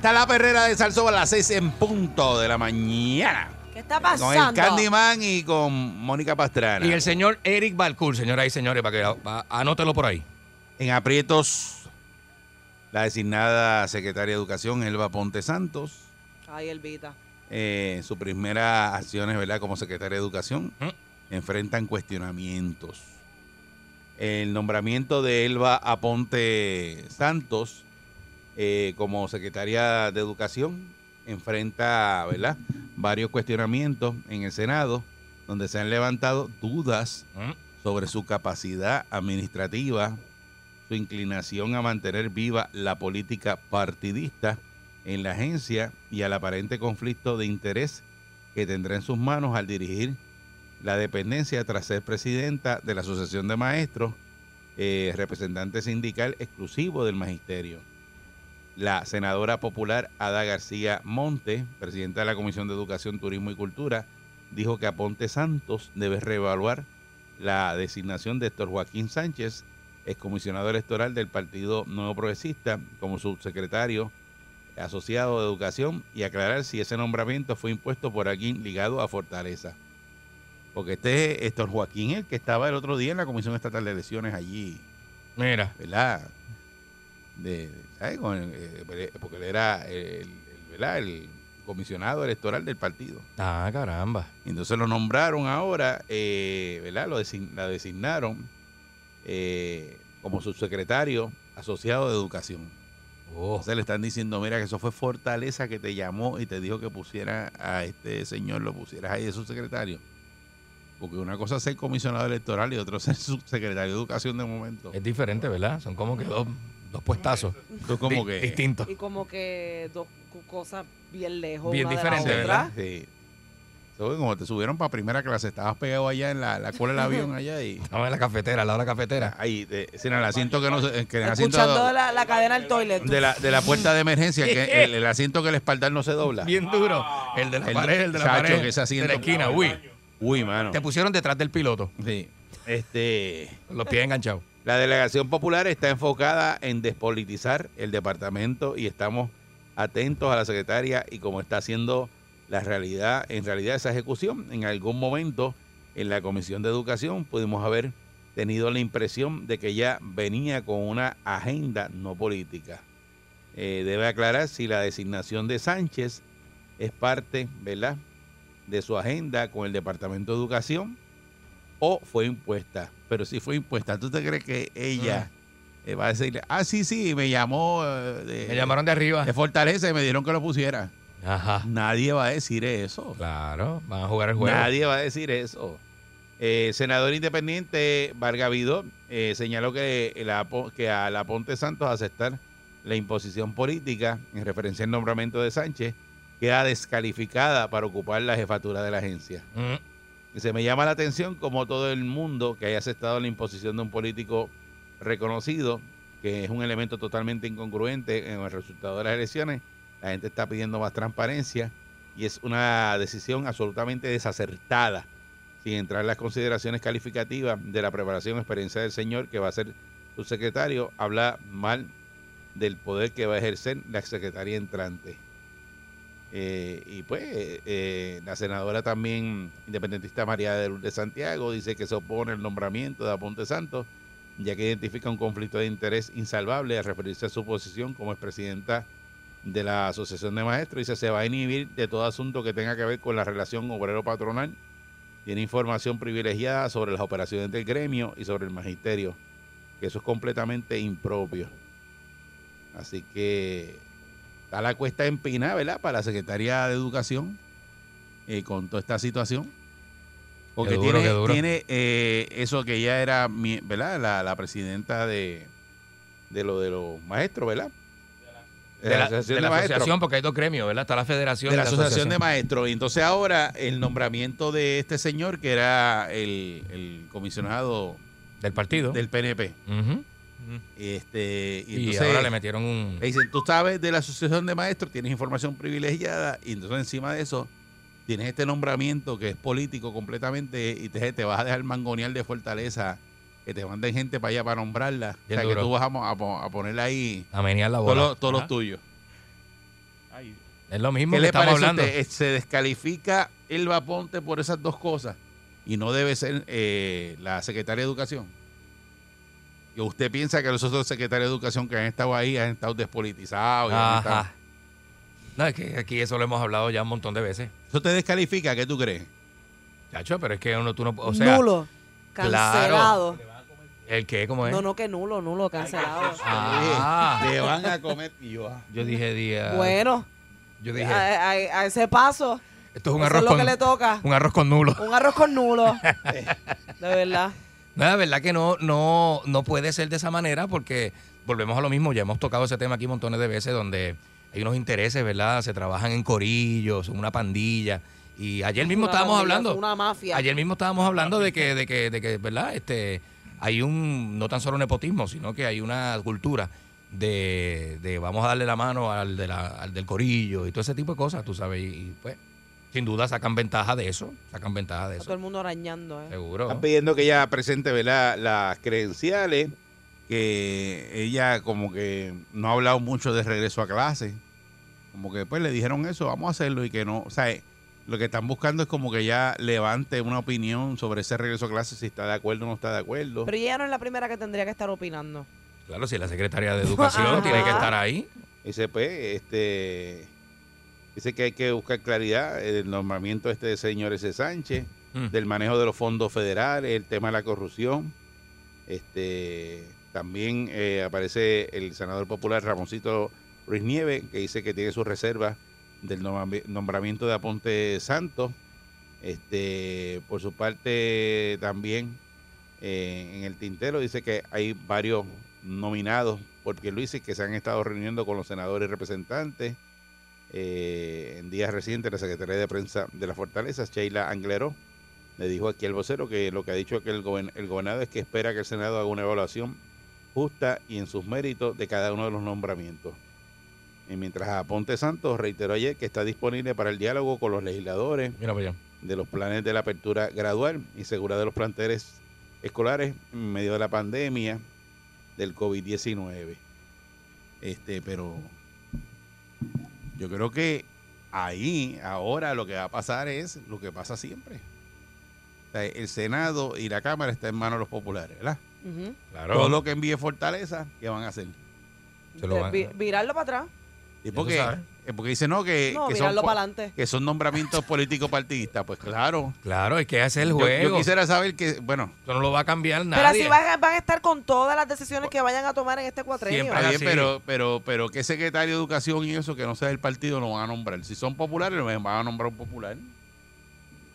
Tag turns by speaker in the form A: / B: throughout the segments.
A: de Salso a las 6 en punto de la mañana.
B: ¿Qué está
A: Con el
B: pasando?
A: Candyman y con Mónica Pastrana.
C: Y el señor Eric Balcour, señoras y señores, para que pa- anótelo por ahí.
A: En aprietos, la designada secretaria de Educación, Elba Ponte Santos,
B: Ay, Elvita.
A: eh, sus primeras acciones ¿verdad? como secretaria de Educación
C: ¿Mm?
A: enfrentan cuestionamientos. El nombramiento de Elba Aponte Santos eh, como secretaria de Educación enfrenta ¿verdad? varios cuestionamientos en el Senado, donde se han levantado dudas
C: ¿Mm?
A: sobre su capacidad administrativa, su inclinación a mantener viva la política partidista en la agencia y al aparente conflicto de interés que tendrá en sus manos al dirigir la dependencia tras ser presidenta de la Asociación de Maestros, eh, representante sindical exclusivo del Magisterio. La senadora popular Ada García Monte, presidenta de la Comisión de Educación, Turismo y Cultura, dijo que Aponte Santos debe reevaluar la designación de Héctor Joaquín Sánchez, excomisionado electoral del Partido Nuevo Progresista, como subsecretario asociado de Educación y aclarar si ese nombramiento fue impuesto por alguien ligado a Fortaleza. Porque este es Héctor Joaquín, el que estaba el otro día en la Comisión Estatal de Elecciones allí,
C: Mira,
A: ¿verdad? De, de- ¿sabe? Con el- eh, porque él era el- el- ¿verdad? el comisionado electoral del partido.
C: ah, caramba.
A: Entonces lo nombraron ahora, eh, ¿verdad? Lo design- la designaron eh, como subsecretario asociado de educación.
C: Oh,
A: Entonces le están diciendo, mira, que eso fue Fortaleza que te llamó y te dijo que pusiera a este señor, lo pusieras ahí de subsecretario. Porque una cosa es ser comisionado electoral y otra es ser subsecretario de educación de momento.
C: es diferente, ¿verdad? Son como que dos, dos puestazos.
A: Esto es como
C: di-
A: que...
C: Distintos.
B: Y como que dos co- cosas bien lejos.
C: Bien
B: una
C: diferente,
B: de la otra.
C: ¿verdad?
A: Sí. Eso es como te subieron para primera clase, estabas pegado allá en la, la cola del avión allá y...
C: Estamos en la cafetera, al lado de la cafetera.
A: Ahí, de- sí, en el asiento que no se- que en el asiento
B: Escuchando la, la cadena del toilet.
A: de la, de la puerta de emergencia, que el, el asiento que el espaldar no se dobla.
C: Bien duro. El de la
A: El-
C: pared, el de la
A: Sacho,
C: pared.
A: que ese asiento-
C: de la esquina, uy.
A: Uy, mano.
C: Te pusieron detrás del piloto,
A: Sí. Este,
C: los pies enganchados.
A: la delegación popular está enfocada en despolitizar el departamento y estamos atentos a la secretaria y cómo está haciendo la realidad, en realidad esa ejecución. En algún momento en la Comisión de Educación pudimos haber tenido la impresión de que ella venía con una agenda no política. Eh, debe aclarar si la designación de Sánchez es parte, ¿verdad?, de su agenda con el Departamento de Educación o fue impuesta. Pero si fue impuesta, ¿tú te crees que ella eh, va a decirle, ah, sí, sí, me llamó eh, de,
C: Me llamaron de arriba.
A: de Fortaleza y me dieron que lo pusiera?
C: Ajá.
A: Nadie va a decir eso.
C: Claro, van a jugar el juego.
A: Nadie va a decir eso. Eh, senador independiente Vargas Vidó eh, señaló que, la, po- que a la Ponte Santos aceptar la imposición política en referencia al nombramiento de Sánchez queda descalificada para ocupar la jefatura de la agencia.
C: Mm,
A: Y se me llama la atención como todo el mundo que haya aceptado la imposición de un político reconocido, que es un elemento totalmente incongruente en el resultado de las elecciones, la gente está pidiendo más transparencia y es una decisión absolutamente desacertada, sin entrar en las consideraciones calificativas de la preparación experiencia del señor que va a ser su secretario, habla mal del poder que va a ejercer la secretaria entrante. Eh, y pues eh, eh, la senadora también independentista María de Lourdes Santiago dice que se opone al nombramiento de Aponte Santos, ya que identifica un conflicto de interés insalvable al referirse a su posición como expresidenta de la Asociación de Maestros. Dice se va a inhibir de todo asunto que tenga que ver con la relación obrero-patronal Tiene información privilegiada sobre las operaciones del gremio y sobre el magisterio, que eso es completamente impropio. Así que está la cuesta empinada, ¿verdad? Para la Secretaría de Educación eh, con toda esta situación. Porque
C: Qué duro, qué
A: tiene,
C: duro.
A: tiene, eh, eso que ya era, mi- ¿verdad? La, la presidenta de, de lo de los maestros, ¿verdad?
C: De la, de la
A: Maestros.
C: asociación, porque hay dos gremios, ¿verdad? Está la federación
A: de la Asociación de Maestros. Y entonces ahora el nombramiento de este señor, que era el, el comisionado
C: del partido.
A: del PNP.
C: Ujú.
A: Este, y
C: Y,
A: entonces
C: ahora le
A: le,
C: metieron un...
A: dicen, tú sabes de la Asociación de Maestros, tienes información privilegiada, y entonces encima de eso tienes este nombramiento que es político completamente y te, te vas a dejar mangonear de fortaleza, que te manden gente para allá para nombrarla.
C: Bien
A: o sea, que
C: duro.
A: tú vas a, mo- a po- a poner ahí
C: A menear la
A: todos
C: bola. Ah.
A: los, todos los
D: Ajá.
A: tuyos.
D: Ay, Dios.
C: Es lo mismo
A: ¿Qué
C: que
A: le
C: estamos
A: parece a
C: hablando.
A: usted? Eh, ¿Se descalifica el Ponte por esas dos cosas? Y no debe ser eh, la secretaria de Educación. ¿Y usted piensa que los otros secretarios de Educación que han estado ahí han estado despolitizados? y han estado-
C: Ajá. No, es que aquí eso lo hemos hablado ya un montón de veces.
A: ¿Eso te descalifica? ¿Qué tú crees?
C: Chacho, pero es que uno, tú no... O sea,
B: nulo. Cancelado.
C: ¿el qué? ¿Cómo es?
B: No, no, que nulo, nulo, cancelado.
C: Ah,
A: Le van a comer y yo, ah.
C: yo dije, día,
B: Bueno,
C: yo
B: a,
C: dije,
B: a- a ese paso,
C: esto es un
B: eso
C: arroz
B: es lo
C: con,
B: que le toca.
C: un arroz con nulo.
B: Un arroz con nulo. De verdad.
C: No, la verdad que no, no, no puede ser de esa manera porque volvemos a lo mismo, ya hemos tocado ese tema aquí montones de veces donde hay unos intereses, ¿verdad? Se trabajan en corillos, son una pandilla. Y ayer mismo
B: Una
C: estábamos
B: familia,
C: hablando,
B: Una mafia.
C: ayer mismo estábamos hablando de que, de que, de que, ¿verdad? Este, hay un, no tan solo nepotismo, sino que hay una cultura de, de vamos a darle la mano al, de la- al del corillo y todo ese tipo de cosas, tú sabes. Y, y, pues, sin duda sacan ventaja de eso, sacan ventaja de
B: Está
C: eso.
B: todo el mundo arañando, ¿eh?
C: Seguro.
A: Están pidiendo que ella presente ¿verdad? las credenciales, que ella como que no ha hablado mucho de regreso a clase. Como que después le dijeron eso, vamos a hacerlo y que no. O sea, eh, lo que están buscando es como que ella levante una opinión sobre ese regreso a clase, si está de acuerdo o no está de acuerdo.
B: Pero ella no es la primera que tendría que estar opinando.
C: Claro, si es la secretaria de Educación
B: Ajá.
C: tiene que estar ahí.
A: Dice, pues, este, dice que hay que buscar claridad eh, el nombramiento este de señor S. Sánchez.
C: Mm.
A: del manejo de los fondos federales, el tema de la corrupción. Este, también eh, aparece el senador popular Ramoncito Ruiz Nieves, que dice que tiene sus reservas del nombrami- nombramiento de Aponte Santos. Este, por su parte, también eh, en el tintero dice que hay varios nominados porque Luis que se han estado reuniendo con los senadores y representantes. Eh, en días recientes, la secretaria de prensa de la Fortaleza, Sheila Angleró, le dijo aquí al vocero que lo que ha dicho que el, gober- el gobernador es que espera que el Senado haga una evaluación justa y en sus méritos de cada uno de los nombramientos. Y mientras a Ponte Santos reiteró ayer que está disponible para el diálogo con los legisladores
C: Mira para allá.
A: de los planes de la apertura gradual y seguridad de los planteles escolares en medio de la pandemia del COVID-19. Este, pero yo creo que ahí, ahora lo que va a pasar es lo que pasa siempre. O sea, El Senado y la Cámara está en manos de los populares, ¿verdad?
B: Ujú.
A: Todo
C: Claro.
A: lo que envíe Fortaleza, ¿qué van a hacer?
C: Se lo
B: De-
C: van-
B: vi- virarlo para atrás.
A: Y
C: tú
A: porque,
C: sabes.
A: eh, porque dicen, no, que,
B: No,
A: que son,
B: virarlo
A: po-
B: para adelante.
A: que son nombramientos políticos partidistas. Pues claro.
C: Claro, es que ese es el
A: Yo-
C: juego.
A: yo quisiera saber que, bueno,
C: Eso no lo va a cambiar
B: Pero
C: nadie.
B: así van a, van a estar con todas las decisiones que vayan a tomar en este cuatrenio.
C: Siempre.
A: Está bien,
C: sí.
A: pero, pero, pero ¿qué secretario de educación y eso que no sea del partido no van a nombrar? Si son populares, no van a nombrar un popular.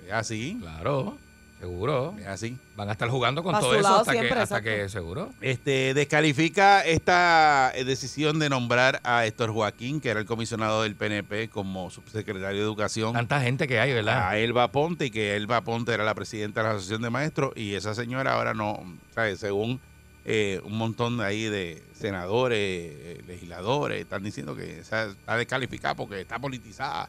A: Es así,
C: Claro, seguro.
A: es así.
C: Van a estar jugando con
B: Pa'
C: todo
B: su
C: eso
B: lado
C: hasta, que,
B: siempre,
C: hasta
B: exacto.
C: que seguro.
A: Este, descalifica esta eh, decisión de nombrar a Héctor Joaquín, que era el comisionado del PNP, como subsecretario de educación.
C: Tanta gente que hay, ¿verdad?
A: A Elba Ponte, y que Elba Ponte era la presidenta de la Asociación de Maestros, y esa señora ahora no, ¿sabes? según eh, un montón de ahí de senadores, eh, legisladores, están diciendo que esa está descalificada porque está politizada.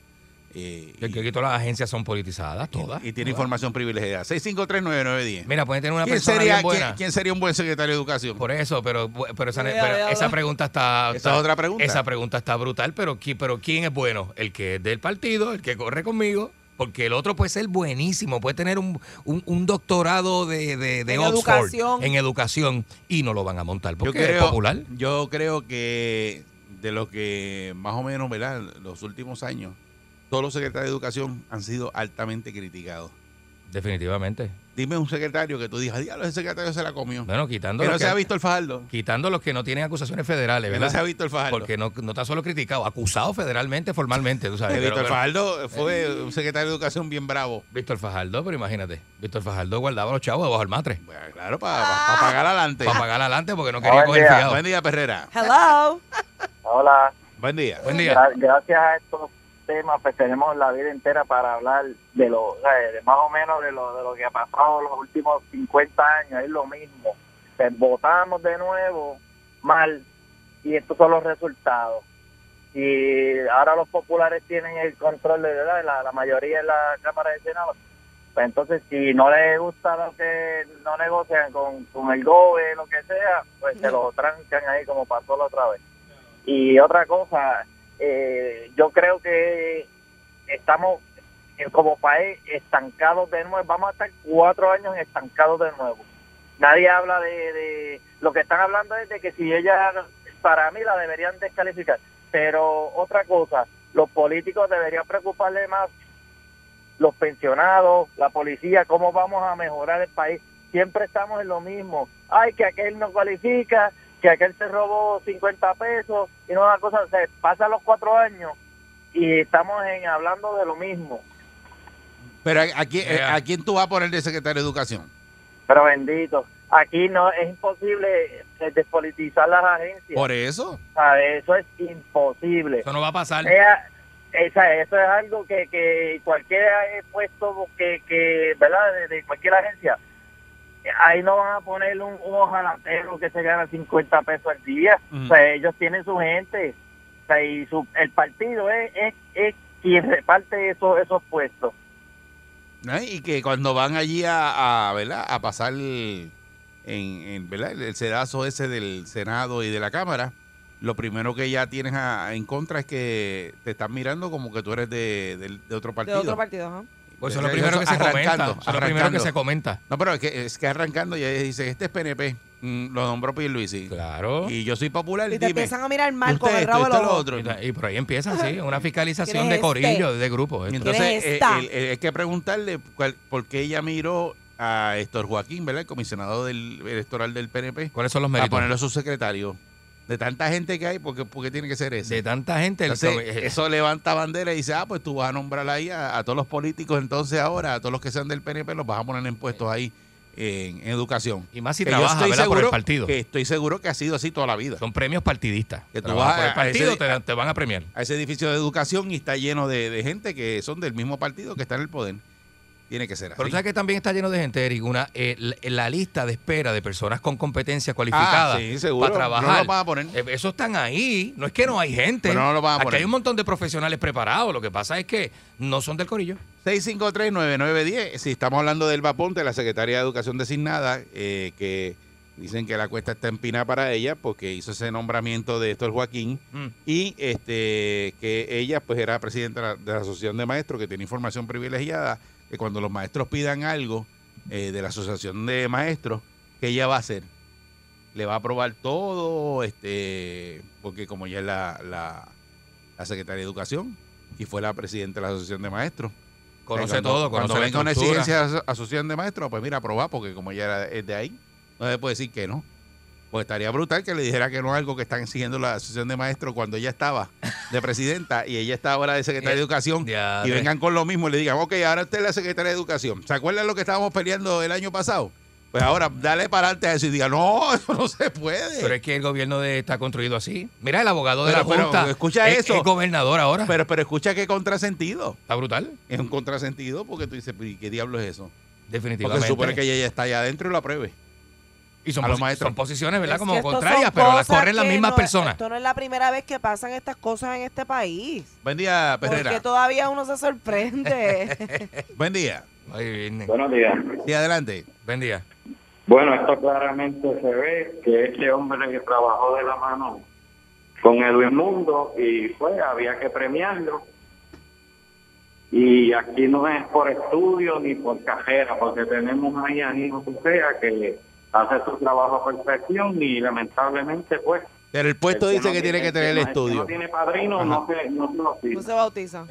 A: eh,
C: Que-
A: y,
C: que aquí todas las agencias son politizadas, todas.
A: y tiene
C: todas.
A: información privilegiada. 6539910.
C: Mira, pueden tener una
A: ¿Quién
C: persona
A: sería,
C: bien buena.
A: quién- quién sería un buen secretario de educación?
C: Por eso, pero, pero, esa,
B: Mira,
C: pero
B: mira,
C: esa
B: mira.
C: pregunta está,
A: Esa
C: está-
A: es otra pregunta.
C: Esa pregunta está brutal, pero, qui- pero ¿quién es bueno? El que es del partido, el que corre conmigo, porque el otro puede ser buenísimo, puede tener un, un- un doctorado de, de, de
B: En
C: Oxford
B: educación.
C: en educación y no lo van a montar
A: yo
C: porque es
A: creo,
C: popular.
A: yo creo que de lo que más o menos, ¿verdad? Los últimos años, todos los secretarios de educación han sido altamente criticados.
C: Definitivamente.
A: Dime un secretario que tú digas, diablo, ese secretario se la comió.
C: Bueno, quitando
A: que no
C: los
A: se ha visto el fajardo.
C: quitando los que no tienen acusaciones federales,
A: Que
C: ¿verdad?
A: no se ha visto el fajardo.
C: Porque no, no tan solo criticado, acusado federalmente, formalmente, tú sabes.
A: Eh,
C: pero-
A: Víctor
C: pero-
A: Fajardo fue un secretario de educación bien bravo.
C: Víctor Fajardo, pero imagínate, Víctor Fajardo guardaba los chavos debajo del matre
A: Bueno, claro, para pagar adelante.
C: para pagar adelante porque no quería
E: Ah, Buen
C: coger
E: día.
C: fiado.
A: Buen día, Perrera.
B: Hello.
E: Hola,
A: Buen día.
C: Buen día.
E: gra- gracias a estos temas pues tenemos la vida entera para hablar de lo, o sea, de más o menos de lo, de lo que ha pasado los últimos 50 años, es lo mismo. Pues, votamos de nuevo mal y estos son los resultados. Y ahora los populares tienen el control de ¿verdad? la, la mayoría en la Cámara de Senado. Pues entonces, si no les gusta lo que no negocian con, con el GOBE, lo que sea, pues se lo trancan ahí como pasó la otra vez. Y otra cosa, eh, yo creo que estamos eh, como país estancados de nuevo. Vamos a estar cuatro años estancados de nuevo. Nadie habla de, de- lo que están hablando es de que si ella, para mí la deberían descalificar. Pero otra cosa, los políticos deberían preocuparle más los pensionados, la policía, cómo vamos a mejorar el país. Siempre estamos en lo mismo. Ay, que aquel no cualifica, que aquel se robó 50 pesos y no una cosa. O sea, pasan los cuatro años y estamos en hablando de lo mismo.
A: Pero ¿a, a quién, eh,
C: Yeah.
A: ¿a quién tú vas a poner de secretario de educación?
E: Pero bendito, aquí no es imposible eh, despolitizar las agencias.
A: Por eso.
E: ¿sabe? Eso es imposible.
C: Eso no va a pasar.
E: Ella- esa, eso es algo que, que cualquier eh, puesto que, que ¿verdad? De, de cualquier agencia, eh, ahí no van a poner un, un ojalatero que se gana 50 pesos al día.
A: Ujú.
E: O sea, ellos tienen su gente o sea, y su, el partido es, es, es quien reparte esos, esos puestos.
A: ¿no? Y que cuando van allí a, a, ¿verdad? a pasar el- en, en, ¿verdad? el- el sedazo ese del Senado y de la Cámara, lo primero que ya tienes a- en contra es que te están mirando como que tú eres de, del- de otro
B: De
A: partido. Eh,
B: otro partido, ajá.
C: Pues eso es lo
A: Eso
C: primero que se comenta.
A: arrancando,
C: Eso es lo primero que
A: arrancando.
C: se comenta.
A: no, pero es que, es que arrancando ya dice, este es PNP, mm, lo nombró Pierluisi.
C: Claro. Y,
A: Y yo soy popular,
B: Y te
A: dime.
B: empiezan a mirar mal
A: usted
B: con el
A: esto,
B: rabo de
A: usted
B: los
A: lo
B: ojos.
A: otro.
C: y por ahí empieza, sí, una fiscalización
B: ¿Quién
C: de
B: es
C: corillo,
B: este?
C: de grupo. esto.
A: Entonces,
B: ¿Quién es esta?
A: eh, el- el- hay que preguntarle cuál- por qué ella miró a Héctor Joaquín, ¿verdad? El comisionado del, electoral del PNP,
C: ¿Cuáles son los
A: a
C: méritos?
A: ponerlo subsecretario. De tanta gente que hay, ¿por qué, por qué tiene que ser ese?
C: De tanta gente. el-
A: Entonces,
C: eh,
A: eso levanta bandera y dice, ah, pues tú vas a nombrar ahí a, a todos los políticos, entonces ahora, a todos los que sean del PNP, los vas a poner en puestos ahí en, en educación.
C: y más si
A: Que
C: trabaja ¿verdad? por el partido.
A: que estoy seguro que ha sido así toda la vida.
C: Son premios partidistas.
A: Que tú
C: Trabajas
A: vas
C: por el
A: a- a ese
C: partido,
A: di-
C: te, dan- te van a premiar.
A: a ese edificio de educación y está lleno de, de gente que son del mismo partido que está en el poder. Tiene que ser así.
C: Pero sabes que también está lleno de gente, Eric, una, eh, la, la lista de espera de personas con competencia cualificada
A: Ah, sí, seguro.
C: para trabajar.
A: No lo van a poner.
C: Eh, Esos están ahí. No es que no hay gente.
A: Pero no lo van a
C: Aquí
A: poner.
C: hay un montón de profesionales preparados. Lo que pasa es que no son del corillo.
A: 653-9910. Si estamos hablando del vapón de la Secretaría de Educación designada, eh, que dicen que la cuesta está empinada para ella porque hizo ese nombramiento de Héctor Joaquín
C: Mm.
A: y este que ella pues era presidenta de la- de la Asociación de Maestros que tiene información privilegiada que cuando los maestros pidan algo eh, de la Asociación de Maestros, que ella va a hacer? Le va a aprobar todo, este porque como ella es la, la, la secretaria de Educación y fue la presidenta de la Asociación de Maestros,
C: Conoce
A: cuando-
C: todo,
A: Cuando
C: conoce la
A: venga una
C: estructura.
A: exigencia de aso- asociación de maestros, pues mira, aprobar, porque como ella era- es de ahí, no se puede decir que no. Pues estaría brutal que le dijera que no a algo que están exigiendo la asociación de maestros cuando ella estaba de presidenta y ella está ahora de
C: Eh,
A: secretaria de educación.
C: Ya,
A: Y
C: de-
A: vengan con lo mismo y le digan, ok, ahora usted es la secretaria de educación. ¿Se acuerdan lo que estábamos peleando el año pasado? Pues ahora dale para adelante a eso y diga, no, eso no se puede.
C: Pero es que el gobierno de- está construido así. Mira, el abogado de
A: Pero-
C: la
A: pero
C: Junta
A: escucha
C: es,
A: eso.
C: es gobernador ahora.
A: pero, pero escucha qué contrasentido.
C: está brutal,
A: Es un contrasentido porque tú dices, "¿Y ¿qué diablo es eso? Porque se
C: definitivamente.
A: supone que ella ya está allá adentro y lo apruebe.
C: y
A: a
C: son,
A: los
C: posi-
A: maestros.
C: son posiciones, ¿verdad?
B: Es que
C: Como
B: estos son
C: contrarias, pero las
B: cosas
C: corren las
B: que
C: mismas
B: no-
C: personas.
B: Esto no es la primera vez que pasan estas cosas en este país.
A: Buen día, Perrera.
B: Porque todavía uno se sorprende.
A: Buen día.
C: Ay, bien.
F: Buenos días.
A: Sí, adelante.
C: Buen día.
F: Bueno, esto claramente se ve que este hombre que trabajó de la mano con Edwin Mundo y fue, había que premiarlo. Y aquí no es por estudio ni por cajera, porque tenemos ahí a Nino Cucea que hace su trabajo a perfección y lamentablemente pues...
A: Pero el puesto
F: el
A: dice
F: no
A: que tiene que tener el
F: no- que
A: estudio.
F: no tiene padrino, no se, no se lo
B: no
F: pide.
B: se bautiza.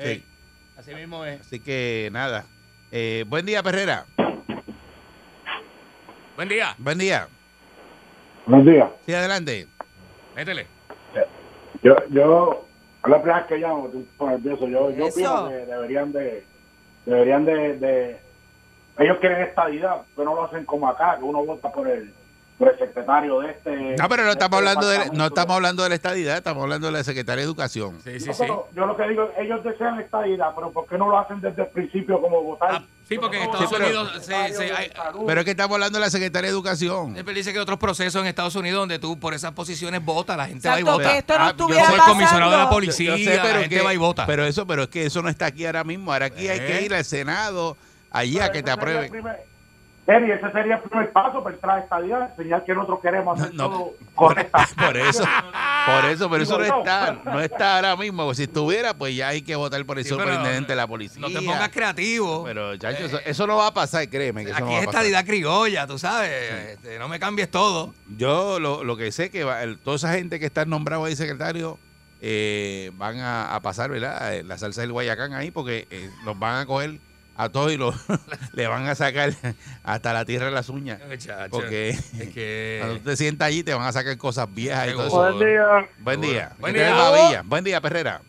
A: Así mismo es. Así que nada. Eh, buen día, Perrera.
C: Buen día,
A: Buen día.
G: Buenos días.
A: Sí, adelante.
C: métele.
G: Yo, yo, es la primera vez que llamo, estoy un poco nervioso. Yo, yo
B: Eso.
G: opino que deberían de, deberían de, de- ellos quieren estadidad, pero no lo hacen como acá, que uno vota por el, por el secretario de este.
A: No, pero no
G: de
A: estamos
G: este
A: hablando de, no
G: departamento.
A: estamos hablando de la estadidad, estamos hablando de la Secretaría de Educación.
C: Sí,
G: No,
C: sí, sí.
G: pero Yo lo que digo, ellos desean estadidad, pero ¿por qué no lo hacen desde el principio como votar?
C: Ah, sí, porque en
G: Como
C: Estados
G: votar
C: Unidos
G: por el
C: se-
G: secretario
C: se-
G: de
C: hay-
G: salud.
A: Pero es que estamos hablando de la Secretaría de Educación.
C: Él dice que otros procesos en Estados Unidos donde tú por esas posiciones votas, la gente va y
B: Exacto,
C: vota.
B: que esto no
A: Ah, yo soy
B: estuviera
C: Yo soy
B: pasando.
C: comisionado de la
A: Yo-
C: policía,
A: yo sé,
C: la gente
A: que-
C: va y vota.
A: Pero eso, pero es que eso no está aquí ahora mismo. Ahora aquí hay que
C: Eh.
A: ir al Senado, allá que
G: Ese
A: te
G: sería el
A: aprueben.
G: primer- Eri, ese sería el primer paso para entrar a estadidad, enseñar que nosotros queremos hacer
A: No, no.
G: todo correctamente.
A: Por eso, por eso, pero eso no
G: Digo, no.
A: está, no está ahora mismo. Si estuviera, pues ya hay que votar por el
C: Sí, pero
A: superintendente de la policía.
C: no te pongas creativo. Eh.
A: Pero, chacho, eso, eso no va a pasar, créeme. Que eso no
C: Aquí
A: va a
C: es
A: pasar.
C: estadidad criolla, tú sabes. Este, no me cambies todo.
A: Yo lo, lo que sé que va- el- toda esa gente que está nombrado ahí secretario eh, van a, a pasar, ¿verdad? Eh, La salsa del Guayacán ahí porque eh, los van a coger a todos y los, le van a sacar hasta la tierra de las uñas. Porque
C: Es
A: cuando tú
C: que.
A: te sientas allí te van a sacar cosas viejas y todo eso.
C: Seguro.
H: Buen día,
A: Buen día.
C: Buen
A: Que te
C: día.
A: den babilla. Buen día, Perrera.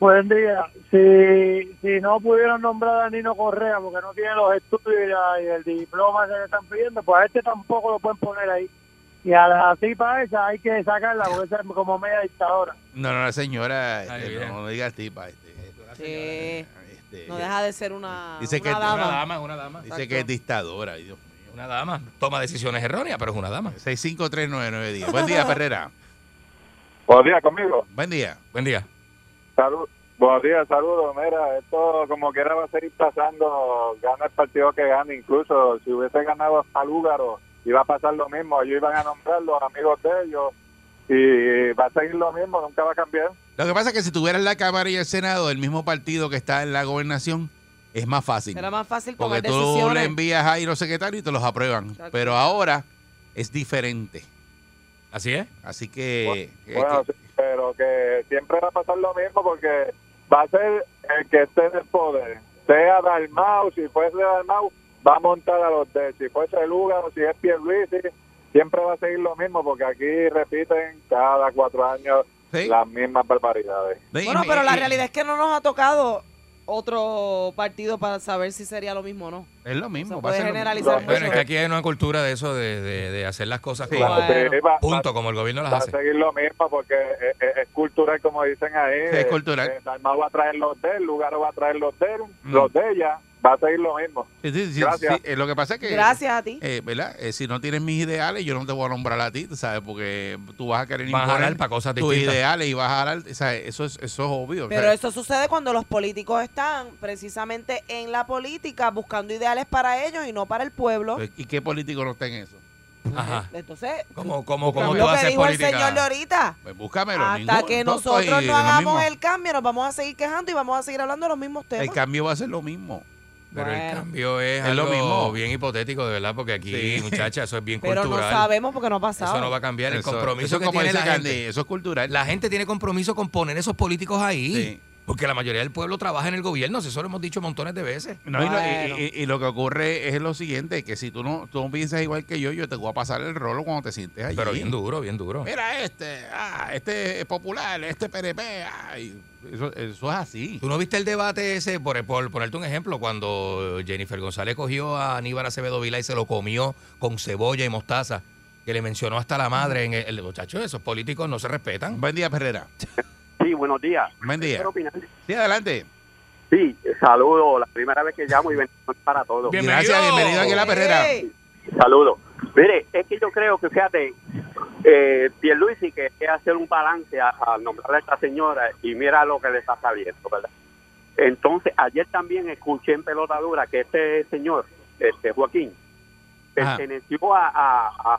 H: buen día. Si, si no pudieron nombrar a Nino Correa porque no tiene los estudios y, la- y el diploma que le están pidiendo, pues a este tampoco lo pueden poner ahí. Y a la tipa esa hay que sacarla porque esa es como media dictadora.
A: No, no, la señora,
C: Ay,
A: este,
C: bien.
A: no, no digas tipa. Este,
B: Sí,
A: este,
B: no deja de ser una,
A: Dice
B: Ah, una
A: que-
C: Una
B: dama.
C: dama, es una dama.
A: dice que es dictadora, ay, Dios mío.
C: Una dama. Toma decisiones erróneas, pero es una dama.
A: 6539910. Buen día, Perrera.
H: Buenos días conmigo.
A: Buen día.
C: Buen día.
H: Salud. Buenos días, saludos. Mira, esto como quiera va a seguir pasando. Gana el partido que gane. Incluso si hubiese ganado a Lúgaro, iba a pasar lo mismo. Ellos iban a nombrar los amigos de ellos. Y va a seguir lo mismo, nunca va a cambiar.
A: Lo que pasa es que si tuvieras la Cámara y el Senado del mismo partido que está en la gobernación, es más fácil.
B: Será más fácil
A: Porque
B: tomar
A: tú le
B: decisiones.
A: envías ahí los secretarios y te los aprueban.
B: Exacto.
A: Pero ahora es diferente.
C: Así es.
A: Así que... eh,
H: Bueno,
A: que-
H: sí, pero que siempre va a pasar lo mismo porque va a ser el que esté en el poder. Sea Dalmau, si fuese Dalmau, va a montar a los de. Si fuese Lugaro, si es Pierluisi, siempre va a seguir lo mismo porque aquí repiten cada cuatro años
A: sí.
H: las mismas barbaridades.
A: Sí,
B: Bueno,
A: y-
B: pero la
A: y-
B: realidad es que no nos ha tocado otro partido para saber si sería lo mismo o no.
A: Es lo mismo.
B: Se
A: va a
B: puede
A: ser lo
B: generalizar
A: mismo.
C: Bueno, es que
A: Bueno,
C: aquí hay una cultura de eso, de, de- de hacer las cosas
A: Sí.
C: como,
B: Bueno.
H: Sí, eh, va- va-
C: punto, como el gobierno las
H: va a
C: hace.
H: seguir lo mismo porque es, es- es cultural, como dicen ahí.
A: Sí, es cultural.
H: Eh, Dalmau va a traer los de él, Lugaro va a traer los de él,
A: Mm.
H: los de ella, va a seguir lo mismo.
A: sí, sí, sí,
H: Gracias.
A: sí, eh, lo que pasa es que...
B: Gracias a ti.
A: eh, ¿verdad? Eh, si no tienes mis ideales, yo no te voy a nombrar a ti, ¿sabes? Porque tú vas a querer
C: Vas a
A: imponer
C: jalar pa' cosas
A: tus
C: distintas.
A: ideales y vas a jalar, ¿sabes? Eso es, eso es obvio.
B: Pero
A: ¿sabes?
B: eso sucede cuando los políticos están precisamente en la política buscando ideales para ellos y no para el pueblo.
A: pues, ¿Y qué político no está en eso?
C: Ajá.
B: Entonces,
C: Como, como,
B: como
C: como tú
B: lo que
C: haces
B: dijo el señor de
C: política.
B: ahorita.
A: Pues búscamelo.
B: Hasta
A: ninguno.
B: que
A: Todos
C: Pues,
B: nosotros
A: y
B: no
A: lo mismo.
B: hagamos el cambio, nos vamos a seguir quejando y vamos a seguir hablando de los mismos temas.
A: El cambio va a ser lo mismo.
C: Pero el
B: Bueno.
C: cambio es,
A: Es lo
C: algo
A: mismo.
C: bien hipotético, de verdad, porque aquí,
A: Sí.
C: muchacha, eso es bien
B: pero
C: cultural.
B: no sabemos porque no ha pasado.
C: Eso no va a cambiar. El
A: Eso-
C: compromiso
A: eso
C: que
A: como
C: tiene
A: dice
C: la
A: Candy,
C: gente.
A: Eso es cultural.
C: La gente tiene compromiso con poner esos políticos ahí.
A: Sí.
C: Porque la mayoría del pueblo trabaja en el gobierno, si eso lo hemos dicho montones de veces.
A: No, y, lo, y-
B: Bueno.
A: y- y lo que ocurre es lo siguiente, que si tú no, tú no piensas igual que yo, yo te voy a pasar el rolo cuando te sientes allí.
C: Pero bien duro, bien duro.
A: Mira este, ah, este es popular, este PNP, ah, y eso, eso es así.
C: ¿Tú no viste el debate ese, por, por ponerte un ejemplo, cuando Jennifer González cogió a Aníbal Acevedo Vila y se lo comió con cebolla y mostaza, que le mencionó hasta la madre en el, el- muchacho, esos políticos no se respetan.
A: Buen día, Perrera.
I: Sí, buenos días.
A: Buen día.
I: Quiero opinar.
A: Sí, adelante.
I: Sí, saludo, la primera vez que llamo y bendiciones para todos.
C: Bien.
A: Gracias, bienvenido aquí a la Perrera.
B: Ey,
I: Saludo. Mire, es que yo creo que, fíjate, eh, Pierluisi que que hacer un balance a, a nombrar a esta señora y mira lo que le está saliendo, ¿verdad? Entonces, ayer también escuché en pelotadura que este señor, este Joaquín,
A: Ajá.
I: perteneció a, a- a-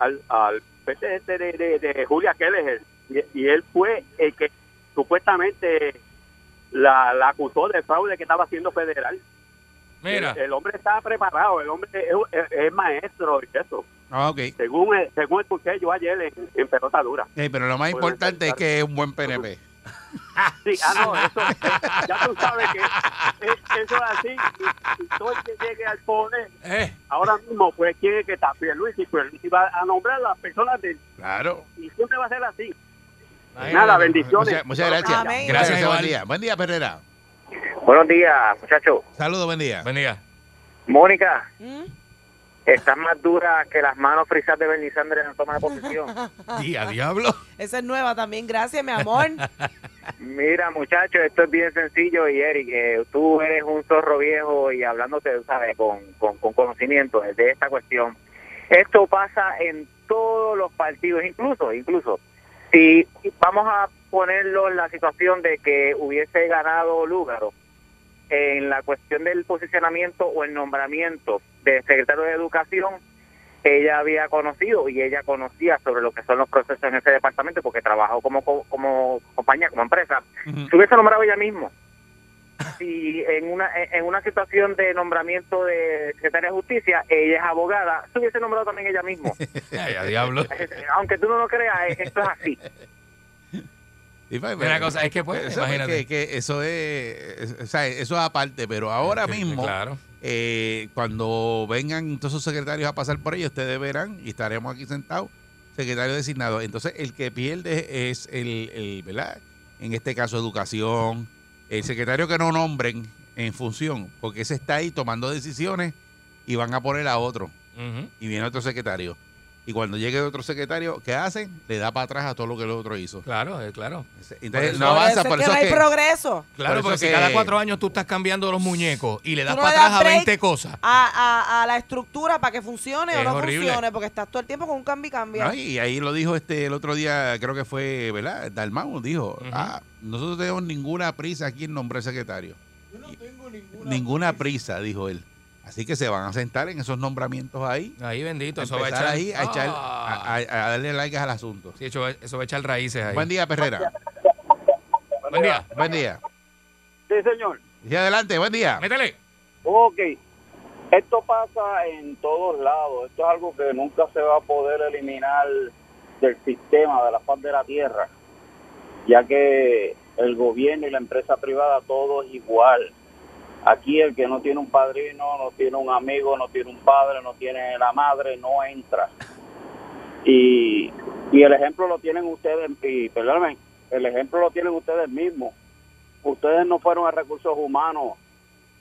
I: al, al PT de, de- de- de Julia Keller y, y él fue el que supuestamente la, la acusó de fraude que estaba haciendo federal.
C: Mira,
I: El, el hombre está preparado, el hombre es, es- es maestro y eso.
A: Ah, ok. Eh,
I: Según, según escuché yo ayer en, en pelota dura.
A: pero lo más
I: Puede
A: importante es
I: saltar.
A: que es un buen PNP.
J: Sí, ah, no, eso, ya tú sabes que
I: e,
J: es- eso es así. Y, y todo el que llegue al poder, ahora mismo, pues, ¿quién es que está? Luis y pues, va a nombrar a las personas de él.
A: Claro.
J: Y siempre va a ser así. Nada, bendiciones.
A: Muchas, muchas gracias.
J: Amén.
A: Gracias,
J: Igual.
A: buen día. Buen día, Perrera.
E: Buenos días, muchachos.
A: Saludos, buen día.
C: Buen día.
E: Mónica,
B: ¿Mm?
E: estás más dura que las manos frisadas de Bernie Sanders en la toma de posición.
C: Día, diablo.
B: Esa es nueva también, gracias, mi amor.
E: Mira, muchachos, esto es bien sencillo y Eric, eh, tú eres un zorro viejo y hablándote, ¿sabes?, con, con, con conocimiento de esta cuestión. Esto pasa en todos los partidos, incluso, incluso. Si vamos a ponerlo en la situación de que hubiese ganado Lúgaro en la cuestión del posicionamiento o el nombramiento de secretario de Educación, ella había conocido y ella conocía sobre lo que son los procesos en ese departamento porque trabajó como co- como compañía, como empresa. Se hubiese nombrado ella mismo. Si en una en una situación de nombramiento de secretaria de justicia, ella es abogada, se hubiese nombrado también ella mismo. Este,
C: Ay, a diablo.
E: Aunque tú no lo creas, eh, esto es así.
C: Mira, cosa, es que, pues,
A: Eso,
C: imagínate.
A: que- que eso es, es- o sea, eso es aparte, pero ahora mismo, eh, cuando vengan todos sus secretarios a pasar por ellos, ustedes verán y estaremos aquí sentados, secretario designado. Entonces, el que pierde es el, el, ¿verdad? En este caso, educación, el secretario que no nombren en función, porque ese está ahí tomando decisiones y van a poner a otro.
C: Ujú.
A: Y viene otro secretario. Y cuando llegue otro secretario, ¿qué hacen? Le da para atrás a todo lo que el otro hizo.
C: Claro, eh, claro.
A: Entonces,
C: Por
A: no
C: eso-
A: avanza, por eso
B: no hay
A: es que-
B: progreso.
A: Por
C: Claro,
A: eso
C: porque si
A: que-
C: cada cuatro años tú estás cambiando los muñecos y le das
B: Tú no
C: para
B: le das
C: atrás a
B: break
C: 20 cosas.
B: A, a- a la estructura para que funcione o
A: Es
B: no
A: horrible.
B: funcione, porque estás todo el tiempo con un cambio y cambia.
A: No, y ahí lo dijo este el otro día, creo que fue, ¿verdad? Dalmau dijo, ah, nosotros no tenemos ninguna prisa aquí en nombrar secretario. Yo no tengo ninguna, prisa. dijo él. Así que se van a sentar en esos nombramientos ahí.
C: Ahí bendito,
A: a
C: eso va a
A: empezar
C: echar-
A: ahí a, echar-
C: Ah.
A: a- a- a darle likes al asunto.
C: Sí, eso va, eso va a echar raíces ahí.
A: Buen día, Perrera.
C: Buen día.
A: Buen día.
I: Sí, señor.
A: Y adelante, buen día.
C: Métele.
I: Ok. Esto pasa en todos lados. Esto es algo que nunca se va a poder eliminar del sistema, de la faz de la tierra, ya que el gobierno y la empresa privada todo es igual. Aquí el que no tiene un padrino, no tiene un amigo, no tiene un padre, no tiene la madre, no entra. Y, y el ejemplo lo tienen ustedes, y perdónenme, el ejemplo lo tienen ustedes mismos. Ustedes no fueron a recursos humanos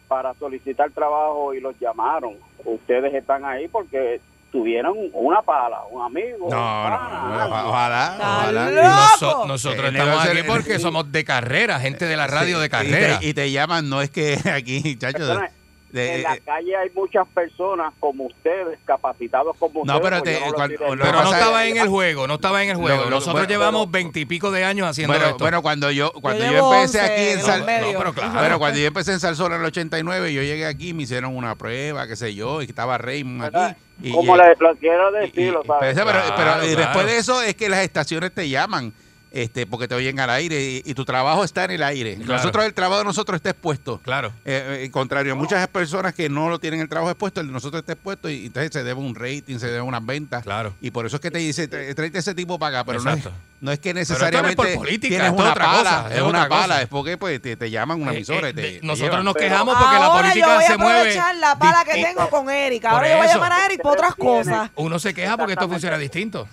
I: para solicitar trabajo y los llamaron. Ustedes están ahí porque tuvieron una pala, un amigo.
C: No, no, no, oja-
A: ojalá.
C: ojalá.
I: loco!
C: Noso- nosotros
A: El
C: estamos
A: negocio-
C: aquí porque somos de carrera, gente de la radio
A: Sí,
C: de
A: y te-
C: carrera.
A: Y te, llaman, no es que aquí, chacho. de-
I: Perdóname,
A: de- eh,
I: en la calle hay muchas personas como ustedes, capacitados como
A: No,
I: ustedes.
A: pero
I: pues
A: te-
I: yo no lo
A: cuando-
I: estoy
A: lo que
I: diciendo.
C: Pero no estaba en el juego, no estaba en el
A: Lo-
C: juego.
A: lo-
C: Nosotros
A: bueno,
C: llevamos veintipico de años haciendo
A: bueno,
C: esto.
A: bueno, cuando yo cuando
C: Yo
A: yo,
C: llevo
A: empecé
C: 11
A: aquí en
C: en
A: Sal,
C: los medios. No, pero claro.
A: Bueno, cuando yo empecé en Salsola en el 89, yo llegué aquí, me hicieron una prueba, qué sé yo, y estaba Raymond aquí. Y
I: Como
A: llegué-
I: le lo quiero decirlo,
A: pero,
I: ¿sabes?
A: Pues, pero- pero, y
I: Claro,
A: después
I: claro.
A: de eso es que las estaciones te llaman este porque te oyen al aire y, y tu trabajo está en el aire.
C: Claro.
A: Nosotros el trabajo de nosotros está expuesto.
C: Claro.
A: Eh, eh, contrario a muchas personas que no lo tienen el trabajo expuesto, el de nosotros está expuesto y entonces se debe un rating, se debe unas ventas.
C: Claro.
A: Y por eso es que te dice, "Tra- tráete ese tipo para acá, pero no es,
C: Exacto.
A: no es que
C: Pero esto no es por
A: necesariamente
C: política,
A: tienes
C: esto es
A: una
C: otra
A: pala,
C: cosa,
A: es
C: es
A: una
C: otra cosa.
A: pala, es porque pues te, te llaman una
C: Eh,
A: emisora. y
C: eh,
A: te-
C: de-
A: te
C: nosotros
A: llevan.
C: nos
A: Pero-
C: quejamos porque la
B: Ahora yo
C: política
B: voy a
C: se mueve.
B: aprovechar la pala que
C: distinto.
B: tengo con Erika.
C: Por
B: Ahora yo voy a
C: eso.
B: llamar a Erika para otras cosas.
C: Uno se queja porque esto funciona distinto.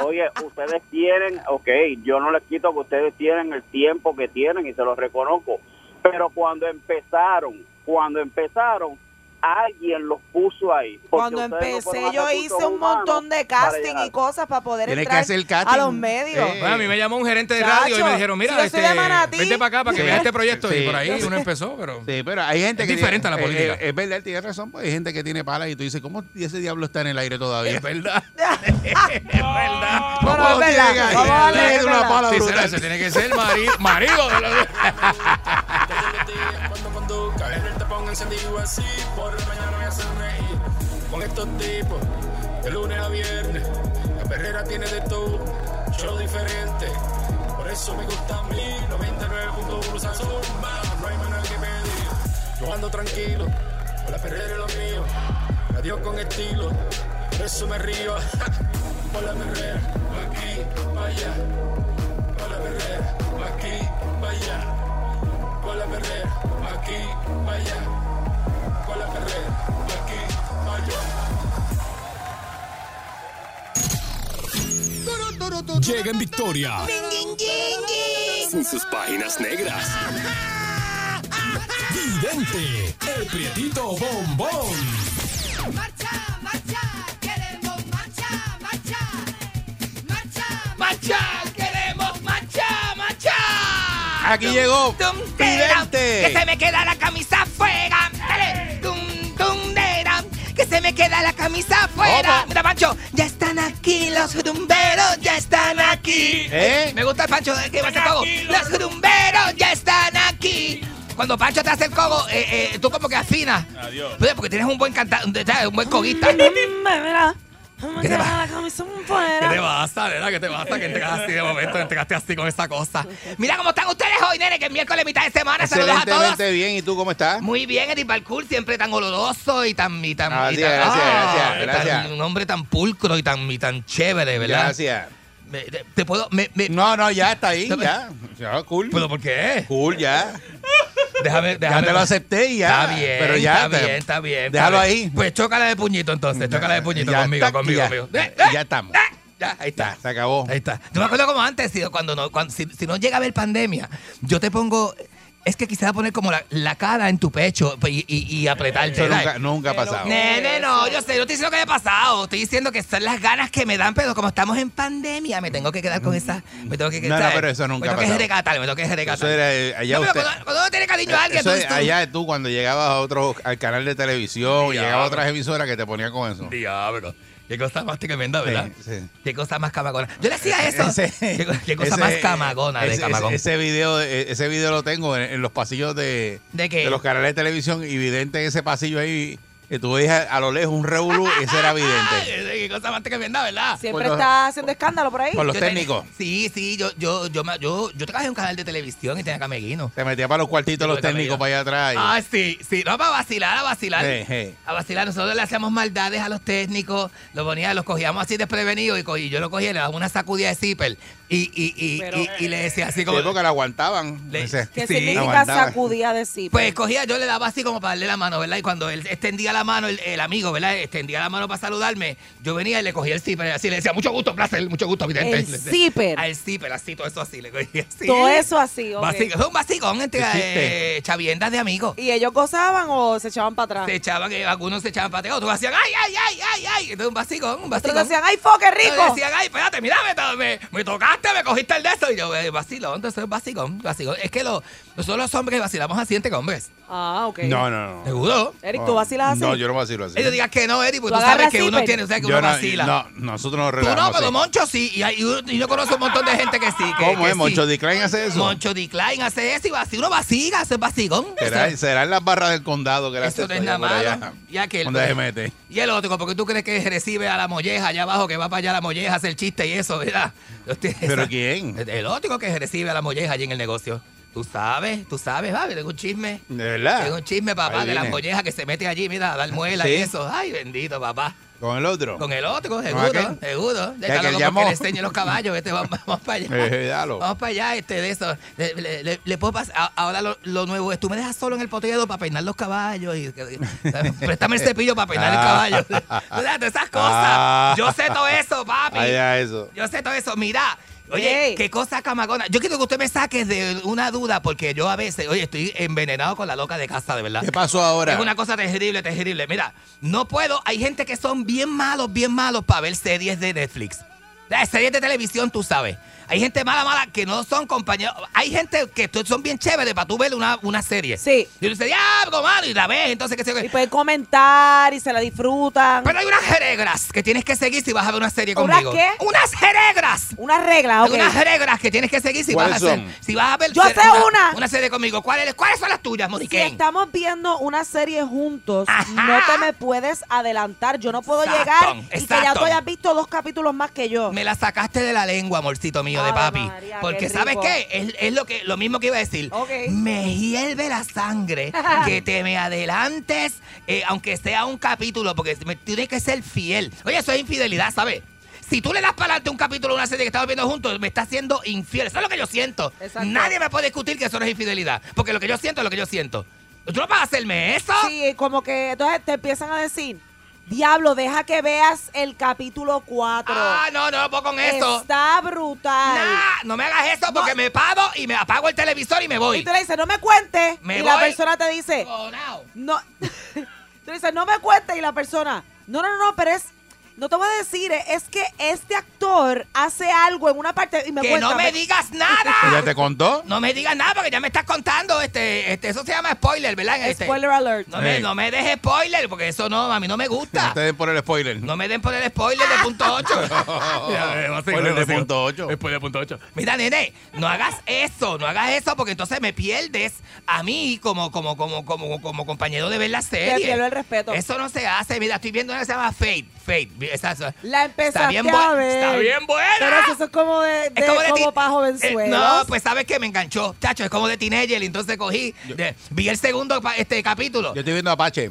I: Oye, ustedes tienen, ok, yo no les quito que ustedes tienen el tiempo que tienen y se los reconozco, pero cuando empezaron, cuando empezaron, alguien los puso ahí. porque
B: Cuando
I: ustedes no
B: empecé
I: fueron a
B: yo
I: recursos
B: hice un
I: humanos
B: montón de
I: para
B: casting
I: llegar.
B: y cosas para poder
C: Tienes que
B: entrar
C: hacer el
B: a
C: casting.
B: los medios.
C: Bueno, a mí me llamó un gerente de radio y
B: Chacho,
C: me dijeron, mira,
B: si yo soy
C: este,
B: de Manatí".
C: vete para acá para que
A: Sí.
C: veas este proyecto.
A: Sí.
C: Y por ahí uno empezó, pero...
A: Sí, pero hay gente
C: Es
A: que
C: diferente a la
A: eh,
C: política.
A: eh, Es, verdad, tiene razón, pues hay gente que tiene palas y tú dices, ¿cómo ese diablo está en el aire todavía?
C: Es verdad.
A: ¿Cómo
C: Bueno, es
A: tiene
C: verdad,
A: que-
C: vamos a darle,
A: tiene
C: es
A: una
C: verdad.
A: pala
C: Sí,
A: brutal?
C: será, ese tiene que ser mari- marido de la-
K: Con estos tipos, de lunes a viernes, la perrera tiene de todo, show diferente. Por eso me gusta a mí, 99.1 Sazón, más, no hay maná que pedir. Yo ando tranquilo, con la perrera es lo mío. Adiós con estilo, por eso me río. Por la perrera, pa' aquí, pa' allá. Por la la perrera, pa' aquí, pa' allá. Con la perrera, pa' aquí, pa' allá. Con la perrera, pa' aquí, pa' allá.
L: Llega en victoria. En sus páginas negras. Vidente, el prietito bombón.
M: Marcha, marcha, queremos marcha, marcha, marcha,
C: marcha,
M: queremos marcha, marcha.
A: Aquí llegó Vidente.
M: Que se me queda la camisa afuera. Dale, tum, tum, dera, Que se me queda la camisa afuera. Mira, Pancho, ya están aquí los rumberos, ya están aquí.
C: ¿Eh?
M: Me gusta el Pancho, eh, que va a hacer cogo. Los rumberos ya están aquí. Cuando Pancho te hace el cogo, eh, eh, tú como que afinas.
D: Adiós.
M: Oye, Porque tienes un buen cantante, un buen coguista.
B: Me queda la camisa
C: ¿Qué te
B: fuera.
C: basta, nena? ¿Qué te basta que entregaste así de momento? Entregaste así con esa cosa.
M: Mira cómo están ustedes hoy, nene, que es miércoles mitad de semana. Saludos a todos.
A: Excelentemente bien. ¿Y tú cómo estás?
M: Muy bien, Edith Balcour, siempre tan oloroso y tan... Y tan, y
A: Gracias,
M: tan-
A: gracias,
M: ah,
A: gracias,
M: y tan-
A: gracias.
M: Un hombre tan pulcro y tan, y tan chévere, ¿verdad?
A: Gracias.
M: Me- ah, te, te puedo... me- me-
A: No, no, ya está ahí,
M: Dame-
A: ya. Ya, cool.
C: ¿Pero por qué?
A: Cool, ya.
C: Déjame, déjame.
A: Ya te lo acepté y ya.
C: Está bien,
A: Pero ya
C: está
A: te-
C: bien, está bien.
A: Déjalo
C: Está bien.
A: ahí.
C: Pues chócala de puñito entonces, chócala de puñito
A: Ya
C: conmigo,
A: está,
C: conmigo,
A: ya.
C: conmigo. Eh, eh,
A: Ya estamos.
M: Ya, ahí está.
A: Ya, se acabó.
C: Ahí está.
M: Yo me acuerdo como antes, si, cuando no, cuando- si, si no llega a haber pandemia, yo te pongo... Es que quisiera poner como la, la cara en tu pecho y, y, y apretarte.
A: Eso
M: ¿verdad?
A: nunca, nunca ha pasado.
M: Nene, no, yo sé, no te diciendo que haya pasado. Estoy diciendo que son las ganas que me dan, pero como estamos en pandemia, me tengo que quedar
A: Mm.
M: con esa. Me tengo que
A: No, no,
M: ¿sabes?
A: pero eso
M: Me
A: nunca
M: tengo
A: ha
M: que
A: pasado.
M: regatar, me tengo que regatar.
A: Eso era eh, allá
M: no, pero
A: usted.
M: cuando, cuando uno tiene cariño a alguien,
A: Eso
M: tú,
A: es
M: tú-
A: allá tú cuando llegabas a otro al canal de televisión, llegaba a otras emisoras que te ponían con eso.
C: Diablo. Qué cosa más tremenda, ¿verdad?
A: Sí, sí.
M: Qué cosa más camagona. Yo le hacía eso.
A: Ese-
M: qué, co- qué cosa
A: ese-
M: más camagona de
A: ese-
M: camagón.
A: Ese, video, eh, ese video lo tengo en, en los pasillos de,
M: ¿De qué?
A: los canales de televisión y vidente en ese pasillo ahí. Que tú veías a lo lejos un revolú, ese era vidente.
M: Ay, qué cosa más tremenda, ¿verdad?
B: Siempre
A: Por los-
B: está haciendo escándalo por ahí.
A: Por los
M: Yo tenía-
A: técnicos.
M: Sí, sí, yo, yo, yo, me- yo, yo trabajé en un canal de televisión y tenía cameguino.
A: Se metía para los cuartitos los técnicos para allá atrás. y-
M: Ah, sí, sí, no, para vacilar, a vacilar.
A: Sí, sí.
M: A vacilar, nosotros le hacíamos maldades a los técnicos, los ponía, los cogíamos así desprevenidos y, co- y yo lo cogía, le daba una sacudida de zipper y, y, y,
B: Pero-
M: y- y le decía así
A: Sí,
M: como...
A: porque la aguantaban.
M: Le-
A: Ese-
B: ¿Qué
M: Sí,
B: significa
A: aguantaba.
B: sacudía de sí?
M: Pues cogía, yo le daba así como para darle la mano, ¿verdad? Y cuando él extendía la mano, el, el amigo, ¿verdad? Extendía la mano para saludarme, yo venía y le cogía el zipper así, le decía, mucho gusto, placer, mucho gusto, vidente.
B: El
M: Le- le-
B: zipper.
M: Al zipper, así, todo eso así, le cogía así.
B: Todo eso así, ok.
M: Vacío, es un vacilón entre
A: ¿Qué chiste?
M: eh, chaviendas de amigos.
B: ¿Y ellos gozaban o se echaban para
M: se
B: atrás?
M: echaban, eh, algunos se echaban para atrás, otros hacían, ay, ay, ay, ay, ay. Entonces un vacilón, un
B: Otros
M: vacilón.
B: decían, ¡ay, fo, qué rico!
M: Entonces decían, ay, espérate, mira, me, to- me, me tocaste, me cogiste el de eso. Y yo, eh, vacilón, entonces vacilón, vacilón. Es que lo, nosotros los hombres vacilamos así entre hombres.
B: Ah, ok.
A: No, no, no.
M: Seguro.
B: Eric, ¿tú vacilas así?
A: No, yo no vacilo así.
M: Ellos digan que no, Eri, porque
B: Tú
M: tú sabes
B: agarras pues.
M: que uno
B: zipper.
M: tiene, o sea, que
A: Yo
M: uno
A: no-
M: vacila.
A: no, nosotros nos
M: Tú no,
A: relajamos.
M: pero
A: así.
M: Moncho sí. Y, hay- y yo conozco un montón de gente que sí. Que,
A: ¿Cómo
M: que
A: es?
M: sí.
A: Moncho Decline hace eso.
M: Moncho Decline hace eso y vacila, uno vacila, eso es vacilón.
A: ¿Será,
M: Eso-
A: será en las barras del condado que la
M: Eso no es nada
A: allá por allá,
M: malo. Ya que el-
A: ¿Dónde se mete?
M: Y el otro, porque tú crees que recibe a la molleja allá abajo, que va para allá la molleja a hacer chiste y eso, ¿verdad? Hostia,
A: ¿Pero
M: esa-
A: quién?
M: El otro que recibe a la molleja allí en el negocio. Tú sabes, tú sabes, va, tengo un chisme.
A: ¿De verdad?
M: Tengo un chisme, papá,
A: Ahí
M: de la
A: viene.
M: molleja que se mete allí, mira, a dar muela y
A: ¿Sí?
M: eso. Ay, bendito, papá.
A: ¿Con el otro?
M: Con el otro, seguro,
A: aquel?
M: seguro.
A: Ya
M: Déjalo
A: que él
M: como
A: llamó.
M: que le enseñe los caballos, este, vamos, vamos para allá.
A: Eh, eh, dalo.
M: Vamos para allá, este, de eso. Le, le- le- le puedo pasar, a- ahora lo, lo nuevo es, tú me dejas solo en el poteado para peinar los caballos y préstame el cepillo para peinar el caballo. Tú sabes, todas esas
A: Ah.
M: cosas. Yo sé todo eso, papi.
A: Ahí a eso.
M: Yo sé todo eso. Mira, oye,
B: Ey.
M: qué cosa camagona. Yo quiero que usted me saque de una duda porque yo a veces, oye, estoy envenenado con la loca de casa, de verdad.
A: ¿Qué pasó ahora?
M: Es una cosa terrible, terrible. Mira, no puedo. Hay gente que son bien malos, bien malos para ver series de Netflix. Eh, Series de televisión, tú sabes. Hay gente mala, mala que no son compañeros. Hay gente que tú- son bien chéveres para tú ver una, una serie.
B: Sí.
M: Y tú dices, diablo, malo, y la ves. Entonces, qué sé yo
B: Y
M: qué.
B: pueden comentar y se la disfrutan.
M: Pero hay unas reglas que tienes que seguir si vas a ver una serie
B: ¿Unas
M: conmigo.
B: qué?
M: Unas reglas.
B: Una regla,
M: Hay
B: ok.
M: unas reglas que tienes que seguir si vas a
A: ¿Cuáles
M: hacer,
A: son?
M: si vas a ver
B: Yo
M: ser-
B: sé una.
M: una serie conmigo. ¿Cuáles cuáles son las tuyas,
B: Si
M: Monique?
B: estamos viendo una serie juntos,
M: Ajá.
B: no te me puedes adelantar. Yo no puedo
M: Exacto,
B: llegar y que ya
M: exacto.
B: tú hayas visto dos capítulos más que yo.
M: Me la sacaste de la lengua, amorcito mío, de
B: Ave
M: papi.
B: María,
M: porque,
B: qué
M: ¿sabes
B: rico.
M: qué? Es, es lo, que, lo mismo que iba a decir.
B: Ok.
M: Me hierve la sangre que te me adelantes, eh, aunque sea un capítulo, porque me- tienes que ser fiel. Oye, eso es infidelidad, ¿sabes? Si tú le das para adelante un capítulo de una serie que estamos viendo juntos, me está haciendo infiel. Eso es lo que yo siento. Nadie me puede discutir que eso no es infidelidad. Porque lo que yo siento es lo que yo siento. ¿Tú no vas a hacerme eso?
B: Sí, como que entonces te empiezan a decir, diablo, deja que veas el capítulo 4.
M: Ah, no, no, puedo con eso.
B: Está brutal.
M: Nah, no me hagas eso porque me paro y me apago el televisor y me voy.
B: Y tú le dices, no me cuentes.
M: Me
B: y la
M: voy.
B: persona te dice, no. tú le dices, no me cuentes. Y la persona, no, no, no, no, pero es. No te voy a decir, eh, es que este actor hace algo en una parte y me
M: que
B: cuenta,
M: no me digas nada.
A: ¿Ella te contó?
M: No me digas nada porque ya me estás contando. Este, este, eso se llama spoiler, ¿verdad? Este,
B: Spoiler alert.
M: No me,
A: Sí.
M: no me dejes spoiler porque eso no, a mí no me gusta.
A: No te den por el spoiler.
M: No me den por el spoiler de punto
A: Ah,
M: 8.
C: eh,
A: Spoiler de punto 8.
C: Después de punto 8.
M: Mira, nene, no hagas eso, no hagas eso porque entonces me pierdes a mí como como como como como compañero de ver la serie.
B: Te pierdo el respeto.
M: Eso no se hace. Mira, estoy viendo una que se llama Fate. Fate. Esa- esa-
B: La empezaste
M: Está bien
B: a
M: bu-
B: ver.
M: está bien buena.
B: Pero eso es como de, de- como,
M: ti-
B: para
M: Eh,
B: jovenzuelos.
M: no, pues sabes que me enganchó. Chacho, es como de Teenager. Entonces cogí, de- vi el segundo pa- este capítulo.
A: Yo estoy viendo Apache.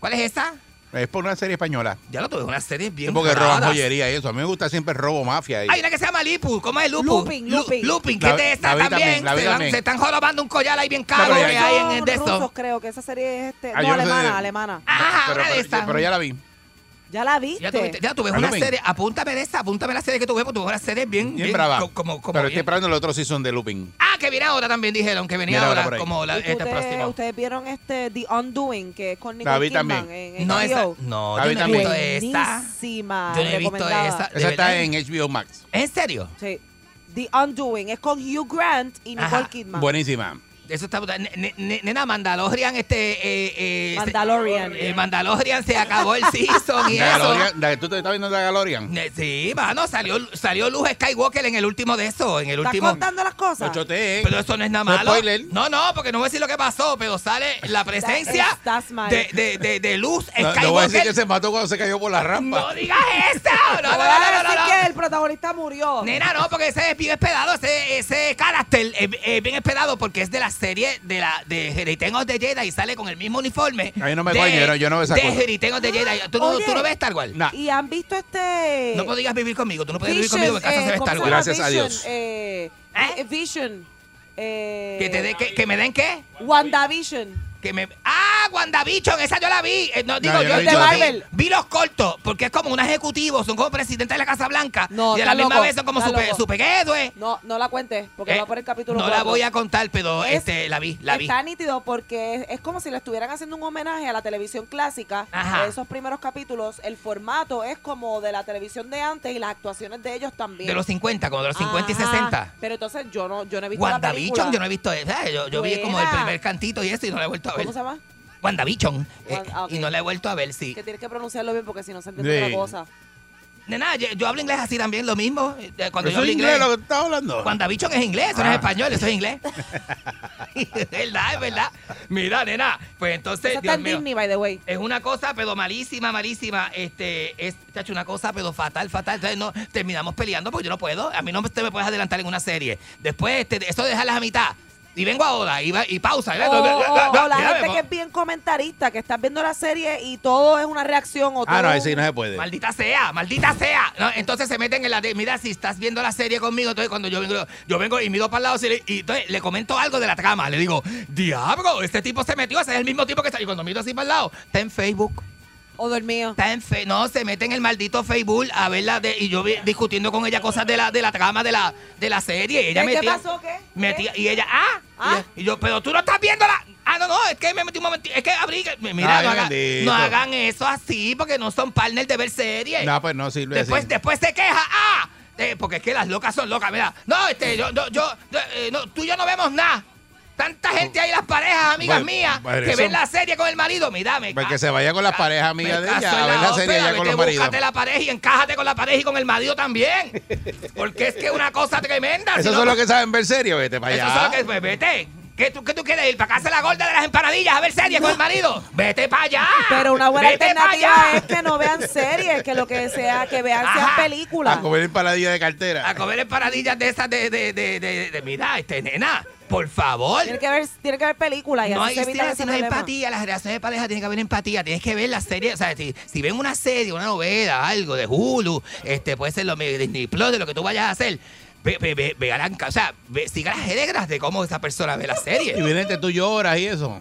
M: ¿Cuál es esa?
A: Es por una serie española.
M: Ya lo tuve, una serie bien.
A: porque roban
M: raras.
A: joyería y eso. A mí me gusta siempre el robo mafia. Y...
M: Hay una que se llama Lipu. ¿Cómo es Lupu?
B: Lupin,
M: Lu-
B: Lupin.
M: Lupin, que
A: La-
M: te
A: la
M: está
A: vi
M: también.
A: también, la vi
M: se, van-
A: también.
M: se están jorobando un collar ahí bien
A: No,
M: caro
A: pero ya-
M: que hay en, en de
B: Son rusos,
M: esto.
B: creo que esa serie es este,
A: Ah,
B: no,
A: yo no sé
B: alemana,
A: de-
B: alemana.
M: Ajá,
A: pero,
M: una ah, de
A: pero-
M: esas.
A: pero ya la vi.
B: ¿Ya la viste?
M: Ya tú, viste- ya tú ves
A: Ah,
M: una
A: Lupin.
M: serie, apúntame de esa, apúntame la serie que tú ves, porque tú ves una serie bien,
A: Bien, brava.
M: co- como, como
A: pero estoy
M: bien.
A: esperando el otro season de Looping.
M: Ah, que viene ahora también dijeron, que venía
A: Viene ahora
M: ahora,
A: por ahí.
M: como la,
B: ¿Y tú
M: este
B: te-
M: próximo.
B: Ustedes vieron este The Undoing, que es con
A: La
B: Nicole
A: vi
B: Kidman
A: también.
B: en, en
M: No, esa,
B: HBO.
M: no,
A: La
M: yo
A: vi
M: no he visto
A: también.
M: esa.
B: Buenísima,
M: Yo no he visto
B: recomendada.
M: esa. ¿De
A: Esa está
M: verdad?
A: en HBO Max.
M: ¿En serio?
B: Sí. The Undoing, es con Hugh Grant y Nicole
M: Ajá.
B: Kidman.
A: Buenísima.
M: Eso está brutal. Ne- ne- ne- Nena, Mandalorian, este. eh, eh,
B: Mandalorian.
M: se- eh, Mandalorian se acabó el season y eso.
A: Mandalorian- la- ¿Tú te estás viendo la Galorian?
M: Ne- Sí, mano, salió, salió Luz Skywalker en el último de eso, en el
B: ¿Estás
M: último.
B: contando las
A: No
B: cosas?
A: choteé.
M: Pero eso no es nada
A: No
M: malo.
A: spoiler.
M: No, no, porque no voy a decir lo que pasó, pero sale la presencia
B: estás mal.
M: de, de, de, de Luz
A: No, no voy a decir
M: Skywalker.
A: que se mató cuando se cayó por la rampa.
M: No digas eso. No, no, no,
B: Ahora
M: no,
B: van a
M: no,
B: decir
M: no.
B: que el protagonista murió.
M: Nena, no, porque ese es bien esperado, ese, ese carácter es, es bien esperado porque es de la serie de la de Return of the Jedi y sale con el mismo uniforme.
A: Ahí no me
M: de-
A: coño, yo no- yo no me saco.
M: De Return of the Jedi. ¿Tú, no-
B: Ah, Oye.
M: tú no ves Star Wars?
A: Nah.
B: Y han visto este...
M: No podías vivir conmigo, tú no puedes vivir
B: Vision,
M: conmigo porque casa
B: eh,
M: se ve
B: ¿cómo
M: Star
B: se
M: Wars.
B: llama?
A: Gracias a
B: Vision,
A: Dios.
B: eh,
M: ¿Eh?
B: eh, Vision. eh,
M: Que, te dé- que, que me den qué?
B: WandaVision.
M: Que me... Ah, WandaVision, esa yo la vi. Eh, No, digo,
A: yo
M: yo,
A: no he
M: yo
A: visto
M: la
A: esa.
M: vi, vi los cortos, porque es como un ejecutivo, son como presidentes de la Casa Blanca.
B: No,
M: y a la
B: está
M: misma
B: loco,
M: vez son como
B: está
M: super,
B: loco.
M: superhéroes.
B: No, no la cuentes, porque
M: Eh,
B: va por el capítulo
M: No la
B: cuatro.
M: voy a contar, pero
B: Es-
M: este, la vi, la vi.
B: Está nítido porque es, es como si le estuvieran haciendo un homenaje a la televisión clásica.
M: Ajá.
B: De esos primeros capítulos, el formato es como de la televisión de antes y las actuaciones de ellos también.
M: De los 50, como de los 50 y
B: Ajá.
M: 60.
B: Pero entonces yo no, yo no he visto la película.
M: WandaVichon, yo no he visto esa. eh, Yo, yo vi como el
B: Buena.
M: primer cantito y eso y no la he vuelto a ver.
B: ¿Cómo se llama?
M: WandaVichon. eh,
B: Wan- ah, ok.
M: Y no la he vuelto a ver, sí.
B: Que tienes que pronunciarlo bien porque si no se entiende
A: Sí.
B: otra cosa.
M: Nena, yo, yo hablo inglés así también, lo mismo. eh, Cuando yo
A: ¿Eso
M: hablo
A: es
M: inglés.
A: inglés lo que tú estás hablando?
M: WandaVichon es inglés, eso no
A: Ah.
M: es español, eso es inglés. es verdad, es verdad. Mira, nena, pues entonces,
B: Eso está
M: Dios
B: en
M: mío.
B: Disney, by the way.
M: Es una cosa, pero malísima, malísima. Este, es, chacho, una cosa, pero fatal, fatal. Entonces, no, terminamos peleando porque yo no puedo. A mí no te me puedes adelantar en una serie. Después, este, eso de dejarlas a mitad. Y vengo ahora, y, va- y pausa.
B: O, o Oh, la gente que es bien comentarista, que estás viendo la serie y todo es una reacción o todo.
A: Ah, no,
B: es
A: ahí sí
B: un-
A: no se puede.
M: Maldita sea, maldita sea. No, entonces se meten en la de, mira, si estás viendo la serie conmigo, entonces cuando yo vengo, yo vengo y miro para el lado si le- y entonces le comento algo de la trama. Le digo, diablo, este tipo se metió, ese es el mismo tipo que está. Y cuando miro así para el lado, está en Facebook.
B: O dormido.
M: Está en fe- no, se mete en el maldito Facebook a verla de, y yo vi- discutiendo con ella cosas de la, de la trama de la, de la serie. Y ella
B: ¿Qué- qué
M: metía-
B: pasó? ¿Qué?
M: metía- y ella, ah,
B: Ah.
M: Y, yo, pero tú no estás viendo la. Ah, no, no, es que me metí un momentito. Es que abrí. que- Mira,
A: Ay,
M: no, hagan,
A: bendito.
M: no hagan eso así porque no son partners de ver series.
A: No, pues no sirve así.
M: después, después se queja, ah, eh, porque es que las locas son locas. Mira, no, este, yo, yo, yo, eh, no, tú y yo no vemos nada. Tanta gente ahí, las parejas, amigas
A: Oh. Bueno,
M: mías,
A: pero
M: que
A: eso-
M: ven la serie con el marido. Mira, me
A: Pues que
M: ca-
A: se vaya con las
M: ca-
A: parejas amigas
M: me
A: de ella
M: caso en
A: a ver la serie
M: ópera,
A: allá con
M: vete,
A: los maridos.
M: Búscate la pareja y encájate con la pareja y con el marido también. Porque es que es una cosa tremenda. si
A: Esos
M: no-
A: son los que saben ver serio, vete para
M: Eso es lo
A: allá.
M: que. pues, vete. ¿Qué tú, qué tú quieres ir? ¿Para casa la gorda de las empanadillas a ver series con el marido? ¡Vete para allá!
B: Pero una buena
M: Vete pa'
B: alternativa
M: allá.
B: es que no vean series, que lo que sea, que vean sean películas.
A: A comer empanadilla de cartera.
M: A comer empanadillas de esas de, de, de, de, de- mira, este, nena, por favor.
B: Tiene que ver, tiene que ver películas y
M: No
B: así
M: hay,
B: se evita
M: si
B: ese
M: no hay
B: problema.
M: empatía, las relaciones de pareja tienen que haber empatía, tienes que ver la serie, o sea, si, si ven una serie, una novela, algo de Hulu, este puede ser lo de Disney Plus, de lo que tú vayas a hacer, ve, ve, ve, ve a la- o sea, ve- siga las reglas de cómo esa persona ve la
A: Y
M: serie.
A: vienes tú lloras y eso.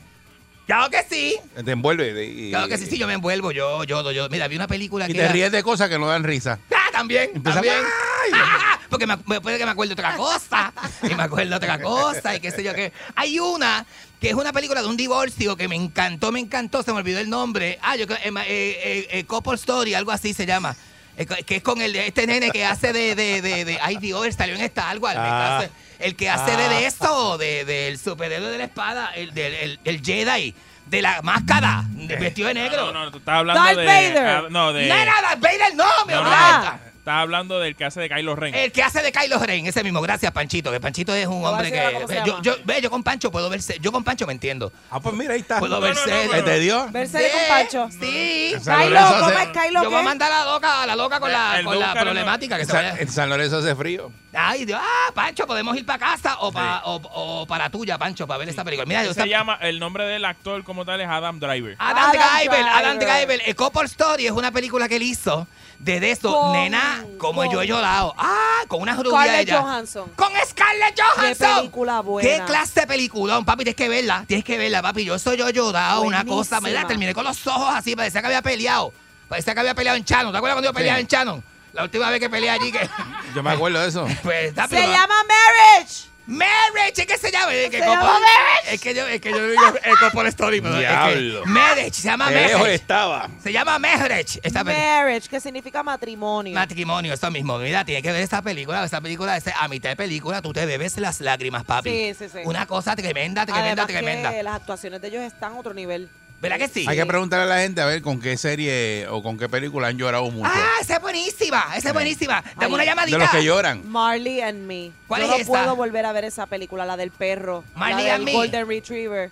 M: Claro que sí,
A: Te envuelve. de- y-
M: claro que sí, sí, yo me envuelvo, yo, yo, yo, mira, vi una película
A: Y
M: que
A: te
M: era-
A: ríes de cosas que no dan risa.
M: Ah, también, también. Ah, porque me, me- puede que me acuerde otra cosa. Y me acuerdo otra cosa y qué sé yo qué. Hay una que es una película de un divorcio que me encantó, me encantó, se me olvidó el nombre. Ah, yo creo, eh, ma- eh, eh, eh, Couple Story, algo así se llama. Eh, co- Que es con el de este nene que hace de, de, de, de- ay Dios, salió en esta algo. al-
K: Ah.
M: el que hace de, de
K: Ah.
M: eso, del de, del superhéroe de la espada, el, del el, el Jedi, de la máscara,
K: Eh.
M: vestido de negro.
D: No, no, tú estás hablando
M: Darth
D: de...
M: Vader.
D: ah, no, de...
M: No era Darth Vader, no, mi
D: No, no,
M: hombre.
D: Estás hablando del que hace de Kylo Ren.
M: El que hace de Kylo Ren, ese mismo. Gracias, Panchito. Que Panchito es un
D: No,
M: hombre
D: así era como se
M: que. Yo,
D: llama.
M: yo, ve, yo con Pancho puedo verse. Yo con Pancho me entiendo.
A: Ah, pues mira, ahí está.
M: Puedo
A: No,
M: ver
A: no, no,
M: series.
A: no, no. ¿Te dio?
B: Ver serie con
M: Sí,
B: Pancho.
M: Sí.
A: San Kylo, Lorenzo ¿cómo hace- es
B: Kylo
M: Yo voy a
B: qué?
M: mandar a la loca, a la loca con la,
A: El
M: con la
A: Duca no-
M: problemática que
A: en
M: se
A: San-
M: vaya.
A: En San Lorenzo hace frío.
M: Ay, Dios. Ah, Pancho, podemos ir para casa o, pa- o, o para tuya, Pancho, para ver esta película. Pues Mira, yo
D: Ese
M: esta-
D: se llama, el nombre del actor como tal es Adam Driver.
M: Adam, Driver, Adam
D: Driver.
M: Driver. A Couple Story es una película que él hizo de, de eso,
D: Con-
M: nena, como
D: con-
M: yo he llorado. Ah, con una rubia
B: Scarlett
M: ella.
B: Johansson.
M: Con Scarlett Johansson.
B: Qué película buena.
M: ¿Qué clase de peliculón, papi? Tienes que verla, tienes que verla, papi. Yo soy yo llorado, una cosa, ¿verdad?
B: Buenísima.
M: Terminé con los ojos así, parecía que había peleado. Parecía que había peleado en Chano. ¿Te acuerdas cuando yo peleaba
A: Sí.
M: en Chano? La última vez que peleé allí que...
A: Yo me acuerdo de eso.
M: Pues, está,
B: Se
M: pero-
B: llama Marriage.
M: Marriage, ¿es que se llama? Es que,
B: Se llama
M: Couple-
B: Marriage.
M: es que yo, es que yo digo eh, Couple Story, pero es que-
A: Diablo. Eh,
M: Marriage, se llama
A: De lejos
M: Marriage.
A: estaba.
M: Se llama Marriage. Esta película.
B: Marriage, que significa matrimonio.
M: Matrimonio, eso mismo. Mira, tienes que ver esta película. Esta película, ese- a mitad de película, tú te bebes las lágrimas, papi.
B: Sí, sí, sí.
M: Una cosa tremenda, tremenda,
B: Además que
M: tremenda.
B: las actuaciones de ellos están a otro nivel.
M: ¿Verdad que sí?
A: Hay que preguntarle a la gente a ver con qué serie o con qué película han llorado mucho. Eh.
M: Ah, esa es buenísima, esa es buenísima. Dame
B: Ay.
M: una llamadita.
A: de los que lloran.
B: Marley and Me.
M: ¿Cuál
B: Yo
M: es
B: no
M: esa?
B: puedo volver a ver esa película, la del perro.
M: Marley
B: la del
M: and Me.
B: Golden Retriever.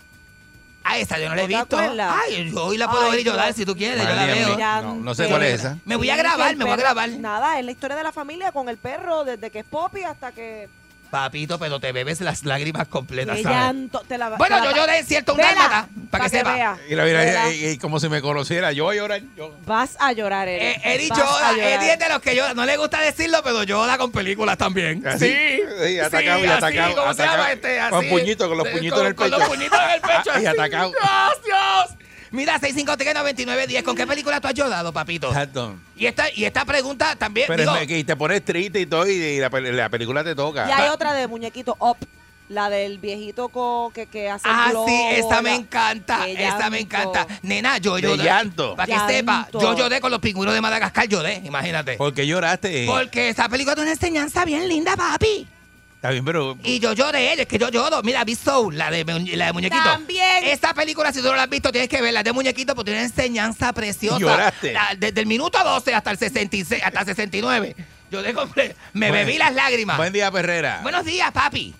M: Ah, esa yo no la he
B: ¿No te
M: visto.
B: acuerdas?
M: Ay, yo hoy la puedo
B: Ay,
M: ver y llorar
B: Dios.
M: si tú quieres, yo la
A: Marley
M: veo.
A: and Me. No, no sé cuál es esa.
M: Me voy a
B: Sí, que
M: grabar,
B: el
M: me voy a
B: perro-
M: grabar.
B: Nada, es la historia de la familia con el perro, desde que es Poppy hasta que.
M: Papito, pero te bebes las lágrimas completas,
B: Qué
M: ¿sabes?
B: llanto, te la va-
M: Bueno,
B: te la
M: yo
B: va-
M: lloré en cierto un
B: Vela,
M: dálmata, para
B: pa'
M: que
B: que
M: sepa.
B: vea.
A: Mira, mira,
B: ¿Verdad?
A: eh, eh, como si me conociera. Yo voy a llorar. Yo.
B: Vas a llorar, Eric.
M: Eh, Eddie
B: Vas
M: llora,
B: a llorar.
M: Eddie es de los que llora. No le gusta decirlo, pero llora con películas también.
A: Así,
M: Sí,
A: sí, atacado y
M: así,
A: atacado,
M: ¿cómo se llama
A: atacado.
M: este? Así.
A: Con puñito, con los
M: Eh,
A: puñitos
M: con-
A: en el
M: Con
A: pecho.
M: los puñitos en el pecho.
A: Ah,
M: así.
A: y atacado.
M: ¡Dios, Dios! Mira, 653-9910. ¿Con qué película tú has llorado, papito?
A: Exacto.
M: Y esta, y esta pregunta también.
A: Pero
M: digo,
A: es que te pones triste y todo y, la, pel- la película te toca.
B: Y hay otra de muñequito Up, la del viejito con, que, que hace el
M: Ah,
B: globo,
M: sí, esta me
B: la-
M: encanta,
B: Qué
M: esta me
B: llanto.
M: encanta. Nena, yo
A: De
M: lloré.
A: llanto.
M: Para que
B: Oh. Llanto.
M: sepa, yo lloré con los pingüinos de Madagascar, lloré, imagínate.
A: ¿Por qué lloraste?
M: Porque esta película es una enseñanza bien linda, papi.
A: Está bien, pero...
M: Y yo lloré, es que yo lloro. Mira, vi Soul, la de, mu- la de muñequito.
B: También.
M: Esta película, si tú no la has visto, tienes que verla. Es de muñequito porque tiene una enseñanza preciosa.
A: Y lloraste.
M: La- desde el minuto 12 hasta el 66, hasta el 69. Yo le compré- me
A: Buen-
M: bebí las lágrimas.
A: Buen día, Perrera.
M: Buenos días, papi.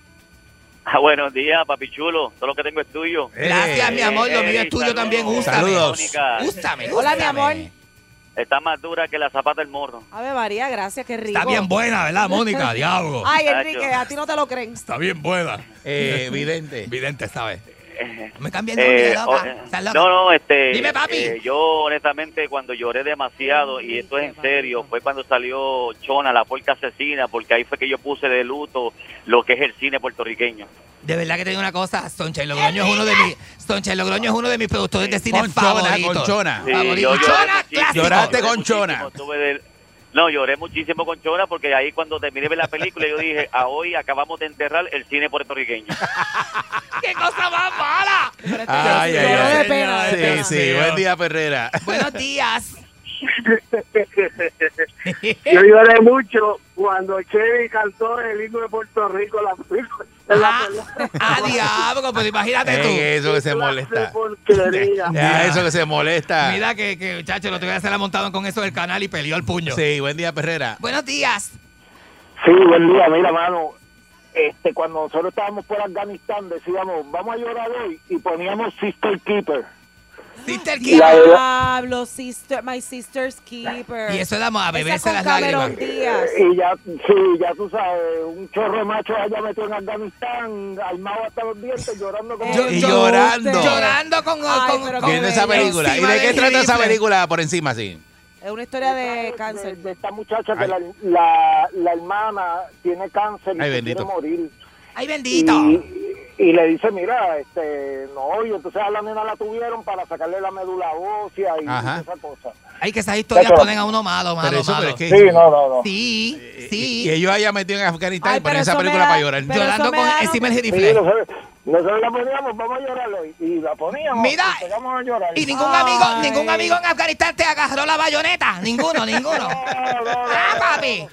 N: Ah, buenos días, papi chulo. Todo lo que tengo es tuyo.
A: Eh.
M: Gracias, mi amor. Lo mío es tuyo
N: saludos.
M: también. Úsame.
N: Saludos.
M: Úsame.
B: Hola, mi
M: úsame.
B: amor.
N: Está más dura que la zapata del morro.
B: Ave María, gracias, qué rico.
M: Está bien buena, ¿verdad, Mónica? Diablo.
B: Ay, Enrique, a ti no te lo creen.
M: Está bien buena.
A: Eh, vidente.
M: Vidente, ¿sabes? Me cambié el nombre,
N: Eh,
M: loca.
N: o-
M: Estás loca.
N: no, no, este.
M: Dime, papi.
N: eh, yo, honestamente, cuando lloré demasiado, y esto es en serio, fue cuando salió Chona, la porca asesina, porque ahí fue que yo puse de luto lo que es el cine puertorriqueño.
M: De verdad que te digo una cosa, Soncha y Logroño es uno de mis Soncha y Logroño es uno de mis productores de cine
A: Conchona,
M: favoritos.
A: Conchona.
N: Sí,
M: Favorito.
N: yo lloré
M: Chona,
N: muchísimo.
M: clásico.
A: Lloraste
N: Lloré
A: con Chona.
N: muchísimo, tuve de- No, lloré muchísimo con Chona porque ahí cuando terminé de ver la película yo dije, a hoy acabamos de enterrar el cine puertorriqueño.
M: ¡Qué cosa más mala!
A: Ay, ay,
M: Lloró de
A: ay.
M: pena, de pena.
A: Sí, sí. Buen día, Perrera.
M: Buenos días.
O: Yo lloré mucho cuando Chevy cantó el himno de Puerto Rico la película.
M: Ah, ah, diablo, pero imagínate
A: Es
M: tú.
B: Eh,
A: eso que se molesta.
O: porquería.
A: Ya, eso que se molesta.
M: Mira que, que muchacho, lo tuviera se la montaron con eso del canal y peleó el puño.
A: Sí, buen día, Perrera.
M: Buenos días.
O: Sí, buen día, mira, mano.
G: este, cuando nosotros estábamos por Afganistán, decíamos, vamos a llorar hoy, y poníamos Sister Keeper.
M: Sister
B: Pablo, sister, my sister's keeper.
M: Y eso da más a beberse
B: Esa con
M: las
B: Cameron
M: lágrimas.
B: Díaz.
G: Y ya, sí, ya tú sabes, un chorro de macho allá metido en Afganistán, armado hasta los dientes, llorando como...
A: Y llorando.
M: Llorando con... con- con-
A: ¿Qué es de esa
M: con-
A: película? ¿Y
M: encima
A: de qué
M: del
A: trata esa
M: rifle.
A: película por encima, sí?
B: Es una historia de cáncer.
G: De, esta muchacha que la, la, la hermana tiene cáncer y
A: Ay,
G: se
A: bendito.
G: quiere morir.
M: ¡Ay,
G: bendito! Y, y le dice, mira, este, no, y entonces a la nena la tuvieron para sacarle la médula ósea y
M: Ajá.
G: esa cosa.
M: Ay, que esas historias
A: Pero-
M: ponen a uno malo, malo,
A: Pero eso,
M: malo.
A: pero es que- Sí, no, no, no.
M: Sí, sí.
A: Eh, Y ellos hayan metido en Afganistán
M: Ay,
A: y poner
M: pero
A: esa
M: eso me
A: película
M: da-
A: para llorar.
M: pero Llorando eso me con- da- encima el
G: Sí,
M: rifle.
G: nosotros, nosotros la poníamos, vamos a llorar hoy. Y la poníamos.
M: Mira,
G: y
A: pues,
G: empezamos a llorar.
M: Y ningún amigo, ningún amigo en Afganistán te agarró la bayoneta. Ninguno, ninguno. ¡Ah, papi!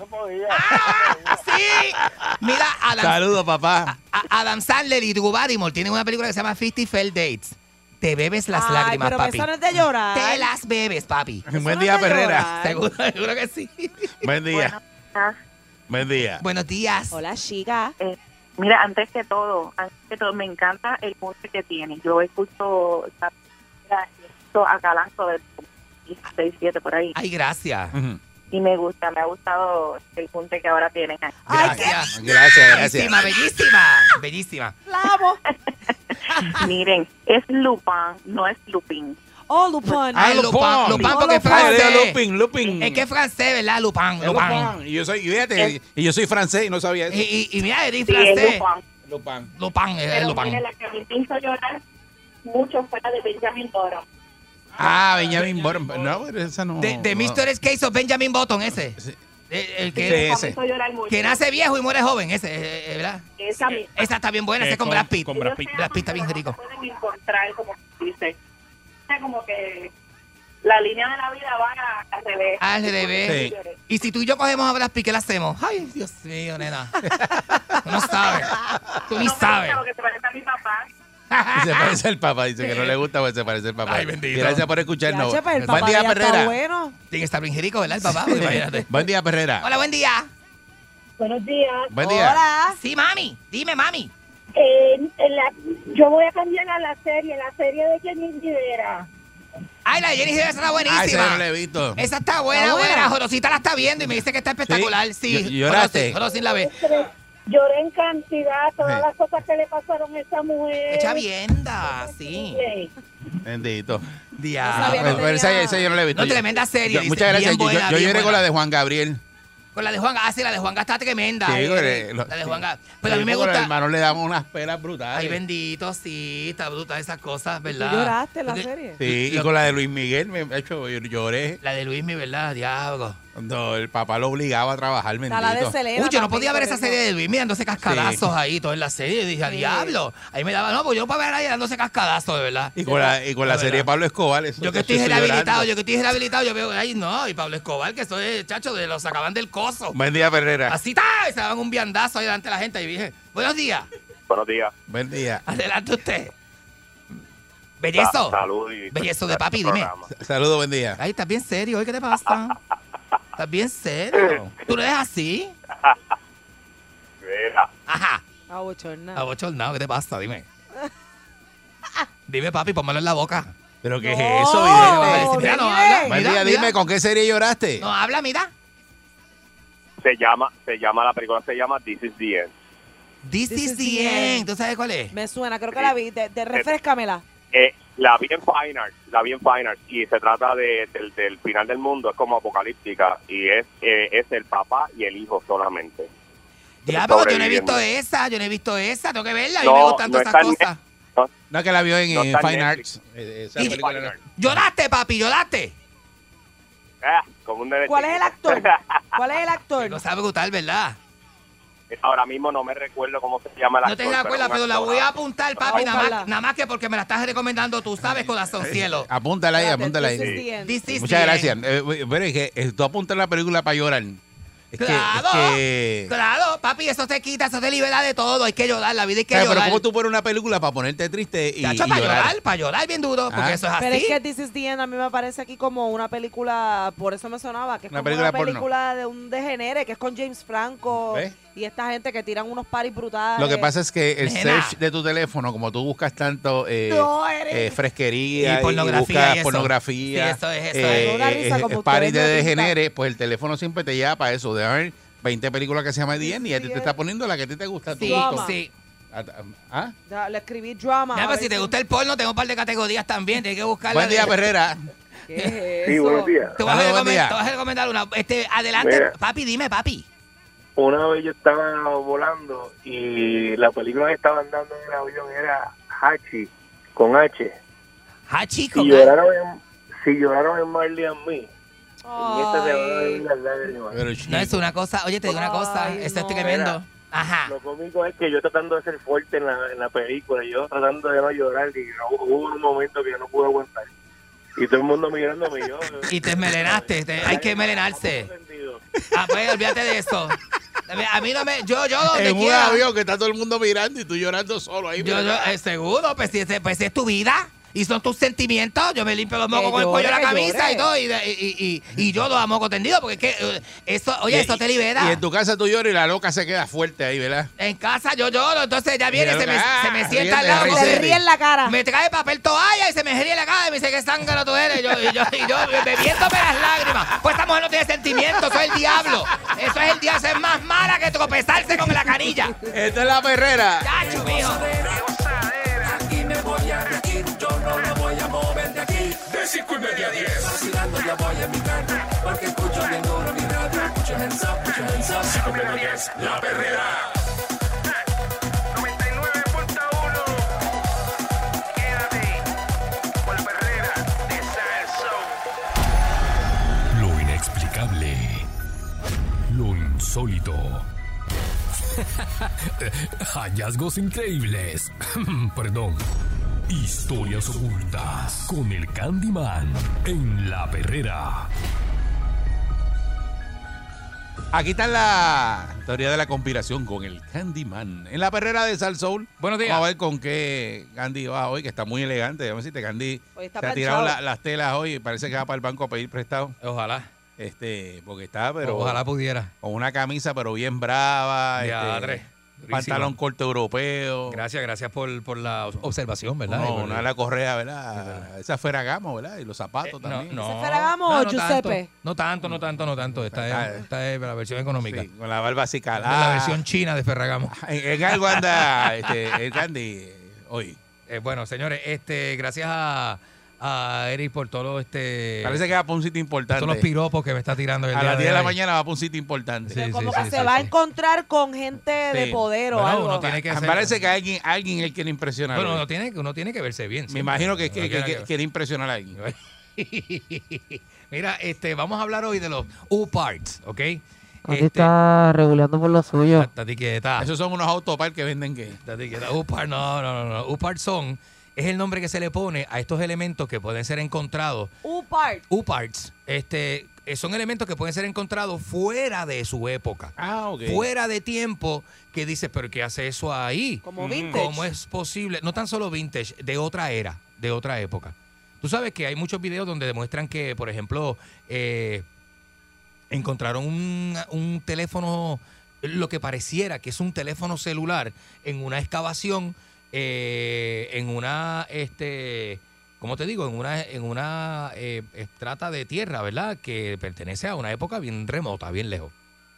M: ¡Ah, sí! Mira, Adam,
A: Saludos, papá.
M: a- Adam Sandler y Drew Barrymore tienen una película que se llama Fifty Fail Dates. Te bebes las
B: Ay,
M: lágrimas,
B: pero
M: papi.
B: eso no es de llorar.
M: Te las bebes, papi.
A: Buen día, Perrera.
M: Seguro, seguro que sí.
A: Buen día. Buen día.
M: Buenos días.
B: Hola, chica.
P: Eh, Mira, antes que todo, antes que todo, me encanta el música que tiene. Yo escucho, escucho a Galanzo de 6, 7 por ahí.
M: Ay, gracias.
P: Y me gusta, me ha gustado el punte que ahora tienen. ahí.
M: Gracias.
A: Gracias, gracias.
M: Bellísima, bellísima. Bellísima.
P: Miren, es Lupin, no es Lupin.
B: Oh, Lupin.
M: Ay, Ah, Lupin, Lupin, porque es francés.
A: Oh, Lupin, Lupin.
M: Es que es francés, ¿verdad? Lupin,
A: Es
M: Lupin.
A: Lupin. Y yo soy, y fíjate, y yo soy francés y no sabía eso.
M: Y, y, y mira, Eric
P: Sí, es
M: francés.
P: Lupin.
A: Lupin.
M: Lupin, es
P: Pero
M: Lupin.
P: mire, la que me hizo llorar mucho fue la de Benjamin Button.
A: Ah, Benjamin Button. No, pero esa no.
M: De, de
A: no.
M: Mysteries Case of Benjamin Button, ese. El, el que,
A: Sí, ese.
P: Me hizo llorar mucho.
M: que nace viejo y muere joven, ese, eh, eh, ¿verdad?
P: Esa misma.
M: Esa está bien buena,
P: Eh,
M: ese con,
P: con-
M: Brad Pitt.
P: con Brad Pitt.
M: está bien rico.
P: pueden encontrar, como dice. Es como que la línea de la vida va al revés.
M: Al revés.
P: Sí.
M: Y si tú y yo cogemos a Brad Pitt, ¿qué le hacemos? Ay, Dios mío, nena. Tú no sabes. Tú ni
P: No me
M: sabes.
P: gusta Porque se parece a mi papá.
A: Se parece al papá, dice que no le gusta, pues se parece al papá.
M: Ay, bendito.
A: Gracias por escucharnos.
M: Ya, che, pero el
A: Buen
M: papá
A: día,
M: ya está
A: Perrera.
M: bueno. Tiene que estar bien jerico, ¿verdad, el papá? Porque imagínate.
A: Buen día, Perrera.
M: Hola, buen día.
Q: Buenos días.
A: Buen día. Hola.
M: Sí, mami. Dime, mami.
Q: Eh, en la- yo voy a cambiar a la serie, la serie de Jenny Rivera.
M: Ay, la de Jenny Rivera está buenísima.
A: Ay, esa Ah, no la he visto.
M: Esa está buena,
Q: ¿Está buena?
M: buena. Jorosita la está viendo y me dice que está espectacular. Sí.
A: Yo- lloraste.
M: Jorosin- Jorosin la ve.
Q: Lloré- Lloré en cantidad todas
A: Sí.
Q: las cosas que le pasaron a esa mujer.
M: Echa vienda, sí.
Q: Sí.
A: Bendito.
M: Diablo.
Q: No sabía que
A: Pero esa,
M: tenía-
A: esa yo no la he visto.
M: No, tremenda serie,
A: Yo-
M: dice,
A: muchas gracias.
M: bien buena,
A: yo yo
M: bien
A: lloré con
M: buena.
A: la de Juan Gabriel.
M: Con la de Juan Ah, sí, la de Juan está tremenda.
A: Sí,
M: eh.
A: güey, lo-
M: la de Juan Pero a mí me
A: Con el
M: gusta.
A: hermano le damos unas pelas brutales.
M: Ay, bendito, sí, está bruta esas cosas, ¿verdad?
B: lloraste en la
M: Porque-
B: serie?
A: Sí, y
M: Lo-
A: con la de Luis Miguel me ha hecho yo lloré.
M: La de Luis Miguel, ¿verdad? Diablo.
A: Cuando el papá lo obligaba a trabajar, bendito.
M: Uy, yo no podía ver esa serie de Luis mirándose cascadazos ahí, toda en la serie. Dije, "A diablo. Ahí me daba, no, pues yo para ver ahí dándose cascadazos, de verdad.
A: Y con la, y con la serie de Pablo Escobar. eso-
M: Yo que
A: eso
M: estoy
A: llorando.
M: rehabilitado, yo que estoy rehabilitado, yo veo, ay, no, y Pablo Escobar, que eso es, chacho, de los sacaban del coso.
A: Buen día, Ferrera.
M: Así está, y se daban un viandazo ahí delante de la gente y dije, buenos días,
R: Buenos días.
A: Buen día.
M: adelante usted. Bellezo.
R: Sa- salud y-
M: Bellezo de papi, dime.
R: programa.
A: Saludos, buen día.
M: Ay, estás bien serio, hoy, ¿qué te pasa? Estás bien serio. ¿Tú no eres así?
R: Mira,
M: Ajá.
B: Oh, Abochornado.
M: Abochornado, ¿qué te pasa? Dime. Dime, papi, pónmelo en la boca.
A: ¿Pero qué
M: No,
A: es eso,
M: no,
A: Vidente?
M: Mira, no habla.
A: Buen
M: Mira,
A: día,
M: mira.
A: dime, ¿con qué serie lloraste?
M: No, habla, mira.
R: se llama, se llama, la película se llama This is the End.
M: This,
B: is
M: the end. ¿Tú sabes cuál es?
B: Me suena, creo que la vi. De, de- refrescamela.
R: Eh, la vi en Fine Arts, la vi en Fine Arts, y se trata de, del, del final del mundo, es como apocalíptica, y es, eh, es el papá y el hijo solamente.
M: Diablo, pero yo no he
R: sobreviviendo.
M: visto esa, yo no he visto esa, tengo que verla, a mí
R: No,
M: me gustan
R: no
M: todas
R: está
M: esas
R: en
M: cosas.
A: No, que la vio en,
R: No
A: eh,
R: está en
A: Fine
R: Netflix.
A: Arts. Eh, esa
M: Y-
A: película no-
M: Lloraste, papi, lloraste.
R: Ah, como un nene
B: ¿Cuál es el actor? ¿Cuál es el actor?
M: No sabe gustar, ¿verdad?
R: chiquito. Ahora mismo no me recuerdo cómo se llama la
M: No te das cuenta, pero la voy a apuntar, papi, nada más, nada más que porque me la estás recomendando, tú sabes, corazón cielo.
A: Apúntala ahí, apúntala
M: this is
A: ahí.
M: the end. This is
A: Muchas
M: the
A: eh, gracias. Eh, pero es que eh, tú apuntas la película para llorar. Es
M: Claro,
A: que, es que-
M: Claro, papi, eso te quita, eso te libera de todo. Hay que llorar, la vida hay que
A: Ay, pero
M: llorar.
A: ¿cómo tú pones una película para ponerte triste y, y
M: Chacho,
A: llorar?
M: para llorar, para llorar bien duro, porque
A: Ah.
M: eso es así.
B: Pero es que This is the End a mí me aparece aquí como una película, por eso me sonaba, que es
A: Una
B: como
A: película
B: una
A: porno.
B: película de un degenere, que es con James Franco
A: ¿Ves?
B: y esta gente que tiran unos paris brutales.
A: Lo que pasa es que el
B: Nena.
A: search de tu teléfono, como tú buscas tanto eh,
B: No, eres-
A: eh,
M: Y
A: fresquería y,
M: pornografía
A: buscas
M: y eso.
A: pornografía,
M: Sí, eso es, eso
A: eh,
M: es. Me da
A: eh,
M: risa
A: eh,
M: como
A: party de
M: ustedes no pintan.
A: degenere, pues el teléfono siempre te lleva para eso, de haber 20 películas que se llama 10 y a ti te está poniendo la que a ti te gusta. tu
M: Sí,
A: gusto.
M: sí.
A: Ah, ah.
B: Da- Le escribí drama.
M: Ya,
B: a
M: pues,
B: ver
M: si te gusta el porno, tengo un par de categorías también. Tienes que buscar
A: Buen día,
M: Perrera.
B: ¿Qué
M: es
S: Sí, buenos días.
M: Te voy
S: Saludos,
M: a
S: buen
M: recomendar,
S: día.
M: te voy a recomendar una. Este, adelante,
S: Mira.
M: papi, dime, papi.
S: Una vez yo estaba volando y la película que estaban dando en el avión era Hachi, con H.
M: Hachi,
S: si lloraron en, Si lloraron en Marley and Me. En esta se van a
M: Ay.
S: venir las lágrimas.
M: No, es una cosa, oye, te digo una cosa, esto es tremendo. Ajá.
S: Lo cómico es que yo tratando de ser fuerte en la, en la película, yo tratando de no llorar y no- hubo un momento que yo no pude aguantar. Y todo el mundo mirándome y yo.
M: Y te melenaste, te- hay que melenarse. Ah, pues, olvídate de eso. A mí- A mí no me, yo, yo donde
A: en un
M: quiera.
A: avión que está todo el mundo mirando y tú llorando solo ahí.
M: Yo, yo,
A: mira.
M: eh, seguro, pues si, ese- pues si es tu vida y son tus sentimientos, yo me limpio los mocos
A: Que
M: con el cuello de la
A: llore, que
M: camisa
A: llore.
M: y todo, y, y, y, y yo los moco tendido, porque es que eh, eso, oye,
A: Y-
M: eso te
A: Y
M: libera.
A: en tu casa tú lloras y la loca se queda fuerte ahí, ¿verdad?
M: En casa yo lloro, entonces ya viene,
A: Mira,
M: se me,
A: ah,
M: se me
A: ríete,
M: sienta al lado.
A: ríete.
M: como
A: Se
M: que-
A: ríe en
B: la cara.
M: Me trae papel toalla y se me ríe en la cara y me dice que sangre tú eres. Yo, y yo, y yo bebiéndome las lágrimas. Pues esta mujer no tiene sentimientos, eso es el diablo. Eso es el diablo, eso es más mala que tropezarse con la canilla.
A: Esta es la perrera.
M: Chacho, mijo.
K: Y me voy a reír, yo no me voy a mover de aquí. De cinco y media a diez. Vacilando ya voy a mi casa, porque escucho bien duro mi radio. Escucho hands up, escucho hands up. Cinco y media a diez, la perrera.
L: Lo inexplicable. Lo insólito. Hallazgos increíbles. Perdón. Historias ocultas con el Candyman en la perrera.
A: Aquí está la teoría de la conspiración con el Candyman. En la perrera de Sal Soul. Buenos días. Vamos a ver con qué Candy va hoy, que está muy elegante. Déjame decirte, Candy
B: Hoy
A: se
B: está
A: ha tirado
B: planchado.
A: la- las telas hoy y parece que va para el banco a pedir prestado.
C: Ojalá.
A: Este, porque está, pero.
C: Ojalá pudiera.
A: Con una camisa, pero bien brava.
C: Diadre,
A: este,
C: durísimo.
A: pantalón corto europeo.
C: Gracias, gracias por, por la observación, ¿verdad?
A: No,
C: Y por-
A: una de la correa, ¿verdad? Esa Ferragamo, ¿verdad? Y los
C: Eh,
A: zapatos
C: No,
A: también.
C: no.
B: Ferragamo
C: No,
B: o
C: no
B: Giuseppe?
C: tanto. no tanto, no tanto, no tanto. Esta
A: Ah.
C: es, esta es la versión económica.
A: Sí, con la barba así calada.
C: La versión china de Ferragamo.
A: En, en Ah. algo anda este, el Candy eh, hoy.
C: Eh, bueno, señores, este, gracias a, a Eric por todo lo, este.
A: Parece que va para un sitio importante.
C: Todos los piropos que me está tirando el
A: A
C: día
A: las 10 de
C: hoy.
A: la mañana va para un sitio importante.
C: Sí,
B: Como
C: sí,
B: que
C: sí,
B: se
C: sí,
B: va a
C: sí.
B: encontrar con gente de
A: Sí.
B: poder o
A: Bueno,
B: algo.
A: uno tiene que hacer- Parece que alguien, alguien él quiere impresionar.
C: Bueno,
A: hoy.
C: uno tiene, que- uno tiene que verse bien.
A: Me
C: siempre.
A: imagino que,
C: Uno
A: que-
C: tiene
A: que- que- quiere impresionar a alguien.
C: Mira, este, vamos a hablar hoy de los U-Parts, ¿ok?
A: este,
T: Aquí está regulando por lo suyo.
C: Tati quieta.
A: Esos son unos autopar que venden que.
C: Tati quieta. Upar, no, no, no, no. Upar son es el nombre que se le pone a estos elementos que pueden ser encontrados.
B: U-Part.
C: U-Parts, este, eh, son elementos que pueden ser encontrados fuera de su época.
A: Ah, ok.
C: Fuera de tiempo que dices, pero ¿qué hace eso ahí?
B: Como
A: Mm.
B: vintage.
C: ¿Cómo es posible? No tan solo vintage, de otra era, de otra época. Tú sabes que hay muchos videos donde demuestran que, por ejemplo, eh, encontraron un, un teléfono, lo que pareciera que es un teléfono celular, en una excavación, eh, en una, este, ¿cómo te digo? En una, en una eh, estrata de tierra, ¿verdad? Que pertenece a una época bien remota, bien lejos.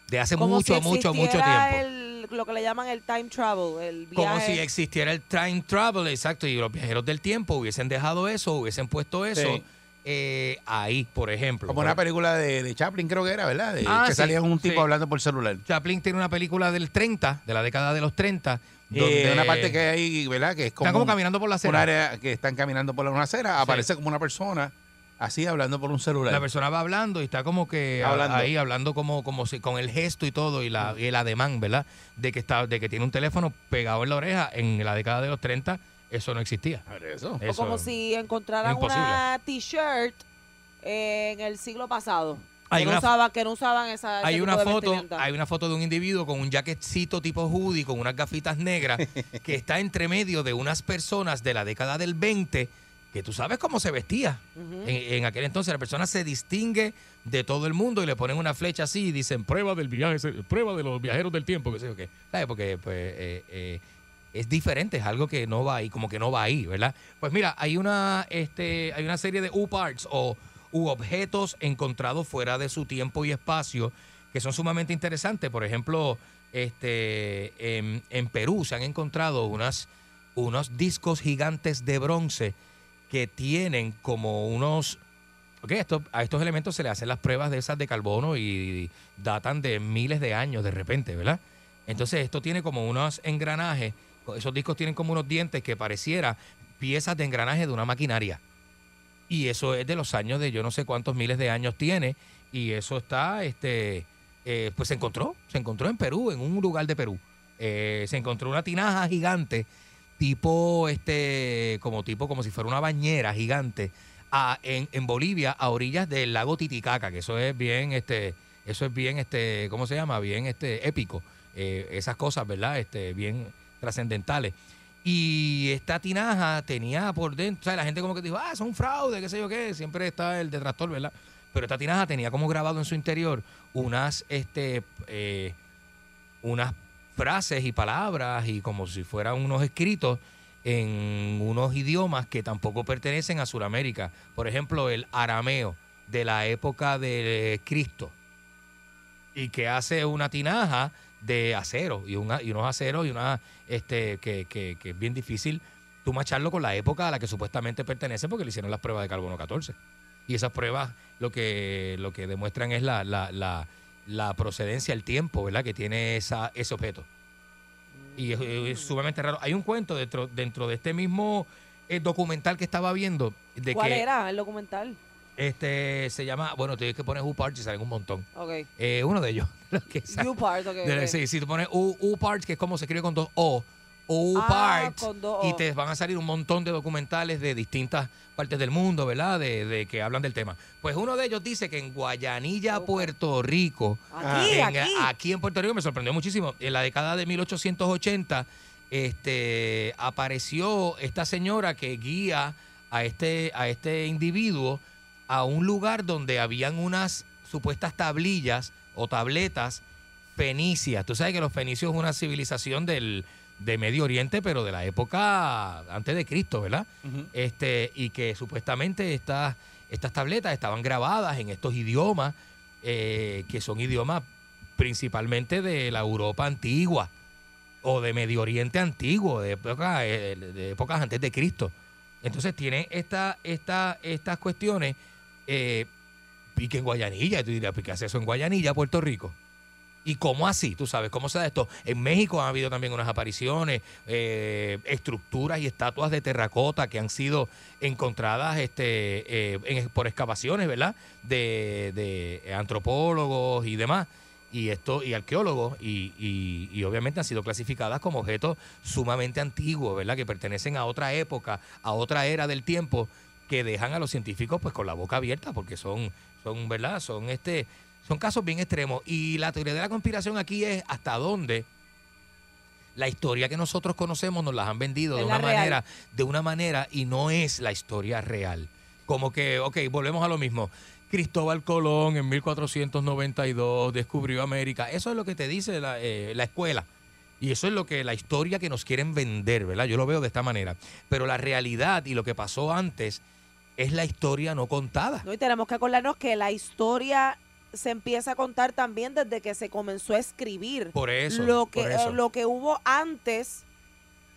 C: De hace
B: Como
C: mucho,
B: si
C: mucho, mucho
B: existiera
C: tiempo.
B: el- lo que le llaman el time travel, el viaje.
C: Como si existiera el time travel, exacto, y los viajeros del tiempo hubiesen dejado eso, hubiesen puesto eso
A: Sí.
C: eh, ahí, por ejemplo.
A: Como una película de, de Chaplin, creo que era, ¿verdad? De-
C: Ah,
A: que
C: sí,
A: salía un tipo
C: sí.
A: hablando por celular.
C: Chaplin tiene una película del 30, de la década de los 30,
A: Eh,
C: donde
A: una parte que hay, ¿verdad? Que es como,
C: Están como
A: un-
C: caminando por la acera.
A: Un área que están caminando por la- una acera. Aparece como una persona así hablando por un celular.
C: la persona va hablando y está como que a-
A: Hablando. Mm.
C: ahí hablando como como si con el gesto y todo y, la, y el ademán, ¿verdad? De que está de que tiene un teléfono pegado en la oreja en la década de los 30, eso no existía.
A: Eso.
B: O como si encontraran
C: imposible.
B: una t-shirt eh, en el siglo pasado.
C: Hay
B: que, no
C: una-
B: usaba, que no usaban esa. ese
C: hay
B: tipo
C: una
B: de
C: foto
B: vestimenta.
C: hay una foto de un individuo con un jaquetcito tipo hoodie con unas gafitas negras que está entre medio de unas personas de la década del 20 que tú sabes cómo se vestía
K: Ujú.
C: en, en aquel entonces la persona se distingue de todo el mundo y le ponen una flecha así y dicen prueba del viaje prueba de los viajeros del tiempo que sé yo qué ¿Sabes? porque pues, eh, eh, es diferente es algo que no va ahí como que no va ahí verdad pues mira hay una este hay una serie de u parts o u objetos encontrados fuera de su tiempo y espacio que son sumamente interesantes por ejemplo este en, en Perú se han encontrado unas unos discos gigantes de bronce que tienen como unos Ok, esto- a estos elementos se le hacen las pruebas de esas de carbono y datan de miles de años de repente, ¿verdad? Entonces esto tiene como unos engranajes, esos discos tienen como unos dientes que pareciera piezas de engranaje de una maquinaria. Y eso es de los años de yo no sé cuántos miles de años tiene. Y eso está, este, eh, pues se encontró, se encontró en Perú, en un lugar de Perú. Eh, se encontró una tinaja gigante, tipo, este, como tipo, como si fuera una bañera gigante, a- en, en Bolivia, a orillas del lago Titicaca, que eso es bien, este, eso es bien, este, ¿cómo se llama? Bien, este, épico. Eh, esas cosas, ¿verdad? Este, bien trascendentales. Y esta tinaja tenía por dentro, o sea, la gente como que dijo, ah, es un fraude, qué sé yo qué, siempre está el detractor, ¿verdad? Pero esta tinaja tenía como grabado en su interior unas, este, eh, unas frases y palabras y como si fueran unos escritos en unos idiomas que tampoco pertenecen a Sudamérica. Por ejemplo, el arameo de la época de Cristo y que hace una tinaja de acero y, una- y unos aceros y una este que, que- que es bien difícil tú macharlo con la época a la que supuestamente pertenece porque le hicieron las pruebas de carbono 14 y esas pruebas lo que lo que demuestran es la, la, la- la procedencia el tiempo verdad que tiene esa, ese objeto y es, es sumamente raro hay un cuento dentro dentro de este mismo eh, documental que estaba viendo de
B: ¿Cuál
C: que
B: era el documental?
C: este se llama bueno tienes que poner Who Party y salen un montón
B: Ok.
C: Eh, uno de ellos que sale-
B: You part, ok.
C: de-
B: ok.
C: sí, si tú pones U, U Parts, que es como se escribe con dos O, U
B: Ah,
C: Parts,
B: con dos O.
C: y te van a salir un montón de documentales de distintas partes del mundo, ¿verdad? De, de que hablan del tema. Pues uno de ellos dice que en Guayanilla, Puerto Rico,
K: Aquí,
C: en,
K: aquí.
C: aquí en Puerto Rico me sorprendió muchísimo, en la década de 1880, este, apareció esta señora que guía a este, a este individuo a un lugar donde habían unas supuestas tablillas o tabletas fenicias. Tú sabes que los fenicios es una civilización del, de Medio Oriente, pero de la época antes de Cristo, ¿verdad? este, y que supuestamente estas, estas tabletas estaban grabadas en estos idiomas, eh, que son idiomas principalmente de la Europa antigua o de Medio Oriente antiguo, de, época, eh, de épocas antes de Cristo. Entonces tiene esta, esta, estas cuestiones eh, y que en Guayanilla, y tú dirás, ¿por qué hace eso en Guayanilla, Puerto Rico? ¿Y cómo así? ¿Tú sabes cómo se da esto? En México han habido también unas apariciones, eh, estructuras y estatuas de terracota que han sido encontradas este, eh, en- por excavaciones, ¿verdad? De, de antropólogos y demás, y esto y arqueólogos, y, y- y obviamente han sido clasificadas como objetos sumamente antiguos, ¿verdad? Que pertenecen a otra época, a otra era del tiempo, que dejan a los científicos pues con la boca abierta, porque son, son ¿verdad? Son este son casos bien extremos. Y la teoría de la conspiración aquí es hasta dónde la historia que nosotros conocemos nos las han vendido de
K: Es
C: una
K: la real.
C: manera, de una manera y no es la historia real. Como que, ok, volvemos a lo mismo. Cristóbal Colón en 1492 descubrió América. Eso es lo que te dice la, eh, la escuela. Y eso es lo que la historia que nos quieren vender, ¿verdad? Yo lo veo de esta manera. Pero la realidad y lo que pasó antes es la historia no contada.
B: No, y tenemos que acordarnos que la historia se empieza a contar también desde que se comenzó a escribir.
C: Por eso,
B: Lo que,
C: por eso.
B: eh, lo que hubo antes,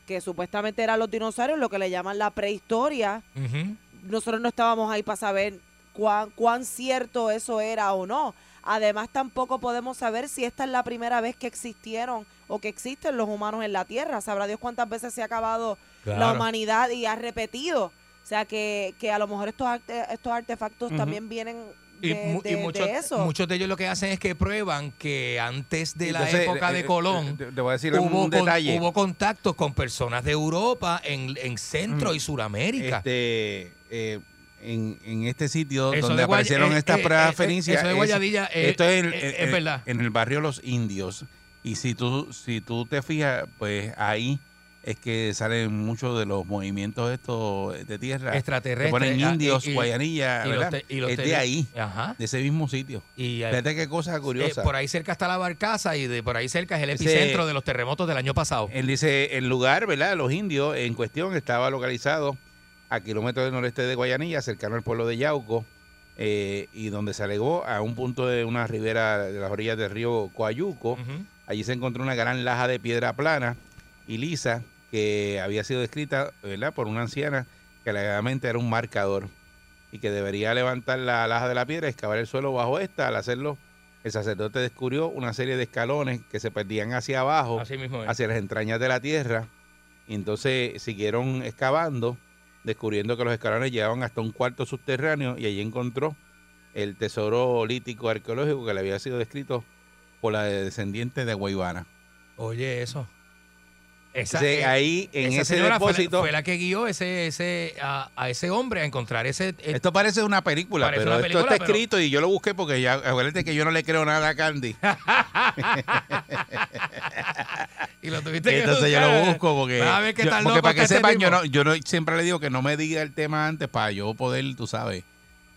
B: que supuestamente eran los dinosaurios, lo que le llaman la prehistoria,
C: Ujú.
B: nosotros no estábamos ahí para saber cuán, cuán cierto eso era o no. Además, tampoco podemos saber si esta es la primera vez que existieron o que existen los humanos en la Tierra. Sabrá Dios cuántas veces se ha acabado la
F: Claro.
B: humanidad y ha repetido. O sea, que, que a lo mejor estos, arte- estos artefactos
C: Ujú.
B: también vienen de,
C: Y, mu- y
B: de- de
C: muchos,
B: eso.
C: muchos de ellos lo que hacen es que prueban que antes de la
U: Entonces,
C: época
U: eh,
C: de
U: eh,
C: Colón
U: te- te voy a decir un
C: hubo, con-
U: detalle.
C: hubo contactos con personas de Europa en, en Centro
A: Ujú.
C: y Suramérica.
A: Mm. Este, eh, en, en este sitio
C: Eso
A: donde
C: de Guaya-
A: aparecieron
C: eh,
A: estas
C: eh,
A: pradas
C: eh,
A: fenicias.
C: eso de
A: es-
C: Guayadilla, eh,
A: esto es, en-
C: eh,
A: en-
C: es verdad.
A: En el barrio Los Indios. Y si tú, si tú te fijas, pues ahí es que salen muchos de los movimientos estos de tierra.
C: Extraterrestres,
A: Que ponen
C: ah, y-
A: indios,
C: y-
A: guayanilla,
C: y los
A: ¿verdad?
C: te- y los
A: es de
C: te-
A: ahí,
C: Ajá.
A: de ese mismo sitio.
C: Y, eh,
A: Fíjate qué cosa curiosa.
C: Eh, por ahí cerca está la barcaza y de por ahí cerca es el
A: Ese-
C: epicentro de los terremotos del año pasado.
A: Él dice, el lugar, ¿verdad? de Los indios en cuestión estaba localizado a kilómetros del noreste de Guayanilla, cercano al pueblo de Yauco, eh, y donde se alegó a un punto de una ribera de las orillas del río Coayuco. Allí se encontró una gran laja de piedra plana y lisa que había sido descrita, ¿verdad? Por una anciana que alegadamente era un marcador y que debería levantar la laja de la piedra y excavar el suelo bajo esta. Al hacerlo, el sacerdote descubrió una serie de escalones que se perdían hacia abajo,
C: Así mismo es.
A: hacia las entrañas de la tierra. Y entonces siguieron excavando, descubriendo que los escalones llegaban hasta un cuarto subterráneo y allí encontró el tesoro lítico arqueológico que le había sido descrito por la descendiente de Guaybana.
C: Oye, eso.
A: Entonces,
C: eh,
A: ahí, en
C: esa
A: ese
C: señora fue la-
A: depósito-
C: Fue la, que guió ese, ese, a, a ese hombre a encontrar ese. eh,
A: Esto parece una película,
C: Parece
A: pero
C: una
A: esto
C: película,
A: está
C: pero-
A: escrito y yo lo busqué porque ya, acuérdate que yo no le creo nada a Candy.
C: y lo tuviste que
A: Entonces yo lo
C: buscar.
A: busco porque,
C: Vas a ver qué
A: yo-
C: tan
A: porque
C: loco
A: para que
C: está este
A: sepan, yo
C: tipo.
A: no, yo no- siempre le digo que no me diga el tema antes para yo poder, tú sabes.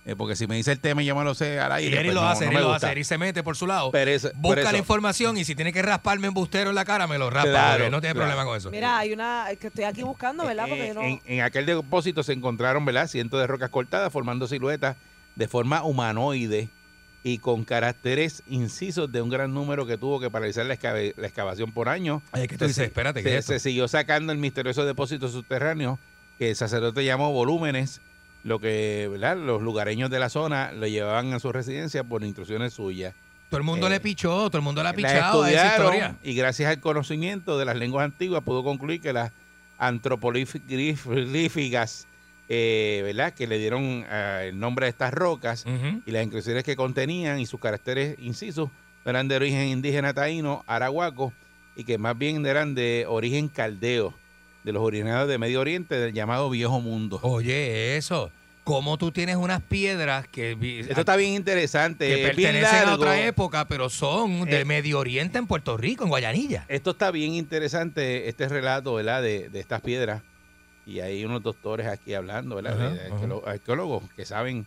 A: Eh, porque si me dice el tema y yo me lo sé al
C: Y
A: aire.
C: Eri
A: pues
C: lo
A: no-
C: hace,
A: no
C: Eri
A: me
C: lo
A: gusta.
C: hace, Eri se mete por su lado.
A: Pero eso- por
C: busca la
A: eso.
C: información y si tiene que rasparme un bustero en la cara, me lo raspa.
A: Claro,
C: porque no tiene
A: claro.
C: problema con eso.
B: Mira, hay una que estoy aquí buscando,
C: Eh,
B: ¿verdad? Porque yo no.
A: Eh, En, en aquel depósito se encontraron, ¿verdad? Cientos de rocas cortadas formando siluetas de forma humanoide y con caracteres incisos de un gran número que tuvo que paralizar la, excave- la excavación por años.
C: Ay, ¿qué tú dices? Espérate, ¿qué
A: se,
C: es esto?
A: se siguió sacando el misterioso depósito subterráneo que el sacerdote llamó volúmenes, lo que ¿verdad? los lugareños de la zona lo llevaban a su residencia por instrucciones suyas.
C: Todo el mundo le pichó, todo el mundo le ha
A: Las
C: pichado a esa
A: Eh, estudiaron
C: historia.
A: y gracias al conocimiento de las lenguas antiguas pudo concluir que las antropolíficas eh, ¿verdad? que le dieron eh, el nombre a estas rocas y las inclusiones que contenían y sus caracteres incisos no eran de origen indígena taíno, arahuaco y que más bien eran de origen caldeo de los originarios de Medio Oriente del llamado Viejo Mundo.
C: Oye, eso. ¿Cómo tú tienes unas piedras que, vi-
A: Esto está bien eh, interesante.
C: que
A: es bien
C: pertenecen a
A: largo.
C: otra época, pero son de
A: Eh,
C: Medio Oriente en Puerto Rico, en Guayanilla?
A: Esto está bien interesante, este relato, ¿verdad? De, de estas piedras. Y hay unos doctores aquí hablando, ¿verdad? de- de
C: Ajá,
A: arqueolo- arqueólogos que saben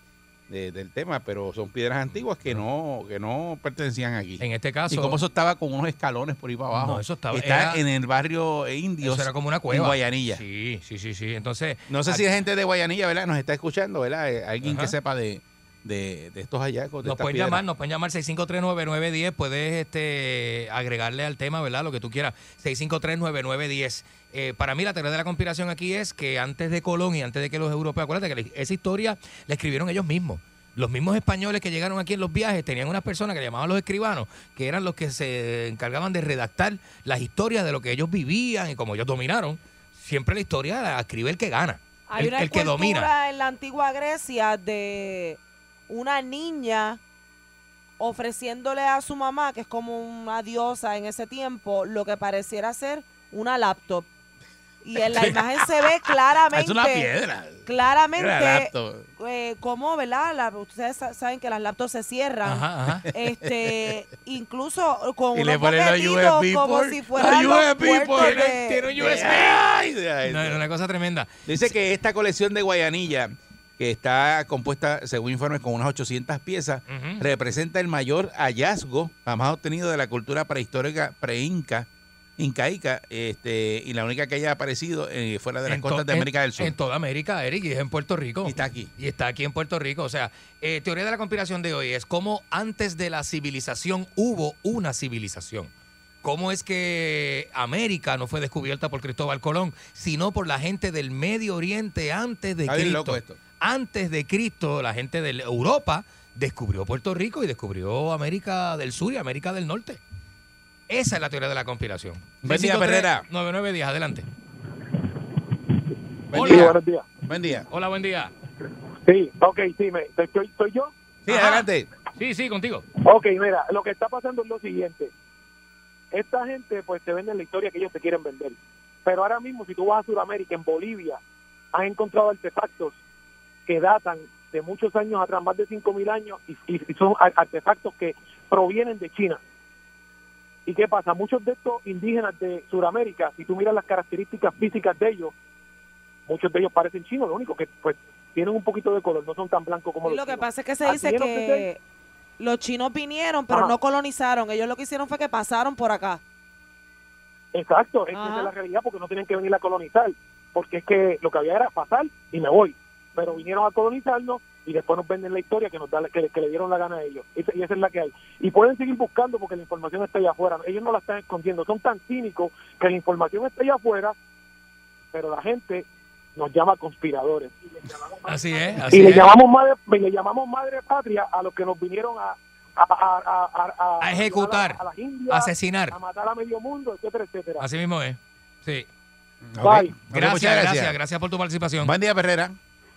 A: de- del tema, pero son piedras antiguas que no que no pertenecían aquí.
C: En este caso.
A: Y como eso estaba con unos escalones por ahí para abajo.
C: No, eso estaba-
A: Está
C: era-
A: en el barrio eh, indio.
C: Eso era como una cueva.
A: En Guayanilla.
C: Sí, sí, sí, sí. Entonces.
A: No sé si
C: aquí-
A: la gente de Guayanilla, ¿verdad? Nos está escuchando, ¿verdad? Eh, Alguien
C: Ajá.
A: que sepa de, de- de estos hallazgos. pues, De
C: Nos
A: estas
C: pueden
A: piedras.
C: llamar, nos pueden llamar 6539910, puedes este agregarle al tema, ¿verdad? Lo que tú quieras, 6539910. Eh, para mí la teoría de la conspiración aquí es que antes de Colón y antes de que los europeos, acuérdate que la- esa historia la escribieron ellos mismos. Los mismos españoles que llegaron aquí en los viajes tenían unas personas que llamaban los escribanos, que eran los que se encargaban de redactar las historias de lo que ellos vivían y como ellos dominaron. Siempre la historia la escribe el que gana,
B: Hay
C: el,
B: una
C: el que domina.
B: escultura en la antigua Grecia de una niña ofreciéndole a su mamá, que es como una diosa en ese tiempo, lo que pareciera ser una laptop. Y en la imagen se ve claramente.
A: Ah, Es una piedra. Era
B: Claramente.
A: laptop.
B: eh, cómo, ¿verdad? La- ustedes sa- saben que las laptops se cierran.
A: Ajá, ajá.
B: Este, incluso con
A: Y
B: unos
A: le ponen los
B: boquetitos
A: USB
B: como
A: port.
B: si
A: Los
B: fueran los
A: USB
B: puertos
A: port.
B: de-
C: Tiene un USB.
A: Ay, ay,
C: No,
A: ay.
C: era una cosa tremenda.
A: Este, Dice que esta colección de Guayanilla, que está compuesta, según informes, con unas 800 piezas,
C: Ujú.
A: representa el mayor hallazgo jamás obtenido de la cultura prehistórica preinca, incaica, este, y la única que haya aparecido eh, fuera de las
C: En to-
A: costas de
C: en-
A: América del Sur.
C: En toda América, Eric, y es en Puerto Rico. Y está
A: aquí.
C: Y está aquí en Puerto Rico. O sea, eh, teoría de la conspiración de hoy es cómo antes de la civilización hubo una civilización. ¿Cómo es que América no fue descubierta por Cristóbal Colón, sino por la gente del Medio Oriente antes de
A: Está bien
C: Cristo?
A: loco esto.
C: Antes de Cristo, la gente de Europa descubrió Puerto Rico y descubrió América del Sur y América del Norte. Esa es la teoría de la conspiración.
A: Buen día,
C: 653-9910,
A: Perrera.
C: 9910, adelante.
A: Buen
C: Hola.
A: día.
C: buenos
A: días. Buen día.
C: Hola, buen día.
O: Sí, ok, sí, me, ¿soy, soy yo?
A: Sí, adelante.
C: Sí, sí, contigo.
O: Ok, mira, lo que está pasando es lo siguiente. Esta gente, pues, te venden la historia que ellos te quieren vender. Pero ahora mismo, si tú vas a Sudamérica, en Bolivia, has encontrado artefactos
G: que datan de muchos años atrás, más de 5.000 años, y, y son ar- artefactos que provienen de China. ¿Y qué pasa? Muchos de estos indígenas de Sudamérica, si tú miras las características físicas de ellos, muchos de ellos parecen chinos, lo único que pues tienen un poquito de color, no son tan blancos como los
B: Lo que
G: chinos.
B: pasa es que se
G: Al
B: dice
G: menos
B: que los chinos vinieron, pero
G: Ajá.
B: no colonizaron. Ellos lo que hicieron fue que pasaron por acá.
G: Exacto, es que
B: Ajá.
G: esa es la realidad porque no tienen que venir a colonizar, porque es que lo que había era pasar y me voy. Pero vinieron a colonizarnos y después nos venden la historia que nos da, que, que le dieron la gana a ellos. Esa- y esa es la que hay. Y pueden seguir buscando porque la información está allá afuera. Ellos no la están escondiendo. Son tan cínicos que la información está allá afuera, pero la gente nos llama conspiradores.
C: Así es.
G: y
C: Así
G: le
C: es.
G: llamamos madre, le llamamos madre patria a los que nos vinieron a a, a- a- a-
C: A ejecutar,
G: a las indias,
C: asesinar.
G: a matar a medio mundo, etcétera, etcétera.
C: Así mismo es. Sí.
G: Bye.
C: Gracias,
A: muchas gracias.
C: gracias, gracias, por tu participación.
A: Buen día, Perrera.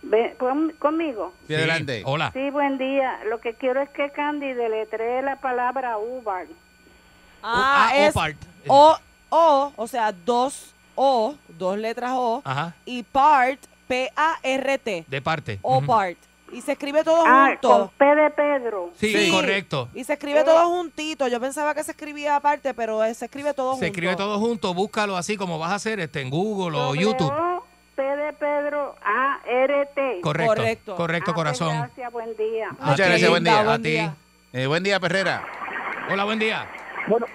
O: Ve- con- conmigo.
A: Sí, adelante.
C: Hola.
O: Sí, buen día. Lo que quiero es que Candy deletree la palabra Uber.
B: Ah, es o, o, o sea, dos O, dos letras O,
C: Ajá.
B: y part, P-A-R-T,
C: De parte.
B: o
C: Ujú.
B: part. Y se escribe todo
O: Ah, con
B: junto.
O: P de Pedro.
C: Sí, correcto.
B: Y se escribe todo juntito. Yo pensaba que se escribía aparte, pero eh, se escribe todo junto.
C: Se escribe todo junto, búscalo así como vas a hacer este, en Google o YouTube.
O: P de Pedro A R T.
C: Correcto, Correcto. correcto,
O: Ah, pues
C: corazón. Ah,
O: gracias, buen día.
A: Muchas
C: A ti,
A: gracias, buen día.
C: a ti.
A: Eh, buen día, Perrera.
C: Hola, buen día.
G: Bueno,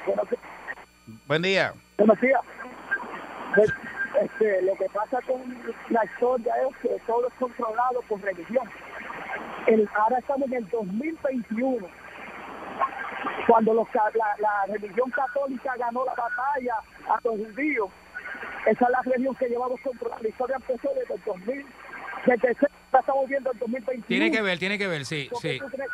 A: Buen día.
G: Buenos días.
V: Pues, este, lo que pasa con la historia es que todo es controlado por religión. El, ahora estamos en el 2021, cuando los ca- la, la religión católica ganó la batalla a los judíos. Esa es la religión que llevamos controlando. La historia empezó desde el 2000, desde ese- la estamos viendo el 2021.
C: Tiene que ver, tiene que ver, sí, sí.
V: ¿Tú crees-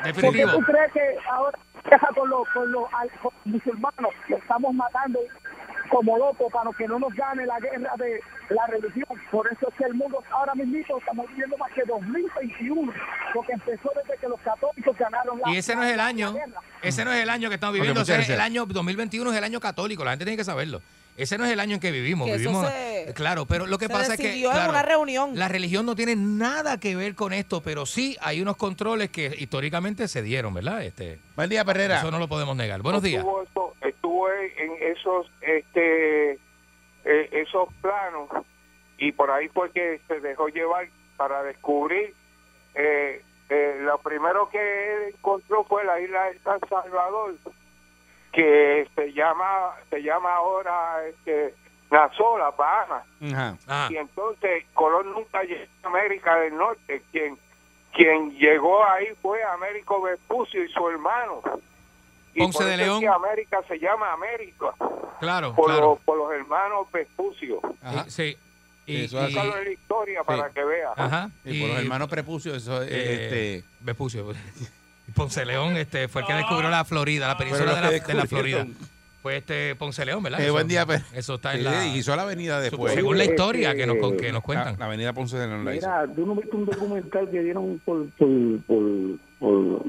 V: ¿Por qué
C: Definitivo.
V: tú crees que ahora deja con los, con los al- con los musulmanos? Lo estamos matando como locos para que no nos gane la guerra de la religión. Por eso es que el mundo ahora mismo estamos viviendo más que 2021, porque empezó desde que los católicos ganaron la
C: Y ese no es el
V: la-
C: año.
V: la guerra.
C: Ese no es el año que estamos
A: Ok,
C: viviendo.
A: muchas
C: ese es el
A: gracias.
C: año 2021 es el año católico. La gente tiene que saberlo. Ese no es el año en que vivimos.
B: Que eso
C: vivimos
B: se-
C: claro, pero lo que
B: se
C: pasa es que
B: decidió en
C: claro,
B: una reunión.
C: la religión no tiene nada que ver con esto, pero sí hay unos controles que históricamente se dieron, ¿verdad? Este,
A: Buen día, Perrera.
C: Eso no lo podemos negar. Buenos días.
W: Estuvo, eso- estuvo en esos este eh, esos planos y por ahí fue que se dejó llevar para descubrir eh, eh, lo primero que él encontró fue la isla de San Salvador que se llama se llama ahora este Nazola, Bahamas
A: Ajá.
C: Ah,
W: y entonces Colón nunca llegó a América del Norte. Quien, quien llegó ahí fue Américo Vespucio y su hermano. Y
C: Ponce
W: por
C: de
W: eso es
C: León.
W: que América se llama América,
C: Claro,
W: por,
C: claro.
W: los, por los hermanos Vespucio.
C: Y- Eh, Sí. Y,
W: Eso es en la historia para que vea.
C: Ajá.
A: Sí, por los hermanos Prepucio, eso es,
C: eh,
A: este,
C: Vespucio. Ponce León este, fue el que descubrió la Florida, la península
A: los
C: de la,
A: que
C: de la Florida.
A: descubrieron.
C: Fue este Ponce León, ¿verdad?
A: Eh,
C: Eso-
A: buen día, Perrera.
C: Eso está en
A: Sí,
C: la.
A: y hizo la avenida después. Ah,
C: Según la historia que nos, con- que nos cuentan.
A: La, la avenida Ponce de León la hizo.
V: Mira, tú no viste un documental que dieron por, por, por, por,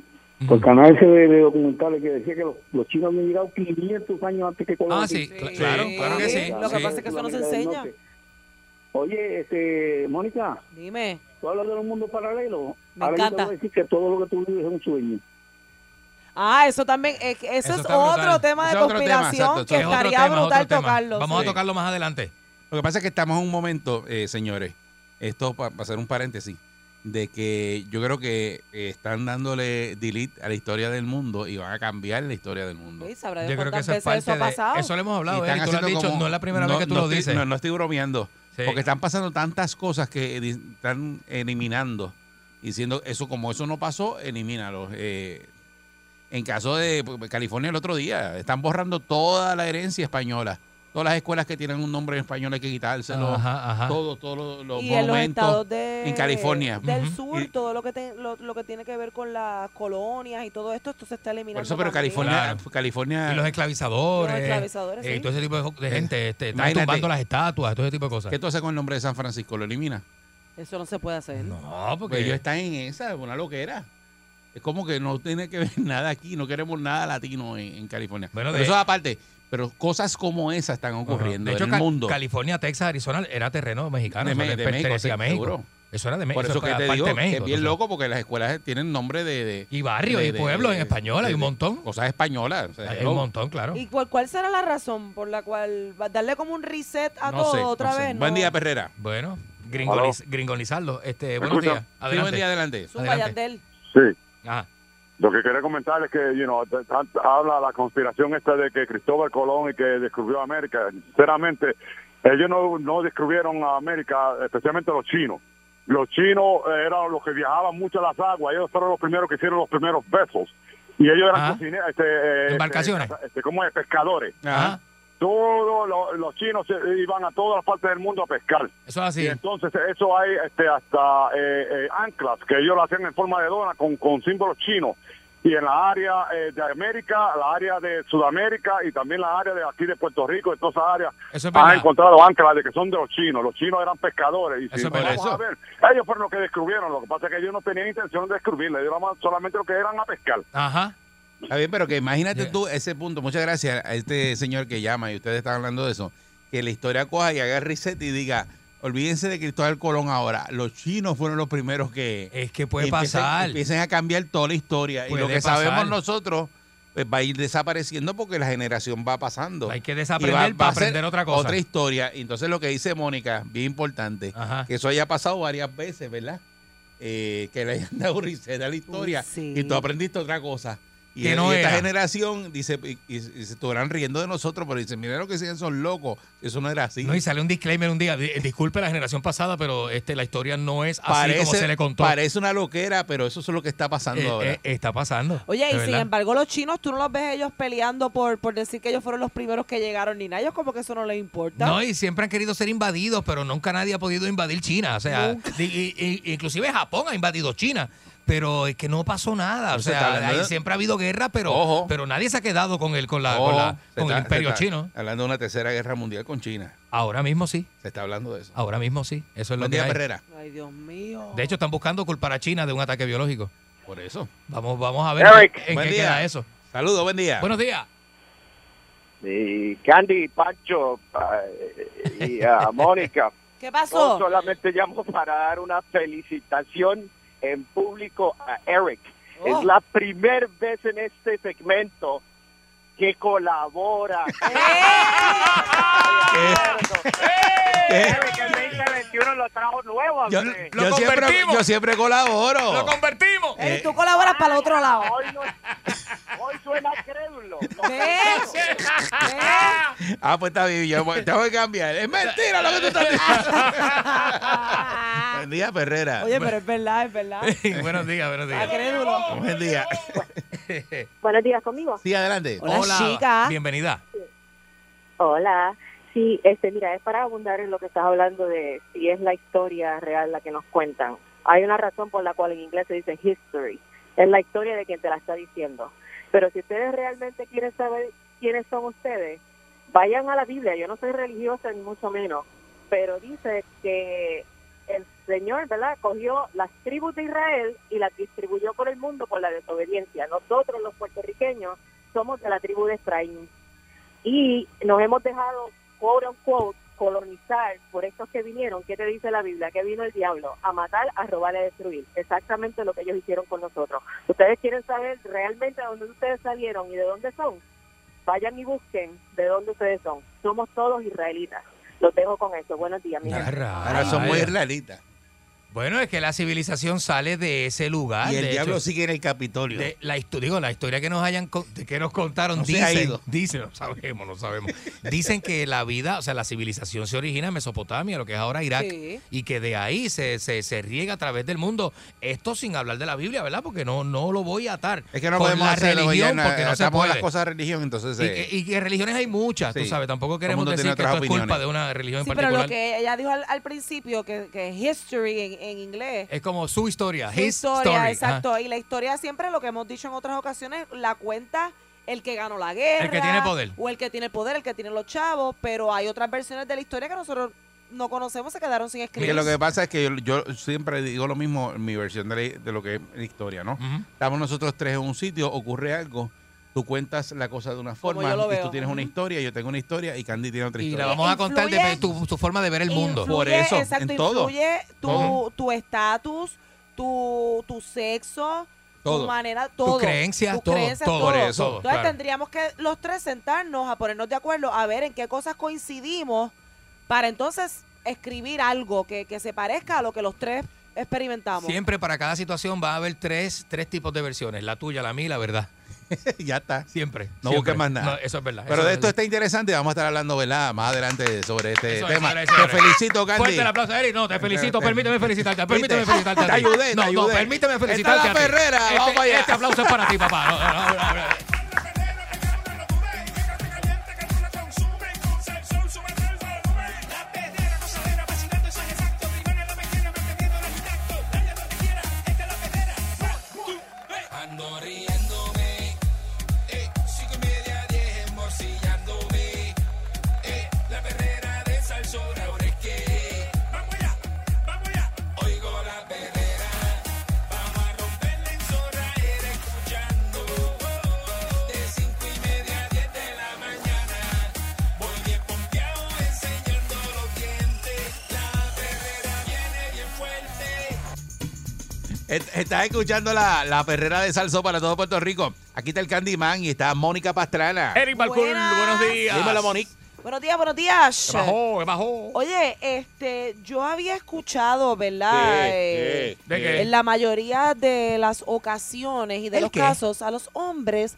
V: por canal ese de, de documentales que decía que los, los chinos habían llegado 500 años antes que Colón.
C: Ah, sí, cl- claro, claro que sí.
V: Claro,
B: Lo que
V: sí.
B: pasa es que eso no se
V: América del
B: enseña.
V: Norte. Oye, este, Mónica.
B: Dime.
V: Tú hablas de un mundo paralelo.
B: Me
V: Ahora yo te
B: encanta.
V: voy a decir que todo lo que tú vives es un sueño.
B: Ah, eso también, eh, que eso,
V: Eso
B: es
V: está
B: otro
V: brutal.
B: tema de
A: Ese es otro tema,
B: conspiración
A: exacto,
B: que
A: es otro
B: estaría
A: tema, otro
B: brutal
A: tema.
B: tocarlo.
A: Vamos a
B: sí.
A: tocarlo
C: más adelante.
A: Lo que pasa es que estamos en un momento, eh, señores, esto para hacer un paréntesis, de que yo creo que eh, están dándole delete a la historia del mundo y van a cambiar la historia del mundo.
B: Sí, sabrá Dios cuántas veces eso ha
C: de-
B: pasado.
C: eso lo hemos hablado,
A: Y están
C: Eric, tú lo has
A: haciendo
C: dicho, no es la primera vez que tú
A: no
C: lo
A: estoy-
C: dices.
A: No, no estoy bromeando.
C: Sí.
A: Porque están pasando tantas cosas que edi- están eliminando. Diciendo, eso como eso no pasó, elimínalo. Eh, en caso de pues, California el otro día, están borrando toda la herencia española. Todas las escuelas que tienen un nombre en español hay que quitárselo.
C: Ajá, ajá.
A: Todo, todos los- los
B: y en los
A: monumentos
B: estados de,
A: en California.
B: del
A: Ujú.
B: sur,
A: Y-
B: todo lo que, te- lo, lo que tiene que ver con las colonias y todo esto, esto se está eliminando.
A: por eso, pero
B: también.
A: California, California.
C: Y los esclavizadores.
B: Los esclavizadores,
C: eh,
B: sí.
C: todo ese tipo de, jo- de gente. Este, están
A: Imagínate.
C: tumbando las estatuas, todo ese tipo de cosas.
A: ¿Qué tú haces con el nombre de San Francisco? ¿Lo elimina?
B: Eso no se puede hacer.
C: No, porque
A: Pues ellos están en esa, una loquera. Es como que no tiene que ver nada aquí, no queremos nada latino en, en California.
C: Bueno,
A: pero
C: de-
A: eso aparte, pero cosas como esas están ocurriendo
C: De hecho,
A: en
C: Ca-
A: el mundo.
C: California, Texas, Arizona era terreno mexicano.
A: De
C: eso
A: Me-
C: le
A: de México,
C: pertenecía a
A: sí,
C: México.
A: seguro.
C: Eso era de México.
A: Por eso que
C: era
A: te
C: parte
A: digo
C: de
A: que
C: México,
A: es bien
C: entonces.
A: loco porque las escuelas tienen nombre de... de-
C: Y barrios,
A: de-
C: y
A: de-
C: pueblos en
A: de-
C: español, hay
A: de-
C: un
A: de
C: montón.
A: Cosas españolas. o sea,
C: Hay
A: hello.
C: un montón, claro.
B: ¿Y cuál, cuál será la razón por la cual va- darle como un reset a todo otra vez?
A: Buen día, Perrera.
C: Bueno, gringoliz- gringonizarlo. Este, buenos
X: escuchan?
C: días.
X: Sí,
C: Adelante.
X: buen día, adelante.
B: Zumba, Yandel.
X: Sí.
C: Ajá.
X: Lo que quería comentar es que, you know, t- t- habla la conspiración esta de que Cristóbal Colón y que descubrió América. Sinceramente, ellos no, no descubrieron a América, especialmente los chinos. Los chinos eh, eran los que viajaban mucho a las aguas. Ellos fueron los primeros que hicieron los primeros besos. Y ellos eran
C: Ajá.
X: cocine- este, eh, este,
C: Embarcaciones.
X: este, ¿cómo es? Pescadores. Todos lo- los chinos se- iban a todas las partes del mundo a pescar.
C: Eso es así.
X: Y entonces eso hay este, hasta eh, eh, anclas que ellos lo hacían en forma de dona con, con símbolos chinos. Y en la área eh, de América, la área de Sudamérica y también la área de aquí de Puerto Rico, en todas esas áreas,
C: Eso es
X: han
C: verdad.
X: encontrado anclas de que son de los chinos. Los chinos eran pescadores. Y si
C: Eso es verdad.
X: vamos a ver, ellos fueron los que descubrieron. Lo que pasa es que ellos no tenían intención de descubrirle, ellos eran solamente lo que eran a pescar.
C: Ajá.
A: Está bien, pero que imagínate tú ese punto. Muchas gracias a este señor que llama y ustedes están hablando de eso. Que la historia coja y haga reset y diga, olvídense de Cristóbal Colón ahora. Los chinos fueron los primeros que...
C: Es que puede
A: empiecen-
C: pasar.
A: Empiecen a cambiar toda la historia. y
C: Puede
A: lo que
C: pasar.
A: sabemos nosotros pues, va a ir desapareciendo porque la generación va pasando.
C: Hay que
A: Y va-
C: desaprender
A: va a
C: para
A: ser
C: aprender otra cosa.
A: Otra historia. Y Entonces lo que dice Mónica, bien importante, que eso haya pasado varias veces, ¿verdad? Eh, que le hayan dado reset a la historia
C: sí.
A: y tú aprendiste otra cosa. Y,
C: Que
A: y
C: no
A: esta
C: era.
A: generación dice, y, y- y se estuvieran riendo de nosotros, pero dicen, mira lo que siguen son locos. Eso no era así.
C: No, y sale un disclaimer un día. "Di- Disculpe la generación pasada, pero este, la historia no es así como se le contó.
A: parece una loquera, pero eso es lo que está pasando
C: Eh,
A: ahora.
C: eh, está pasando.
B: Oye, y
C: De
B: sin
C: verdad.
B: embargo, los chinos, tú no los ves ellos peleando por, por decir que ellos fueron los primeros que llegaron ni nada. Ellos como que eso no les importa.
C: No, y siempre han querido ser invadidos, pero nunca nadie ha podido invadir China. O sea, di- y- y- inclusive Japón ha invadido China. Pero es que no pasó nada. O
A: No se está
C: sea,
A: hablando
C: ahí
A: de-
C: siempre ha habido guerra, pero,
A: Ojo.
C: pero nadie se ha quedado con el, con la,
A: Ojo,
C: con la-
A: Oh, se
C: con el
A: está-
C: imperio
A: se está
C: chino.
A: Hablando de una tercera guerra mundial con China.
C: Ahora mismo sí.
A: Se está hablando de eso.
C: Ahora mismo sí. Eso es lo
A: Buen
C: que
A: día,
C: hay.
A: Perrera.
B: Ay, Dios mío.
C: De hecho, están buscando culpar a China de un ataque biológico.
A: Por eso.
C: Vamos, vamos a ver
A: Eric.
C: en
A: Buen
C: qué
A: día.
C: queda eso.
A: Saludos, buen día.
C: Buenos días.
G: Y Candy, Pancho pa- y a Mónica.
B: ¿Qué
G: Yo
B: pasó?
G: solamente llamo para dar una felicitación en público a Eric.
B: Oh.
G: Es la primera vez en este segmento que colabora.
B: ¡Eh!
A: Eric,
G: el 2021 lo trajo nuevo.
A: Yo, yo siempre, yo siempre colaboro. Eh,
G: Lo
C: convertimos.
B: Ey, tú colaboras para el otro lado.
G: Hoy, no- hoy suena crédulo.
A: Ah, pues está bien. Yo voy- tengo que cambiar. Es mentira lo que tú estás diciendo. buen día, Perrera.
B: Oye, pero es verdad, es verdad.
C: Eh, buenos días, buenos
B: Está
C: días.
B: crédulo.
A: Buen día.
P: Buenos días conmigo.
A: Sí, adelante.
P: Hola, chica.
C: Bienvenida.
P: Hola. Sí, este, mira, es para abundar en lo que estás hablando de si es la historia real la que nos cuentan. Hay una razón por la cual en inglés se dice history. Es la historia de quien te la está diciendo. Pero si ustedes realmente quieren saber quiénes son ustedes, vayan a la Biblia. Yo no soy religiosa ni mucho menos, pero dice que el Señor, ¿verdad? Cogió las tribus de Israel y las distribuyó por el mundo por la desobediencia. Nosotros los puertorriqueños somos de la tribu de Efraín y nos hemos dejado, quote unquote, colonizar por estos que vinieron. ¿Qué te dice la Biblia? Que vino el diablo a matar, a robar, a destruir. Exactamente lo que ellos hicieron con nosotros. Ustedes quieren saber realmente de dónde ustedes salieron y de dónde son. Vayan y busquen de dónde ustedes son. Somos todos israelitas. Los dejo con eso. Buenos días, mi gente.
A: Ahora son muy israelitas.
C: Bueno, es que la civilización sale de ese lugar.
A: Y el
C: de
A: diablo
C: hecho,
A: sigue en el Capitolio.
C: de la historia, digo, la historia que nos hayan con- que nos contaron
A: No se ha
C: dicen,
A: ido.
C: dicen, no sabemos, no sabemos. Dicen que la vida, o sea, la civilización se origina en Mesopotamia, lo que es ahora Irak,
B: Sí.
C: y que de ahí se, se, se riega a través del mundo. Esto sin hablar de la Biblia, ¿verdad? Porque no, no lo voy a atar.
A: Es que no
C: con
A: podemos
C: la
A: hacerlo,
C: religión
A: ya,
C: porque no se
A: atamos
C: puede.
A: las cosas de religión, entonces.
C: y,
A: eh,
C: que, y que religiones hay muchas, tú
A: Sí.
C: sabes. Tampoco
A: Todo el
C: queremos
A: mundo tiene
C: decir que
A: otras
C: esto es culpa
A: opiniones.
C: de una religión
B: Sí,
C: en
B: pero
C: particular.
B: lo que ella dijo al, al principio, que, que history en, en inglés.
C: Es como su historia,
B: Su
C: his
B: historia,
C: story.
B: exacto.
C: ajá.
B: Y la historia siempre, lo que hemos dicho en otras ocasiones, la cuenta el que ganó la guerra.
C: El que tiene poder.
B: O el que tiene el poder, el que tiene los chavos. Pero hay otras versiones de la historia que nosotros no conocemos, se quedaron sin escribir.
A: Porque lo que pasa es que yo, yo siempre digo lo mismo en mi versión de, la- de lo que es la historia, ¿no? Estamos nosotros tres en un sitio, ocurre algo, Tú cuentas la cosa de una forma
B: yo lo
A: y
B: veo.
A: tú tienes una historia, yo tengo una historia y Candy tiene otra
M: Y
A: historia.
M: la vamos a contar de ver tu, tu forma de ver el mundo.
A: Por eso,
B: Exacto,
A: en todo.
B: influye tu-
A: Todo.
B: tu estatus, tu tu sexo,
M: Todo.
B: tu manera,
M: Tus
B: todo.
M: creencias,
B: Tus
M: todo,
B: creencias,
M: todo. Por eso,
B: Entonces
M: claro.
B: tendríamos que los tres sentarnos a ponernos de acuerdo, a ver en qué cosas coincidimos para entonces escribir algo que, que se parezca a lo que los tres experimentamos.
M: Siempre para cada situación va a haber tres, tres tipos de versiones. La tuya, la mía y la verdad.
A: ya está.
M: Siempre.
A: No
M: siempre.
A: busques más nada.
M: No, eso es verdad.
A: Pero
M: eso
A: de
M: es
A: esto
M: verdad.
A: está interesante. Vamos a estar hablando, ¿verdad? Más adelante sobre este
M: Eso es,
A: tema.
M: señores,
A: Te
M: señores.
A: felicito, Candy.
M: Fuerte el aplauso, Eric. No, te felicito.
A: Te-
M: Permíteme felicitarte. Permíteme
A: ¿Viste?
M: felicitarte. a
A: Te
M: ti.
A: ayudé, te
M: no, No,
A: ayudé.
M: permíteme
A: Esta es
M: felicitarte.
A: la
M: a ti.
A: perrera,
M: Este,
A: vamos allá.
M: Este aplauso es para ti, papá. No, no, no, no, no.
K: Ando riéndome, eh, cinco y media, diez emborcillándome, eh, la perrera de salsora, ahora es que, vamos allá, vamos allá, oigo la perrera, vamos a romperla en zorra, era escuchando, de cinco y media a diez de la mañana, voy bien pompeado enseñando los dientes, la perrera viene bien fuerte.
A: Est- Estás escuchando la, la perrera de Salso para todo Puerto Rico. Aquí está el Candyman y está Mónica Pastrana.
M: Eric Balcour, buenos días.
A: Dímelo, Monique.
B: Buenos días, buenos días.
M: ¿Qué bajó? ¿Qué bajó?
B: Oye, este, yo había escuchado, ¿verdad?
M: ¿Qué?
B: Eh,
M: ¿Qué? ¿De qué?
B: En la mayoría de las ocasiones y de
M: ¿El
B: los
M: qué?
B: casos, a los hombres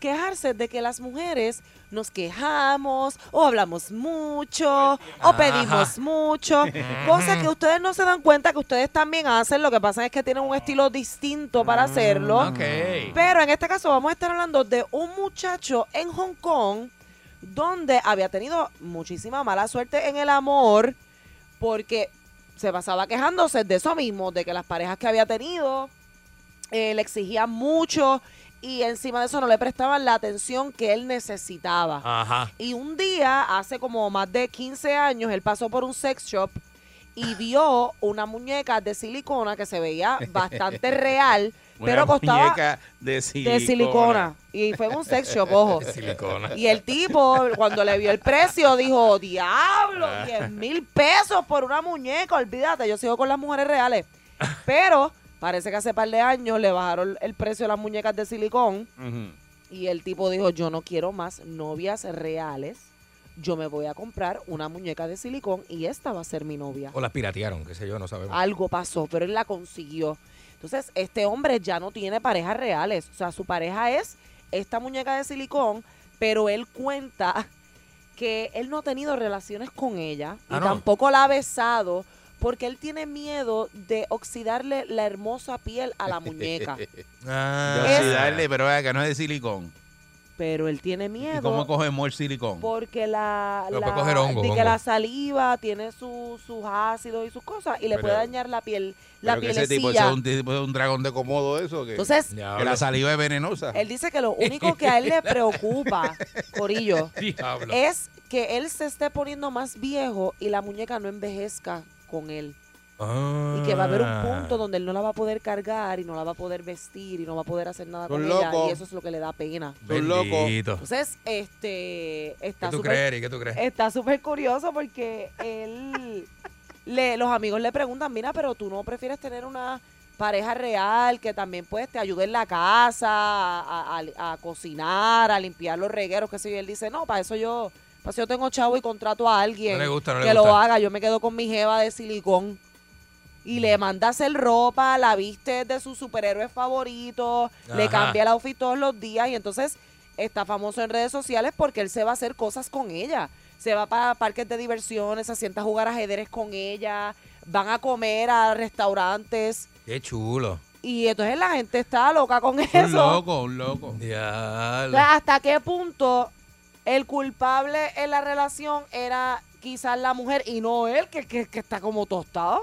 B: quejarse de que las mujeres nos quejamos o hablamos mucho o
M: Ajá.
B: pedimos mucho, cosas que ustedes no se dan cuenta que ustedes también hacen, lo que pasa es que tienen un estilo distinto para hacerlo.
M: ok.
B: Pero en este caso vamos a estar hablando de un muchacho en Hong Kong donde había tenido muchísima mala suerte en el amor porque se pasaba quejándose de eso mismo, de que las parejas que había tenido eh, le exigían mucho y encima de eso no le prestaban la atención que él necesitaba.
M: Ajá.
B: Y un día, hace como más de 15 años, él pasó por un sex shop
A: Ah.
B: y vio una muñeca de silicona que se veía bastante real,
A: Una
B: pero costaba
A: muñeca de silicona.
B: de silicona. Y fue en un sex shop, ojo.
A: De silicona.
B: Y el tipo, cuando le vio el precio, dijo, diablo,
A: Ah.
B: 10 mil pesos por una muñeca, olvídate, yo sigo con las mujeres reales. Pero parece que hace par de años le bajaron el precio de las muñecas de silicón. Y el tipo dijo, yo no quiero más novias reales. Yo me voy a comprar una muñeca de silicón y esta va a ser mi novia.
C: O las piratearon, qué sé yo, no sabemos.
B: Algo pasó, pero él la consiguió. Entonces, este hombre ya no tiene parejas reales. O sea, su pareja es esta muñeca de silicón, pero él cuenta que él no ha tenido relaciones con ella y
D: Ah, no.
B: tampoco la ha besado porque él tiene miedo de oxidarle la hermosa piel a la muñeca.
A: Ah. De oxidarle, pero acá no es de silicón.
B: pero él tiene miedo.
A: ¿Y cómo cogemos el silicón?
B: Porque la,
A: Pero
B: la-
A: puede coger hongo,
B: de que
A: hongo.
B: la saliva tiene su- sus ácidos y sus cosas y le
A: Pero-
B: puede dañar la piel, la
A: Pero que ese tipo ese
B: pielecilla.
A: es un, tipo, es un dragón de comodo eso. Que,
B: Entonces-
A: que
B: Diablo.
A: la saliva es venenosa.
B: Él dice que lo único que a él le preocupa, Corillo,
A: Diablo.
B: es que él se esté poniendo más viejo y la muñeca no envejezca con él. Y que va a haber
M: Ah.
B: un punto donde él no la va a poder cargar y no la va a poder vestir y no va a poder hacer nada
A: Son
B: con ella.
A: locos.
B: Y eso es lo que le da pena.
A: Son locos.
B: Entonces, este, está
M: tú
B: súper-
M: crees, Eric? ¿Qué tú crees?
B: Está súper curioso porque él, le, los amigos le preguntan, mira, pero tú no prefieres tener una pareja real que también pues te ayude en la casa, a, a- a cocinar, a limpiar los regueros, qué sé yo. Y él dice, no, para eso yo, para eso yo tengo chavo y contrato a alguien
M: No le gusta, no le
B: que lo
M: gusta.
B: haga. Yo me quedo con mi jeva de silicón. Y le manda a hacer ropa, la viste de su superhéroe favorito, le
M: Ajá.
B: cambia el outfit todos los días y entonces está famoso en redes sociales porque él se va a hacer cosas con ella. Se va para parques de diversiones, se sienta a jugar ajedrez con ella, van a comer a restaurantes
M: Qué chulo.
B: y entonces la gente está loca con
A: Un
B: eso.
A: loco, un loco.
B: O sea, ¿Hasta qué punto el culpable en la relación era quizás la mujer y no él, que, que, que está como tostado?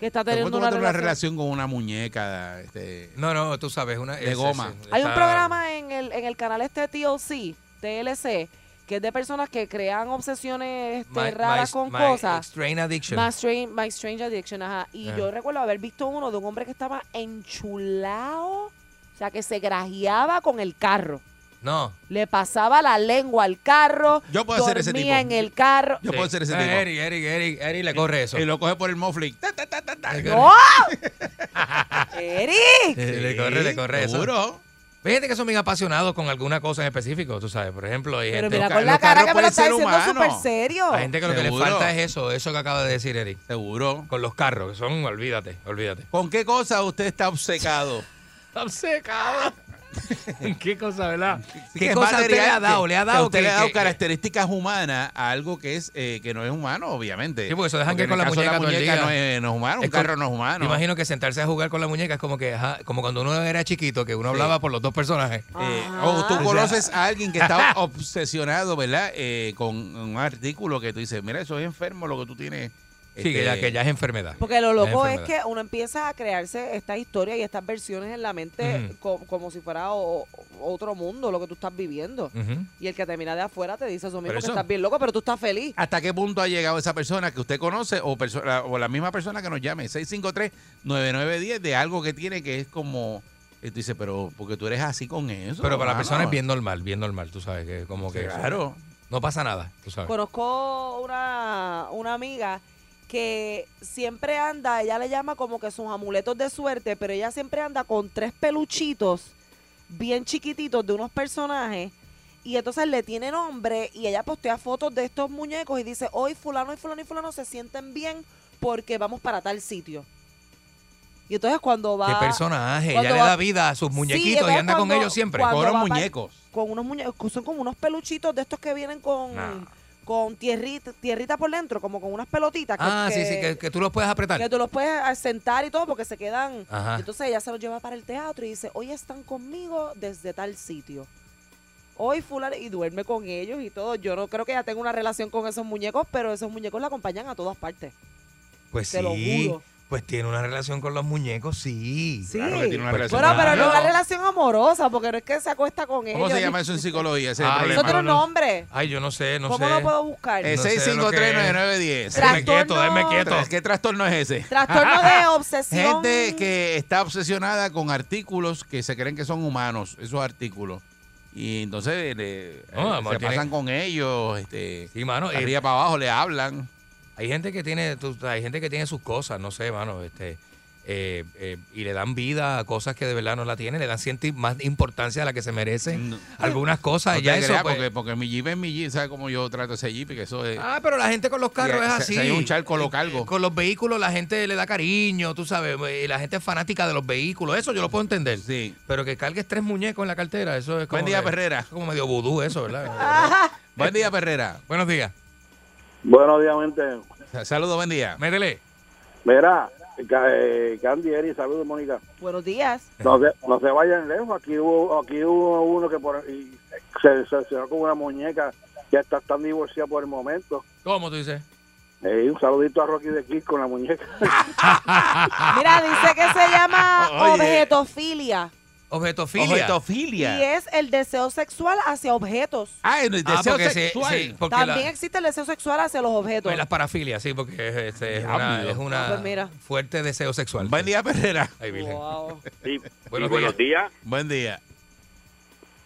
B: Que está
A: ¿Cómo
B: teniendo
A: tú
B: una
A: vas a tener una
B: relación.
A: relación con una muñeca? Este,
M: No, no, tú sabes, una
A: De goma.
B: Hay un programa en el, en el canal este TLC, TLC, que es de personas que crean obsesiones este,
M: My-
B: raras
M: my-
B: con
M: my
B: cosas.
M: strange addiction.
B: My strange, my strange addiction, ajá. Y
M: Ajá.
B: yo recuerdo haber visto uno de un hombre que estaba enchulado, o sea, que se grajeaba con el carro.
C: No.
B: Le pasaba la lengua al carro.
A: Yo puedo ser ese
B: dormía
A: tipo.
B: en el carro.
A: Yo puedo ser ese
M: Eh,
C: Ah,
A: tipo.
C: Eric, Eric, Eric, Eric le corre eso.
A: Y lo coge por el moflick. Ta, ta, ta, ta, ta.
B: ¡No! ¡Eric!
C: Eh, Le corre, le corre eso.
A: seguro.
C: Fíjate que son bien apasionados con alguna cosa en específico, tú sabes. Por ejemplo, hay
B: Pero
C: gente
B: mira
C: los
B: con
C: ca-
B: la
C: los
B: cara
C: carros
B: que me lo
C: pueden
B: está
C: ser
B: diciendo
C: humanos.
B: súper serio.
C: Hay gente que lo que le
A: Seguro.
C: falta es eso, eso que acaba de decir Eric.
A: Seguro.
C: Con los carros, que son, olvídate, olvídate.
A: ¿Con qué cosa usted está obcecado?
K: Ah.
C: Está secado. ¿Qué cosa, verdad?
A: Sí,
C: ¿Qué
A: que es
C: cosa usted le
A: material
C: ha dado?
K: este?
C: ¿Le
A: que-
C: ha
A: que
C: dado?
A: usted
C: que-
A: le ha dado
C: que- que-
A: características humanas a algo que es eh, que no es humano, obviamente.
C: Sí, porque eso dejan
A: Porque
C: que
A: en
C: con la
A: el caso de
C: muñeca, todo el día.
A: no es, no es humano, un
C: Es con-
A: carro no es humano.
C: Me Imagino que sentarse a jugar con la muñeca es como que, ajá, como cuando uno era chiquito, que uno
A: Sí.
C: hablaba por los dos personajes.
A: Eh,
B: Ah.
A: o tú conoces a alguien que está obsesionado, ¿verdad? Eh, con un artículo que tú dices, mira, eso es enfermo lo que tú tienes. este,
C: Sí, que ya- que ya es enfermedad.
B: Porque lo loco es
C: enfermedad.
B: que uno empieza a crearse estas historias y estas versiones en la mente
C: Ujú.
B: co- como si fuera o- otro mundo lo que tú estás viviendo.
C: Ujú.
B: Y el que te mira de afuera te dice eso mismo,
A: Pero
B: que
A: eso-
B: estás bien loco, pero tú estás feliz.
A: ¿Hasta qué punto ha llegado esa persona que usted conoce o, persona, o la misma persona que nos llame? 653-9910 de algo que tiene que es como... Y tú dices, pero porque tú eres así con eso.
C: Pero para la
A: mano?
C: persona es bien normal, bien normal, tú sabes, que como que...
A: Claro.
C: No pasa nada, tú sabes.
B: Conozco una, una amiga que siempre anda, ella le llama como que sus amuletos de suerte, pero ella siempre anda con tres peluchitos bien chiquititos de unos personajes. Y entonces le tiene nombre y ella postea fotos de estos muñecos y dice, hoy fulano y fulano y fulano se sienten bien porque vamos para tal sitio. Y entonces cuando va...
C: ¿Qué personaje?
B: cuando
C: Ella le
B: va-
C: da vida a sus
B: Sí,
C: muñequitos y
B: entonces
C: anda con
B: cuando-
C: ellos siempre.
B: cuando
C: Fueron
B: va pa-
C: muñecos.
B: Con unos muñecos, son como unos peluchitos de estos que vienen con,
C: Nah.
B: con tierrita, tierrita por dentro, como con unas pelotitas. que-
C: Ah,
B: que-
C: sí, sí, que, que tú los puedes apretar.
B: que tú los puedes sentar y todo porque se quedan.
C: Ajá.
B: Entonces ella se los lleva para el teatro y dice, hoy están conmigo desde tal sitio. Hoy fulano, y duerme con ellos y todo. Yo no creo que ella tenga una relación con esos muñecos, pero esos muñecos la acompañan a todas partes.
C: Pues
B: Te lo
C: sí.
B: juro.
C: Pues tiene una relación con los muñecos, sí.
B: Sí.
A: Claro que tiene una
C: Pues
A: relación
B: Bueno,
C: con-
B: pero no una
C: Claro.
B: relación amorosa, porque no es que se acuesta con ellos.
A: ¿Cómo se llama
B: ni-
A: eso en psicología? Ese es el
C: Ay,
A: problema.
B: Es otro nombre.
C: Ay, yo no sé, no sé.
B: ¿Cómo lo puedo buscar?
A: Eh,
C: No sé lo que es.
A: 6539910.
C: Déjeme quieto, déjeme quieto.
A: ¿Qué trastorno es ese?
B: Trastorno de obsesión.
A: Gente que está obsesionada con artículos que se creen que son humanos, esos artículos. Y entonces le- eh,
C: No, amor,
A: se
C: tiene-
A: pasan con ellos, este,
C: Sí, mano, eh,
A: arriba para abajo, le hablan.
C: Hay gente que tiene, tú- hay gente que tiene sus cosas, no sé, mano, este, eh, eh, y le dan vida a cosas que de verdad no la tienen, le dan cienti- más importancia a la que se merecen. Algunas cosas,
A: No
C: ya
A: te
C: eso.
A: creas,
C: pues-
A: porque, porque mi Jeep es mi Jeep, ¿sabes cómo yo trato ese Jeep? Que eso es...
C: ah, pero la gente con los carros
A: si-
C: es
A: si
C: así. eh,
A: hay un charco, lo cargo.
C: Con los vehículos la gente le da cariño, tú sabes, eh, la gente es fanática de los vehículos, eso yo lo puedo entender.
A: Sí.
C: Pero que cargues tres muñecos en la cartera, eso es como.
A: Buen día,
C: que-
A: Perrera.
C: Como medio vudú, eso, ¿verdad?
A: Buen día, Perrera.
C: Buenos días.
G: Bueno, obviamente.
A: Saludos, buen día.
C: Métele.
G: Mira, Ca- eh, Candy, Eri, saludos, Mónica.
B: Buenos días.
G: No se, no se vayan lejos. Aquí hubo, aquí hubo uno que por, y se se obsesionó con una muñeca que está tan divorciada por el momento.
C: ¿Cómo tú dices?
G: Eh, un saludito a Rocky de Kid con la muñeca.
B: Mira, dice que se llama
G: Oye.
B: objetofilia.
C: Objetofilia.
A: Objetofilia.
B: Y es el deseo sexual hacia objetos.
A: Ah, el
C: Ah,
A: deseo
C: porque se-
A: sexual.
C: se- porque la-
B: También existe el deseo sexual hacia los objetos.
C: Pues las parafilias, sí, porque es, este, es
A: Diablo.
C: una, es una
B: Ah, pues mira.
C: fuerte deseo sexual.
A: Buen día, Perrera.
C: Ay, Virgen.
B: Wow.
R: Sí.
C: Buenos
R: Sí, buenos días.
A: Buen día.